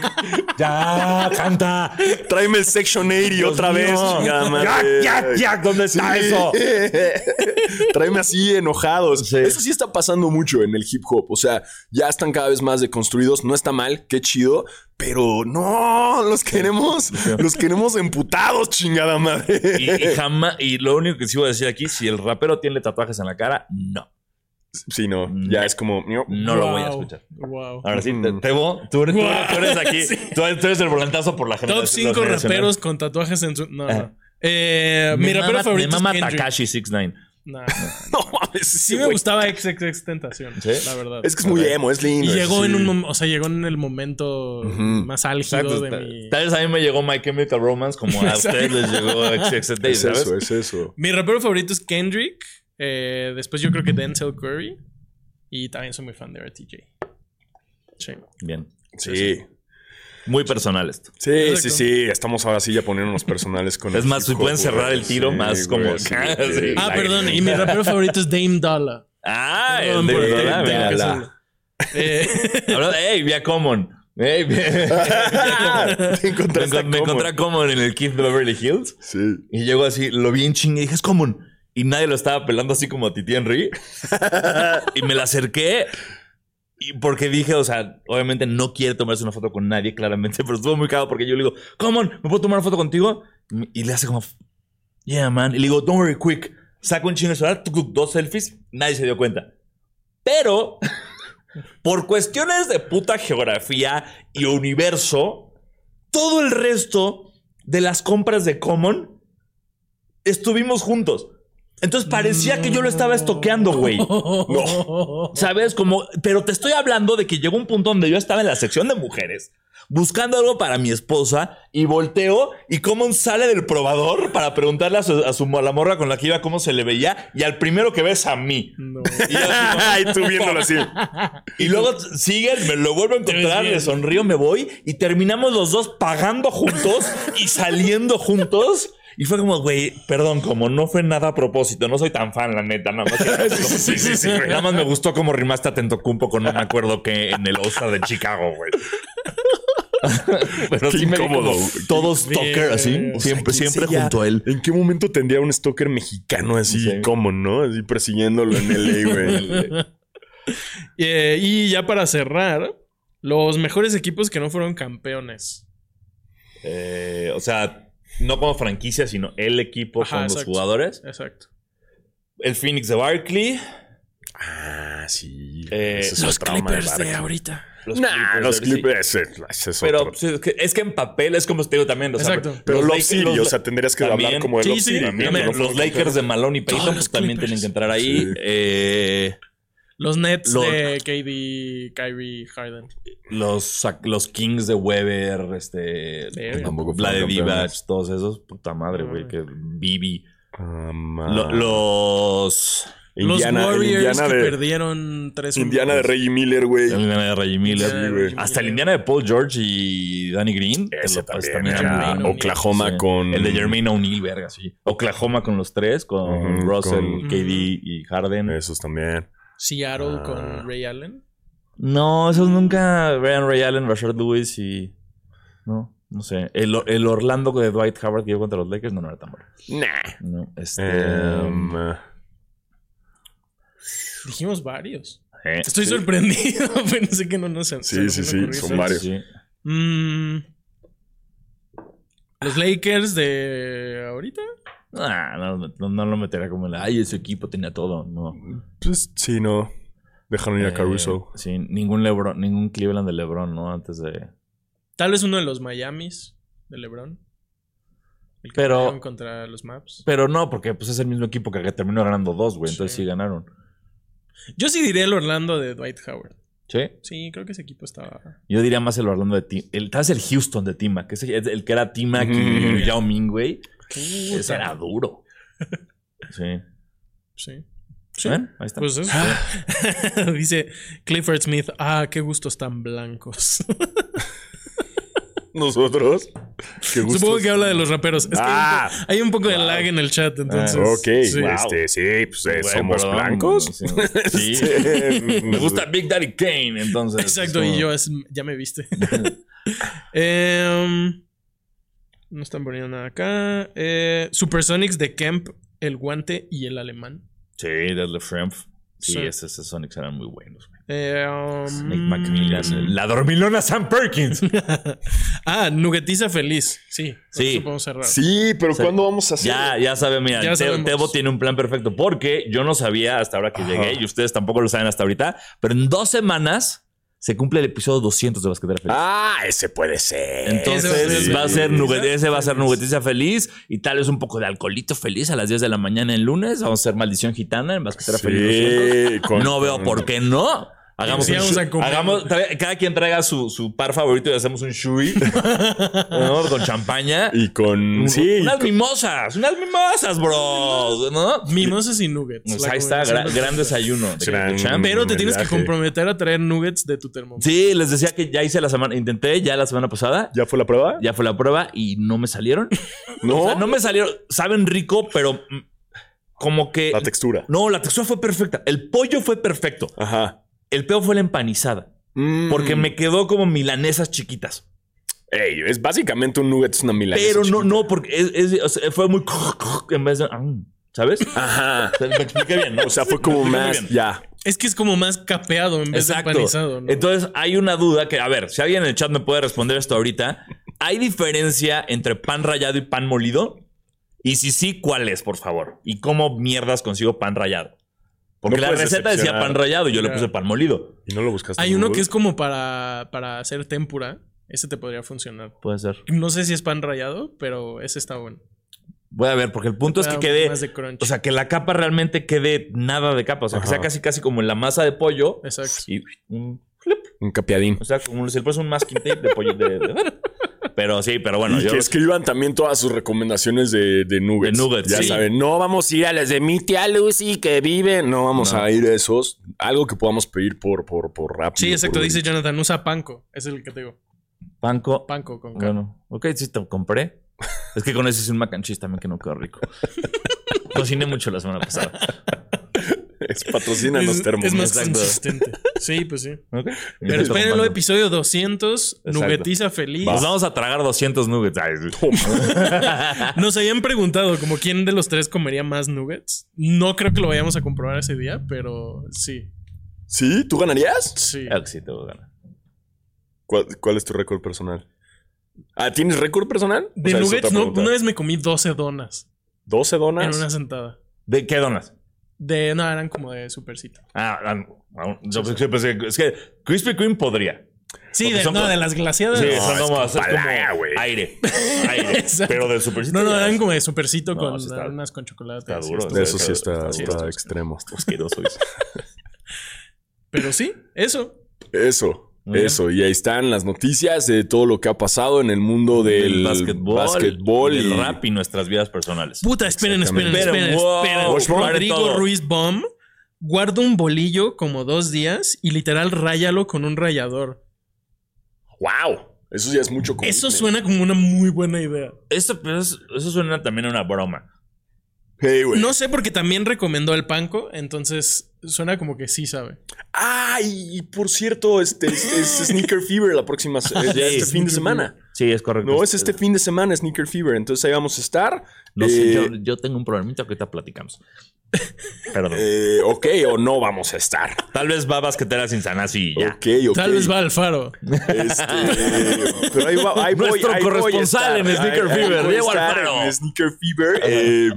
[SPEAKER 8] ya, canta.
[SPEAKER 3] Tráeme el Section 80 otra
[SPEAKER 8] mío.
[SPEAKER 3] vez.
[SPEAKER 8] (laughs)
[SPEAKER 3] chingada madre.
[SPEAKER 8] Ya, ya, ya, ¿dónde
[SPEAKER 3] Sí.
[SPEAKER 8] está eso?
[SPEAKER 3] (laughs) Tráeme así enojados.
[SPEAKER 8] Sí.
[SPEAKER 3] Eso sí está pasando mucho en el hip hop. O sea, ya están cada vez más deconstruidos. No está mal, qué chido. Pero no, los queremos, los queremos emputados, chingada madre.
[SPEAKER 8] Y, y jamás, y lo único que sí voy a decir aquí, si el rapero tiene tatuajes en la cara, no,
[SPEAKER 3] Sí, no, ya es como...
[SPEAKER 8] no lo voy a escuchar. Ah,
[SPEAKER 6] Wow.
[SPEAKER 8] Ahora sí, te- Tebo, tú, eres- tú eres- tú
[SPEAKER 6] (laughs)
[SPEAKER 8] eres aquí, tú, eres- tú eres el volantazo por la generación.
[SPEAKER 6] Top 5
[SPEAKER 8] la generación.
[SPEAKER 6] raperos con tatuajes en su. No,
[SPEAKER 8] Ajá.
[SPEAKER 6] no. Eh, mi
[SPEAKER 8] Me
[SPEAKER 6] rapero
[SPEAKER 8] Ah. mama-
[SPEAKER 6] favorito
[SPEAKER 8] Me mama
[SPEAKER 6] es Kendrick.
[SPEAKER 8] Takashi 69. (laughs)
[SPEAKER 6] Nah. (laughs)
[SPEAKER 3] No mames,
[SPEAKER 6] Sí me gustaba XXX Tentación,
[SPEAKER 8] ¿Sí?
[SPEAKER 6] la verdad.
[SPEAKER 3] Es que es muy emo, es lindo.
[SPEAKER 6] y llegó
[SPEAKER 3] sí.
[SPEAKER 6] en un mom- o sea, llegó en el momento más álgido
[SPEAKER 8] Exacto.
[SPEAKER 6] de
[SPEAKER 8] tal,
[SPEAKER 6] mi.
[SPEAKER 8] tal vez a mí me llegó My Chemical Romance como
[SPEAKER 6] (laughs)
[SPEAKER 8] a ustedes les llegó XXX Days,
[SPEAKER 3] Es
[SPEAKER 8] ¿sabes?
[SPEAKER 3] eso, es eso.
[SPEAKER 6] Mi rapero favorito es Kendrick. eh, después yo creo que Denzel Curry. Y también soy muy fan de RTJ. Sí.
[SPEAKER 8] Bien.
[SPEAKER 3] Sí.
[SPEAKER 8] Muy personal esto.
[SPEAKER 3] Sí, sí,
[SPEAKER 6] Exacto.
[SPEAKER 3] sí. Estamos ahora sí ya poniéndonos personales con
[SPEAKER 8] Es
[SPEAKER 3] el
[SPEAKER 8] más, si
[SPEAKER 3] hip hop,
[SPEAKER 8] pueden cerrar
[SPEAKER 3] güey.
[SPEAKER 8] el tiro, más
[SPEAKER 3] güey,
[SPEAKER 8] como-
[SPEAKER 3] sí,
[SPEAKER 8] Ah,
[SPEAKER 3] sí.
[SPEAKER 8] (laughs) sí.
[SPEAKER 6] Ah,
[SPEAKER 8] La-
[SPEAKER 6] perdón. Y mi rapero favorito es Dame
[SPEAKER 3] (laughs)
[SPEAKER 6] Dollar.
[SPEAKER 8] Ah, el
[SPEAKER 6] Perdón
[SPEAKER 8] de
[SPEAKER 6] por-
[SPEAKER 3] Dame
[SPEAKER 6] tengo que
[SPEAKER 8] verdad.
[SPEAKER 3] Dollar.
[SPEAKER 6] hacerlo. Eh, (laughs)
[SPEAKER 8] Ahora, Hey, vi a Common. Hey, vi-
[SPEAKER 3] Te encontraste
[SPEAKER 8] me, encon- me
[SPEAKER 3] cómo.
[SPEAKER 8] encontré a Common en el Kid de Beverly Hills
[SPEAKER 3] Sí.
[SPEAKER 8] y llegó así, lo vi en chingue y dije, es Common. Y nadie lo estaba pelando así como a Titi Henry. y me la acerqué y porque dije, o sea, obviamente no quiere tomarse una foto con nadie, claramente, pero estuvo muy cagado porque yo le digo, Common, ¿me puedo tomar una foto contigo? Y le hace como, yeah, man. Y le digo, don't worry, quick. Saco un chingo de celular, tuc, tuc, dos selfies, nadie se dio cuenta. Pero, por cuestiones de puta geografía y universo, todo el resto de las compras de Common estuvimos juntos. Entonces parecía que yo lo estaba estoqueando, güey. ¿Sabes? Como, pero te estoy hablando de que llegó un punto donde yo estaba en la sección de mujeres buscando algo para mi esposa y volteo y Common sale del probador para preguntarle a su, a su- a la morra con la que iba cómo se le veía y al primero que ves a mí.
[SPEAKER 6] No.
[SPEAKER 8] Y, yo así
[SPEAKER 3] (laughs)
[SPEAKER 8] como-
[SPEAKER 3] y tú viéndolo así.
[SPEAKER 8] y luego sigue, me lo vuelvo a encontrar, le sonrío, me voy y terminamos los dos pagando juntos y saliendo juntos. Y fue como, güey, perdón, como no fue nada a propósito, no soy tan fan, la neta, nada más. que-
[SPEAKER 3] (laughs) Sí, sí, sí.
[SPEAKER 8] Nada más me gustó cómo rimaste a Tentocumpo con no me acuerdo que en el Osa de Chicago, güey. (laughs) Pero
[SPEAKER 3] Qué
[SPEAKER 8] sí me
[SPEAKER 3] incómodo,
[SPEAKER 8] incómodo.
[SPEAKER 3] güey.
[SPEAKER 8] Todo stalker así, siempre, siempre junto a él.
[SPEAKER 3] ¿En qué momento tendría un stalker mexicano así,
[SPEAKER 8] Sí.
[SPEAKER 3] como, no? Así persiguiéndolo en LA,
[SPEAKER 8] (laughs)
[SPEAKER 3] güey.
[SPEAKER 6] Eh, y ya para cerrar, los mejores equipos que no fueron campeones.
[SPEAKER 8] Eh, o sea, no como franquicia, sino el equipo
[SPEAKER 6] Ajá,
[SPEAKER 8] con los
[SPEAKER 6] exacto.
[SPEAKER 8] jugadores.
[SPEAKER 6] Exacto.
[SPEAKER 8] El Phoenix de Barkley.
[SPEAKER 3] ah, sí.
[SPEAKER 8] Eh,
[SPEAKER 3] Ese es el trauma del barco.
[SPEAKER 6] ahorita.
[SPEAKER 8] Los
[SPEAKER 3] Nah, los
[SPEAKER 8] sí.
[SPEAKER 3] Clippers. ese- ese es
[SPEAKER 8] Pero
[SPEAKER 3] otro.
[SPEAKER 8] pues, es, que, es que en papel es como te digo también. o sea,
[SPEAKER 6] Exacto.
[SPEAKER 3] Pero
[SPEAKER 8] los
[SPEAKER 3] Love
[SPEAKER 8] Lakers-
[SPEAKER 3] City,
[SPEAKER 8] los-
[SPEAKER 3] o sea, tendrías que
[SPEAKER 8] también-
[SPEAKER 3] hablar como de
[SPEAKER 6] Sí,
[SPEAKER 3] Love
[SPEAKER 6] sí,
[SPEAKER 3] City.
[SPEAKER 8] también,
[SPEAKER 3] ¿no?
[SPEAKER 8] los Lakers de Malone y Payton
[SPEAKER 6] Todos
[SPEAKER 8] pues,
[SPEAKER 6] los
[SPEAKER 8] también tienen
[SPEAKER 6] Clippers.
[SPEAKER 8] que entrar ahí.
[SPEAKER 3] Sí.
[SPEAKER 8] Eh,
[SPEAKER 6] Los Nets
[SPEAKER 8] Los-
[SPEAKER 6] de KD, Kyrie, Harden.
[SPEAKER 8] los, los Kings de Weber, este.
[SPEAKER 6] Verga.
[SPEAKER 3] Tampoco
[SPEAKER 8] La de
[SPEAKER 3] fueron
[SPEAKER 8] Divac,
[SPEAKER 3] campeones.
[SPEAKER 8] todos esos. Puta madre, güey.
[SPEAKER 6] Ay.
[SPEAKER 8] Que Bibi.
[SPEAKER 3] Ah,
[SPEAKER 8] Lo-
[SPEAKER 3] man.
[SPEAKER 8] los.
[SPEAKER 3] Indiana,
[SPEAKER 6] los
[SPEAKER 3] el
[SPEAKER 6] Warriors
[SPEAKER 3] Indiana
[SPEAKER 6] que
[SPEAKER 3] de,
[SPEAKER 6] perdieron tres
[SPEAKER 3] Indiana de Reggie Miller, güey.
[SPEAKER 8] El Indiana de Reggie Miller.
[SPEAKER 6] Indiana de
[SPEAKER 3] güey.
[SPEAKER 6] Reggie
[SPEAKER 8] Hasta el
[SPEAKER 6] Miller.
[SPEAKER 8] Indiana de Paul George y Danny Green. te
[SPEAKER 3] Ese
[SPEAKER 8] lo pasas
[SPEAKER 3] también.
[SPEAKER 8] también.
[SPEAKER 3] ya.
[SPEAKER 6] Jermaine O'Neal.
[SPEAKER 3] Oklahoma
[SPEAKER 8] Sí.
[SPEAKER 3] con...
[SPEAKER 8] El de Jermaine O'Neal, verga, sí. Oklahoma con los tres, con
[SPEAKER 3] Ujú,
[SPEAKER 8] Russell,
[SPEAKER 3] con-
[SPEAKER 8] KD y Harden.
[SPEAKER 3] Esos también.
[SPEAKER 6] Seattle
[SPEAKER 3] Ah.
[SPEAKER 6] con Ray Allen.
[SPEAKER 8] No, esos nunca. Brian Ray Allen, Rashard Lewis y. No, no sé. El, el Orlando de Dwight Howard que llegó contra los Lakers no, no era tan bueno.
[SPEAKER 3] Nah.
[SPEAKER 8] No, este. um,
[SPEAKER 3] Em,
[SPEAKER 6] Dijimos varios.
[SPEAKER 8] eh,
[SPEAKER 6] Estoy sorprendido. (laughs) Pensé que no nos se-
[SPEAKER 3] Sí,
[SPEAKER 6] se nos
[SPEAKER 3] sí,
[SPEAKER 6] iba a
[SPEAKER 3] sí,
[SPEAKER 6] ocurrir.
[SPEAKER 3] son varios.
[SPEAKER 8] sí.
[SPEAKER 6] Mm. los Lakers de ahorita.
[SPEAKER 8] Ah, no, no, no lo metería como el. Ay, ese equipo tenía todo. No.
[SPEAKER 3] pues sí, no. Dejaron ir a
[SPEAKER 8] Eh,
[SPEAKER 3] Caruso. (laughs)
[SPEAKER 8] sí, ningún Lebron, ningún Cleveland de Lebron, ¿no? Antes de.
[SPEAKER 6] Tal vez uno de los Miamis de LeBron. El que
[SPEAKER 8] Pero-
[SPEAKER 6] jugaron contra los Maps.
[SPEAKER 8] Pero no, porque pues es el mismo equipo que terminó ganando dos, güey. Entonces
[SPEAKER 6] Sí.
[SPEAKER 8] sí ganaron.
[SPEAKER 6] Yo sí diría el Orlando de Dwight Howard.
[SPEAKER 8] Sí.
[SPEAKER 6] Sí, creo que ese equipo estaba.
[SPEAKER 8] Yo diría más el Orlando de Tim. El, tal vez el Houston de Tima, que es el, el que era Tima
[SPEAKER 3] Mm.
[SPEAKER 8] y Yao Ming, güey.
[SPEAKER 3] Uh.
[SPEAKER 8] Ese
[SPEAKER 6] Puta.
[SPEAKER 8] era duro. (laughs) Sí.
[SPEAKER 6] Sí.
[SPEAKER 8] ¿Sí? ¿Ven? Ahí está.
[SPEAKER 6] Pues eso.
[SPEAKER 3] Ah.
[SPEAKER 6] (laughs) Dice Clifford Smith, ah, qué gustos tan blancos.
[SPEAKER 3] Nosotros. Qué gusto.
[SPEAKER 6] Supongo que habla de los raperos. Es que hay un po-
[SPEAKER 3] Ah.
[SPEAKER 6] hay un poco de lag en el
[SPEAKER 8] Ah,
[SPEAKER 6] chat, entonces.
[SPEAKER 3] Ok,
[SPEAKER 6] sí.
[SPEAKER 3] este, sí, pues eh,
[SPEAKER 8] Güey,
[SPEAKER 3] somos
[SPEAKER 8] perdón,
[SPEAKER 3] blancos. (laughs)
[SPEAKER 8] Sí. Sí. (laughs) Me gusta Big Daddy Kane, entonces.
[SPEAKER 6] Exacto,
[SPEAKER 8] es como-
[SPEAKER 6] y yo es- ya me
[SPEAKER 8] (laughs)
[SPEAKER 6] viste. (laughs) Em, no están poniendo nada acá. Eh, Supersonics de Kemp, el guante y el alemán.
[SPEAKER 8] Sí, Deadly Frampf. Sí,
[SPEAKER 6] Sí.
[SPEAKER 8] Esos, esos Sonics eran muy buenos. güey.
[SPEAKER 6] Eh, um,
[SPEAKER 8] Nick Macmillan. La dormilona Sam Perkins.
[SPEAKER 6] ah, Nuggetiza feliz. Sí,
[SPEAKER 8] Sí.
[SPEAKER 6] sí. podemos cerrar.
[SPEAKER 3] Sí, pero
[SPEAKER 8] Sí.
[SPEAKER 3] ¿cuándo vamos a hacer?
[SPEAKER 8] (laughs) Ya, ya saben, mira,
[SPEAKER 6] Ya
[SPEAKER 8] Te-
[SPEAKER 6] sabemos.
[SPEAKER 8] Tebo tiene un plan perfecto porque yo no sabía hasta ahora que llegué y ustedes tampoco lo saben hasta ahorita, pero en dos semanas se cumple el episodio 200 de Basquetera Feliz.
[SPEAKER 3] Ah, ese puede ser.
[SPEAKER 8] Entonces
[SPEAKER 3] Ese
[SPEAKER 8] va a ser
[SPEAKER 6] Nuggetiza
[SPEAKER 8] nugget- ese va a ser
[SPEAKER 6] Feliz.
[SPEAKER 8] nugetiza feliz y tal vez un poco de alcoholito feliz a las 10 de la mañana el lunes. Vamos a hacer maldición gitana en basquetera feliz.
[SPEAKER 3] Sí, con-
[SPEAKER 8] No veo por qué no. Hagamos,
[SPEAKER 6] Sí,
[SPEAKER 8] un
[SPEAKER 6] vamos a
[SPEAKER 8] shu-
[SPEAKER 6] comer.
[SPEAKER 8] hagamos- tra- cada quien traiga su, su par favorito y hacemos
[SPEAKER 6] (laughs)
[SPEAKER 8] un shui ¿no? con champaña.
[SPEAKER 3] Y con.
[SPEAKER 8] Un-
[SPEAKER 3] Sí, y
[SPEAKER 8] unas
[SPEAKER 3] con-
[SPEAKER 8] mimosas, unas mimosas, bro, ¿no?
[SPEAKER 6] Mimosas y nuggets.
[SPEAKER 8] Pues
[SPEAKER 6] la
[SPEAKER 8] ahí está, gra-
[SPEAKER 6] combinación de-
[SPEAKER 8] gran desayuno. de-
[SPEAKER 3] Gran-
[SPEAKER 8] de champ.
[SPEAKER 6] Pero te tienes que
[SPEAKER 3] homenaje.
[SPEAKER 6] comprometer a traer nuggets de tu termómetro.
[SPEAKER 8] Sí, les decía que ya hice la semana, intenté ya la semana pasada,
[SPEAKER 3] ¿Ya fue la prueba?
[SPEAKER 8] ya fue la prueba y no me salieron.
[SPEAKER 3] No.
[SPEAKER 8] O sea, no me salieron, saben rico, pero mm, como que...
[SPEAKER 3] La textura.
[SPEAKER 8] No, la textura fue perfecta. El pollo fue perfecto.
[SPEAKER 3] Ajá.
[SPEAKER 8] El peor fue la empanizada.
[SPEAKER 3] Mm.
[SPEAKER 8] Porque me quedó como milanesas chiquitas.
[SPEAKER 3] Ey, es básicamente un nugget, es una milanesa.
[SPEAKER 8] Pero no,
[SPEAKER 3] chiquita.
[SPEAKER 8] no, porque es- es- o sea, fue muy... (laughs) En vez de... ah, ¿Sabes?
[SPEAKER 3] Ajá.
[SPEAKER 8] (laughs) O sea, Me expliqué bien, ¿no?
[SPEAKER 3] O sea, fue como
[SPEAKER 8] Me expliqué muy
[SPEAKER 3] más.
[SPEAKER 8] bien.
[SPEAKER 3] Ya.
[SPEAKER 6] Es que es como más capeado en vez
[SPEAKER 8] Exacto.
[SPEAKER 6] de empanizado. ¿no?
[SPEAKER 8] Entonces hay una duda que, a ver, si alguien en el chat me puede responder esto ahorita, ¿hay diferencia entre pan rallado y pan molido? Y si sí, ¿cuál es, por favor? ¿Y cómo mierdas consigo pan rallado? Porque
[SPEAKER 3] No
[SPEAKER 8] la
[SPEAKER 3] puedes
[SPEAKER 8] receta decía
[SPEAKER 3] decepcionar.
[SPEAKER 8] pan rallado y yo le
[SPEAKER 6] Ya.
[SPEAKER 8] puse pan molido.
[SPEAKER 3] Y no lo buscaste.
[SPEAKER 6] Hay
[SPEAKER 3] en
[SPEAKER 6] uno
[SPEAKER 3] Google?
[SPEAKER 6] que es como para, para hacer tempura. Ese te podría funcionar.
[SPEAKER 8] Puede ser.
[SPEAKER 6] No sé si es pan rallado, pero ese está bueno.
[SPEAKER 8] Voy a ver, porque el punto es que
[SPEAKER 6] Para un poco
[SPEAKER 8] quede.
[SPEAKER 6] Más de crunch.
[SPEAKER 8] O sea, que la capa realmente quede nada de capa. O sea, que sea casi casi como en la masa de pollo.
[SPEAKER 6] Exacto.
[SPEAKER 8] Y un flip.
[SPEAKER 3] Un capiadín.
[SPEAKER 8] O sea, como si le fuese un masking tape de pollo. De, de- Pero sí, pero
[SPEAKER 3] (laughs)
[SPEAKER 8] bueno.
[SPEAKER 3] y
[SPEAKER 8] Yo,
[SPEAKER 3] que escriban también todas sus recomendaciones de, de nuggets.
[SPEAKER 8] De nuggets,
[SPEAKER 3] Ya
[SPEAKER 8] sí.
[SPEAKER 3] saben, no vamos a ir a las de mi tía Lucy que vive. No vamos
[SPEAKER 8] No.
[SPEAKER 3] a ir a esos. Algo que podamos pedir por, por, por rápido.
[SPEAKER 6] Sí, exacto.
[SPEAKER 3] por-
[SPEAKER 6] Dice Jonathan, usa panco. Es el que te digo.
[SPEAKER 8] Panko.
[SPEAKER 6] Panco con carne.
[SPEAKER 8] Bueno, ok, sí, te compré. Es que con ese es un mac and cheese también que no quedó rico. (laughs) Cociné mucho la semana pasada.
[SPEAKER 3] (laughs) Es patrocina los
[SPEAKER 6] es,
[SPEAKER 3] termos.
[SPEAKER 6] es más
[SPEAKER 8] exacto.
[SPEAKER 6] consistente. Sí, pues sí.
[SPEAKER 8] Ok.
[SPEAKER 6] Pero
[SPEAKER 8] Estoy
[SPEAKER 6] espérenlo,
[SPEAKER 8] tomando.
[SPEAKER 6] episodio 200,
[SPEAKER 8] Exacto.
[SPEAKER 6] Nuggetiza Feliz.
[SPEAKER 8] Nos Pues vamos a tragar 200 nuggets. Ay,
[SPEAKER 6] Nos habían preguntado como quién de los tres comería más nuggets. No creo que lo vayamos a comprobar ese día, pero sí.
[SPEAKER 3] ¿Sí? ¿Tú ganarías?
[SPEAKER 6] Sí.
[SPEAKER 8] claro que sí, te voy a ganar.
[SPEAKER 3] ¿Cuál, cuál es tu récord personal? Ah, ¿tienes récord personal? O
[SPEAKER 6] De
[SPEAKER 3] sea, es otra
[SPEAKER 6] nuggets, no,
[SPEAKER 3] pregunta.
[SPEAKER 6] una vez me comí 12 donas
[SPEAKER 3] 12
[SPEAKER 6] en
[SPEAKER 3] donas.
[SPEAKER 6] una sentada.
[SPEAKER 8] ¿De qué donas?
[SPEAKER 6] De, no, eran como de supercita.
[SPEAKER 8] Ah, ah, ah, yo pensé- pensé- es que Krispy Kreme podría.
[SPEAKER 6] Sí,
[SPEAKER 8] Porque
[SPEAKER 6] de,
[SPEAKER 8] son
[SPEAKER 6] no,
[SPEAKER 8] como-
[SPEAKER 6] de las glaciadas.
[SPEAKER 8] Sí,
[SPEAKER 6] no,
[SPEAKER 8] son como, es como
[SPEAKER 3] palaya, güey.
[SPEAKER 8] (laughs) aire. aire.
[SPEAKER 6] Exacto.
[SPEAKER 8] pero del super
[SPEAKER 6] no, eran como de supercito
[SPEAKER 8] No,
[SPEAKER 6] con
[SPEAKER 8] sí está-
[SPEAKER 6] unas con chocolate.
[SPEAKER 8] está
[SPEAKER 6] así,
[SPEAKER 8] duro.
[SPEAKER 6] esto.
[SPEAKER 3] De eso sí está,
[SPEAKER 8] Sí,
[SPEAKER 3] está
[SPEAKER 8] está-
[SPEAKER 3] extremo.
[SPEAKER 8] asqueroso. eso.
[SPEAKER 6] Pero sí, eso.
[SPEAKER 3] Eso,
[SPEAKER 8] Muy bien.
[SPEAKER 3] eso. Y ahí están las noticias de todo lo que ha pasado en el mundo del
[SPEAKER 8] El
[SPEAKER 3] básquetbol,
[SPEAKER 8] básquetbol,
[SPEAKER 3] y
[SPEAKER 8] el rap y nuestras vidas personales.
[SPEAKER 6] Puta, esperen, esperen,
[SPEAKER 8] Pero,
[SPEAKER 6] esperen,
[SPEAKER 8] wow,
[SPEAKER 6] esperen.
[SPEAKER 8] Rush Bomb.
[SPEAKER 6] Rodrigo
[SPEAKER 8] Paren todo.
[SPEAKER 6] Ruiz Bomb guarda un bolillo como dos días y literal ráyalo con un rayador.
[SPEAKER 3] ¡Wow! Eso ya es mucho
[SPEAKER 6] Eso
[SPEAKER 3] commitment.
[SPEAKER 6] suena como una muy buena idea.
[SPEAKER 8] Esto, pero es- eso suena también a una broma.
[SPEAKER 3] Hey, güey.
[SPEAKER 6] No sé porque también recomendó el panco, entonces suena como que sí sabe.
[SPEAKER 3] Ah, y y por cierto, este es, es Sneaker Fever la próxima se- es ya
[SPEAKER 8] Sí.
[SPEAKER 3] este fin de semana.
[SPEAKER 8] Sí, es correcto.
[SPEAKER 3] No, es este fin de semana Sneaker Fever, entonces ahí vamos a estar.
[SPEAKER 8] No sé,
[SPEAKER 3] Eh,
[SPEAKER 8] yo, yo tengo un problemita que
[SPEAKER 3] (laughs)
[SPEAKER 8] ahorita platicamos. Perdón.
[SPEAKER 3] eh, ok, o no vamos a estar.
[SPEAKER 8] Tal vez va a basquetera sin Sanasi y ya.
[SPEAKER 3] Ok, ok.
[SPEAKER 6] Tal vez va al faro.
[SPEAKER 3] Este, pero ahí va- ahí voy,
[SPEAKER 8] Nuestro
[SPEAKER 3] ahí voy a
[SPEAKER 8] corresponsal
[SPEAKER 3] estar.
[SPEAKER 8] en Sneaker
[SPEAKER 3] Ahí- ahí
[SPEAKER 8] Fever,
[SPEAKER 3] voy a
[SPEAKER 8] Diego
[SPEAKER 3] estar
[SPEAKER 8] Alfaro.
[SPEAKER 3] en Sneaker Fever. eh,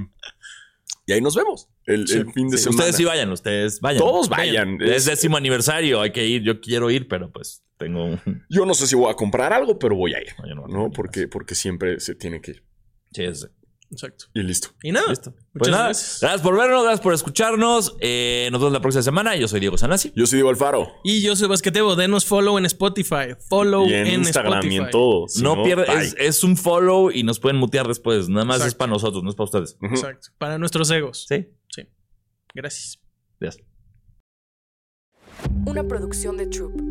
[SPEAKER 3] y ahí nos vemos el,
[SPEAKER 8] Sí,
[SPEAKER 3] el fin de
[SPEAKER 8] sí,
[SPEAKER 3] semana.
[SPEAKER 8] Ustedes sí vayan, ustedes vayan.
[SPEAKER 3] Todos vayan.
[SPEAKER 8] Es
[SPEAKER 3] Es-
[SPEAKER 8] décimo aniversario, hay que ir. Yo quiero ir, pero pues tengo un. (laughs)
[SPEAKER 3] Yo no sé si voy a comprar algo, pero voy a ir.
[SPEAKER 8] No, yo no voy a
[SPEAKER 3] No,
[SPEAKER 8] comprar
[SPEAKER 3] porque, porque siempre se tiene que ir.
[SPEAKER 8] Sí, es-
[SPEAKER 6] Exacto.
[SPEAKER 3] Y listo.
[SPEAKER 6] Y nada.
[SPEAKER 8] listo. Pues
[SPEAKER 6] Muchas
[SPEAKER 8] nada, gracias.
[SPEAKER 6] gracias.
[SPEAKER 8] por vernos, gracias por escucharnos. Eh, nos vemos la próxima semana. Yo soy Diego Sanasi.
[SPEAKER 3] Yo soy Diego Alfaro.
[SPEAKER 6] Y yo soy Basquetebo, denos follow en Spotify. Follow
[SPEAKER 3] Y en, Instagram
[SPEAKER 6] Spotify.
[SPEAKER 3] y en todo. Si
[SPEAKER 8] no pierdas,
[SPEAKER 3] bye.
[SPEAKER 8] es, es un follow y nos pueden mutear después. Nada más es
[SPEAKER 6] Exacto.
[SPEAKER 8] para nosotros, no es para ustedes.
[SPEAKER 3] Ujú.
[SPEAKER 6] Exacto. Para nuestros egos.
[SPEAKER 8] Sí,
[SPEAKER 6] Sí. Gracias.
[SPEAKER 8] gracias.
[SPEAKER 1] Una producción de Troop.